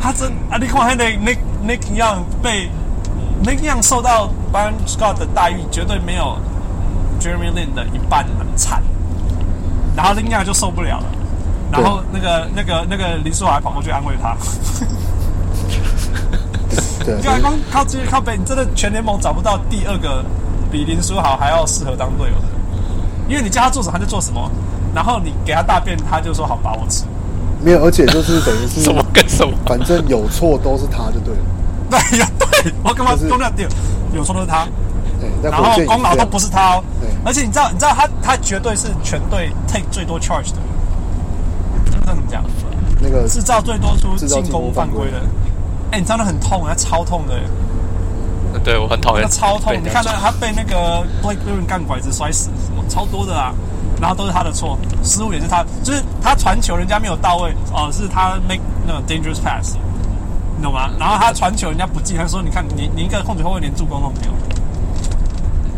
Speaker 1: 他真啊，你看那 Nick Nick Young 被 Nick Young 受到 Brian Scott 的待遇，绝对没有 Jeremy Lin 的一半惨。然后 Nick Young 就受不了了，然后那个那个那个林书豪还跑过去安慰他，
Speaker 3: 对
Speaker 1: 就
Speaker 3: 啊，
Speaker 1: 还光靠自己靠北，你真的全联盟找不到第二个比林书豪还要适合当队友的，因为你叫他做什么他就做什么，然后你给他大便他就说好把我吃。
Speaker 3: 没有，而且就是等于 是
Speaker 4: 什么跟什么，
Speaker 3: 反正有错都是他就对了。
Speaker 1: 对呀，对，我干嘛
Speaker 3: 就是
Speaker 1: 丢掉丢？有错都是他。
Speaker 3: 对，在
Speaker 1: 然
Speaker 3: 火
Speaker 1: 后
Speaker 3: 箭也
Speaker 1: 功劳
Speaker 3: 这
Speaker 1: 都
Speaker 3: 样
Speaker 1: 不是他哦
Speaker 3: 对。
Speaker 1: 而且你知道，你知道他他绝对是全队 take 最多 charge 的，这个怎么讲？
Speaker 3: 那个
Speaker 1: 制造最多出
Speaker 3: 制造
Speaker 1: 进
Speaker 3: 进
Speaker 1: 攻
Speaker 3: 攻
Speaker 1: 犯
Speaker 3: 犯
Speaker 1: 规
Speaker 3: 规
Speaker 1: 的。哎、你知道那很痛，那超痛的，
Speaker 4: 对我很讨
Speaker 1: 那
Speaker 4: 厌，
Speaker 1: 超痛！你看
Speaker 4: 到
Speaker 1: 到他被那个 Blake b i l l i n 干拐子摔死，什么超多的啊！然后都是他的错，失误也是他，就是他传球人家没有到位，哦、是他 make 那种 dangerous pass，你懂吗？然后他传球人家不进，他说你看你你一个控球后卫连助攻都没有，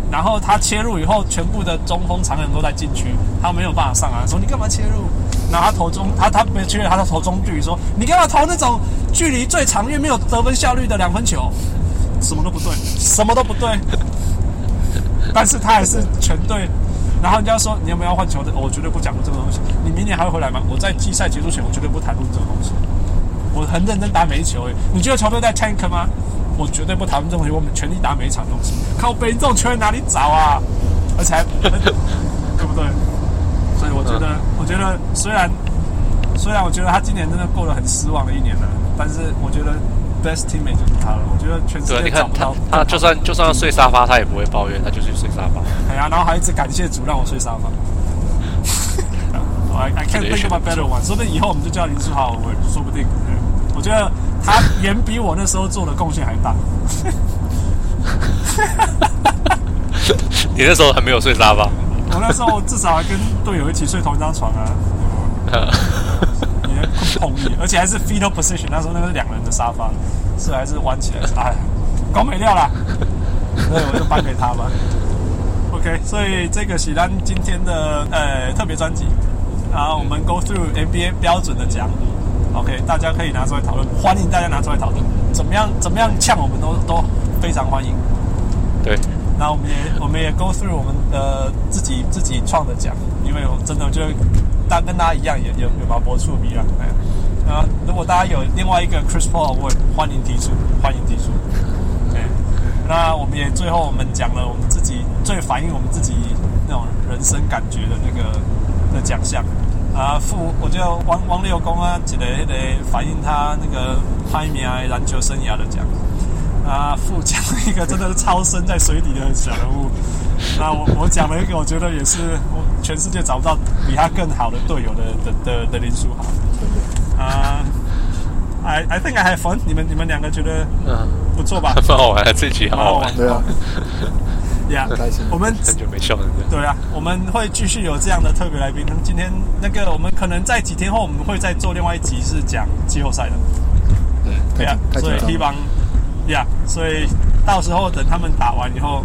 Speaker 1: 然后他切入以后，全部的中锋常人都在禁区，他没有办法上篮，说你干嘛切入？然后他投中，他他没缺，他在投中距离，说你干嘛投那种距离最长又没有得分效率的两分球？什么都不对，什么都不对。但是他还是全队。然后人家说你有没有要换球的？哦我绝对不讲过这个东西。你明年还会回来吗？我在季赛结束前，我绝对不谈论这个东西。我很认真打每一球、欸。你觉得球队在 tank 吗？我绝对不谈论这种东西，我们全力打每一场东西。靠北，你这种球员哪里找啊？而且还对不对？所以我觉得，
Speaker 4: 嗯
Speaker 1: 我觉得虽然虽然我觉得他今年真的过得很失望的一年了，但是我觉得 best teammate 就是他了。我觉得全世
Speaker 4: 对啊，
Speaker 1: 界
Speaker 4: 你
Speaker 1: 找
Speaker 4: 看
Speaker 1: 不
Speaker 4: 他
Speaker 1: 到，
Speaker 4: 他就算就算要睡沙发，他也不会抱怨，他就去睡沙发。
Speaker 1: 哎呀，然后还一直感谢主让我睡沙发。I I can't think of a better one。说不定以后我们就叫林书豪，我说不定。对我觉得他远比我那时候做的贡献还大。
Speaker 4: 你那时候还没有睡沙发，
Speaker 1: 我那时候至少还跟队友一起睡同一张床啊。你还碰你，而且还是 fetal position，那时候那个是两人的沙发，是还是弯起来的，哎，搞没料啦，所以我就颁给他吧。OK，所以这个喜丹今天的呃特别专辑，然后我们 go through NBA 标准的奖。OK，大家可以拿出来讨论，欢迎大家拿出来讨论，怎么样怎么样呛我们都都非常欢迎。
Speaker 4: 对，
Speaker 1: 那我们也我们也 go through 我们的自己自己创的奖，因为我真的就大跟大家一样，也也有毛博触迷了。哎，啊，如果大家有另外一个 Chris Paul Award，欢迎提出，欢迎提出。对，那我们也最后我们讲了我们自己最反映我们自己那种人生感觉的那个的奖项。啊，傅，我觉得王王啊六公啊，一个迄个反映他那个拍名的篮球生涯的奖。啊，副讲了一个真的是超深在水底的小人物。那我我讲了一个，我觉得也是我全世界找不到比他更好的队友的的的的林书豪。啊、i I think I have fun 你。们你们两个觉得
Speaker 4: 嗯
Speaker 1: 不错吧？
Speaker 4: 蛮好玩的，这集好
Speaker 1: 蛮
Speaker 4: 好
Speaker 1: 好
Speaker 4: 玩，
Speaker 1: 玩
Speaker 3: 对啊，
Speaker 1: 呀
Speaker 3: 开心
Speaker 1: 我们
Speaker 4: 很久没笑了。
Speaker 1: 对啊，我们会继续有这样的特别来宾。那么今天那个，我们可能在几天后，我们会再做另外一集是讲季后赛的。对啊，
Speaker 3: 太紧
Speaker 1: 所以
Speaker 3: 太紧
Speaker 1: 希
Speaker 3: 张了。
Speaker 1: 望呀，所以到时候等他们打完以后，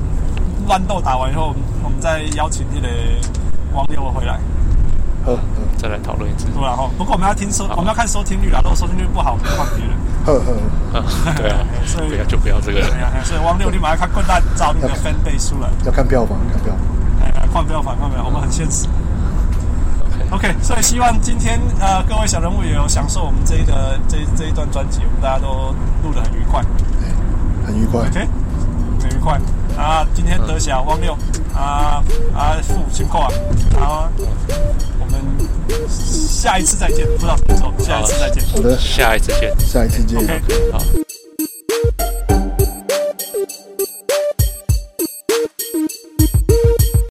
Speaker 1: 乱斗打完以后，我们我们再邀请那个网友回来，
Speaker 3: 呵呵
Speaker 4: 再来讨论一次。
Speaker 1: 对吧？哈，不过我们要听收，我们要看收听率啦。如果收听率不好，我们就换别人。
Speaker 3: 呵呵，
Speaker 4: 对 啊，
Speaker 1: 所以
Speaker 4: 不要就不要这个
Speaker 1: 对
Speaker 4: 了。
Speaker 1: 呀，所以王六，你马上看更大找你的 fan base 出来。
Speaker 3: 要看票房，看票房。
Speaker 1: 哎，换不要反，换不要，我们很现实。OK，所以希望今天呃各位小人物也有享受我们这一的这一这一段专辑，我们大家都录得很愉快
Speaker 3: 哎，很愉快。
Speaker 1: ，OK，很愉快啊！今天德霞、汪六啊啊父辛苦啊啊！我们下一次再见，不知道什么时候，下一次再见
Speaker 3: 好的，
Speaker 4: 下一次见。
Speaker 3: 下一次见。
Speaker 1: ，OK，
Speaker 4: 好，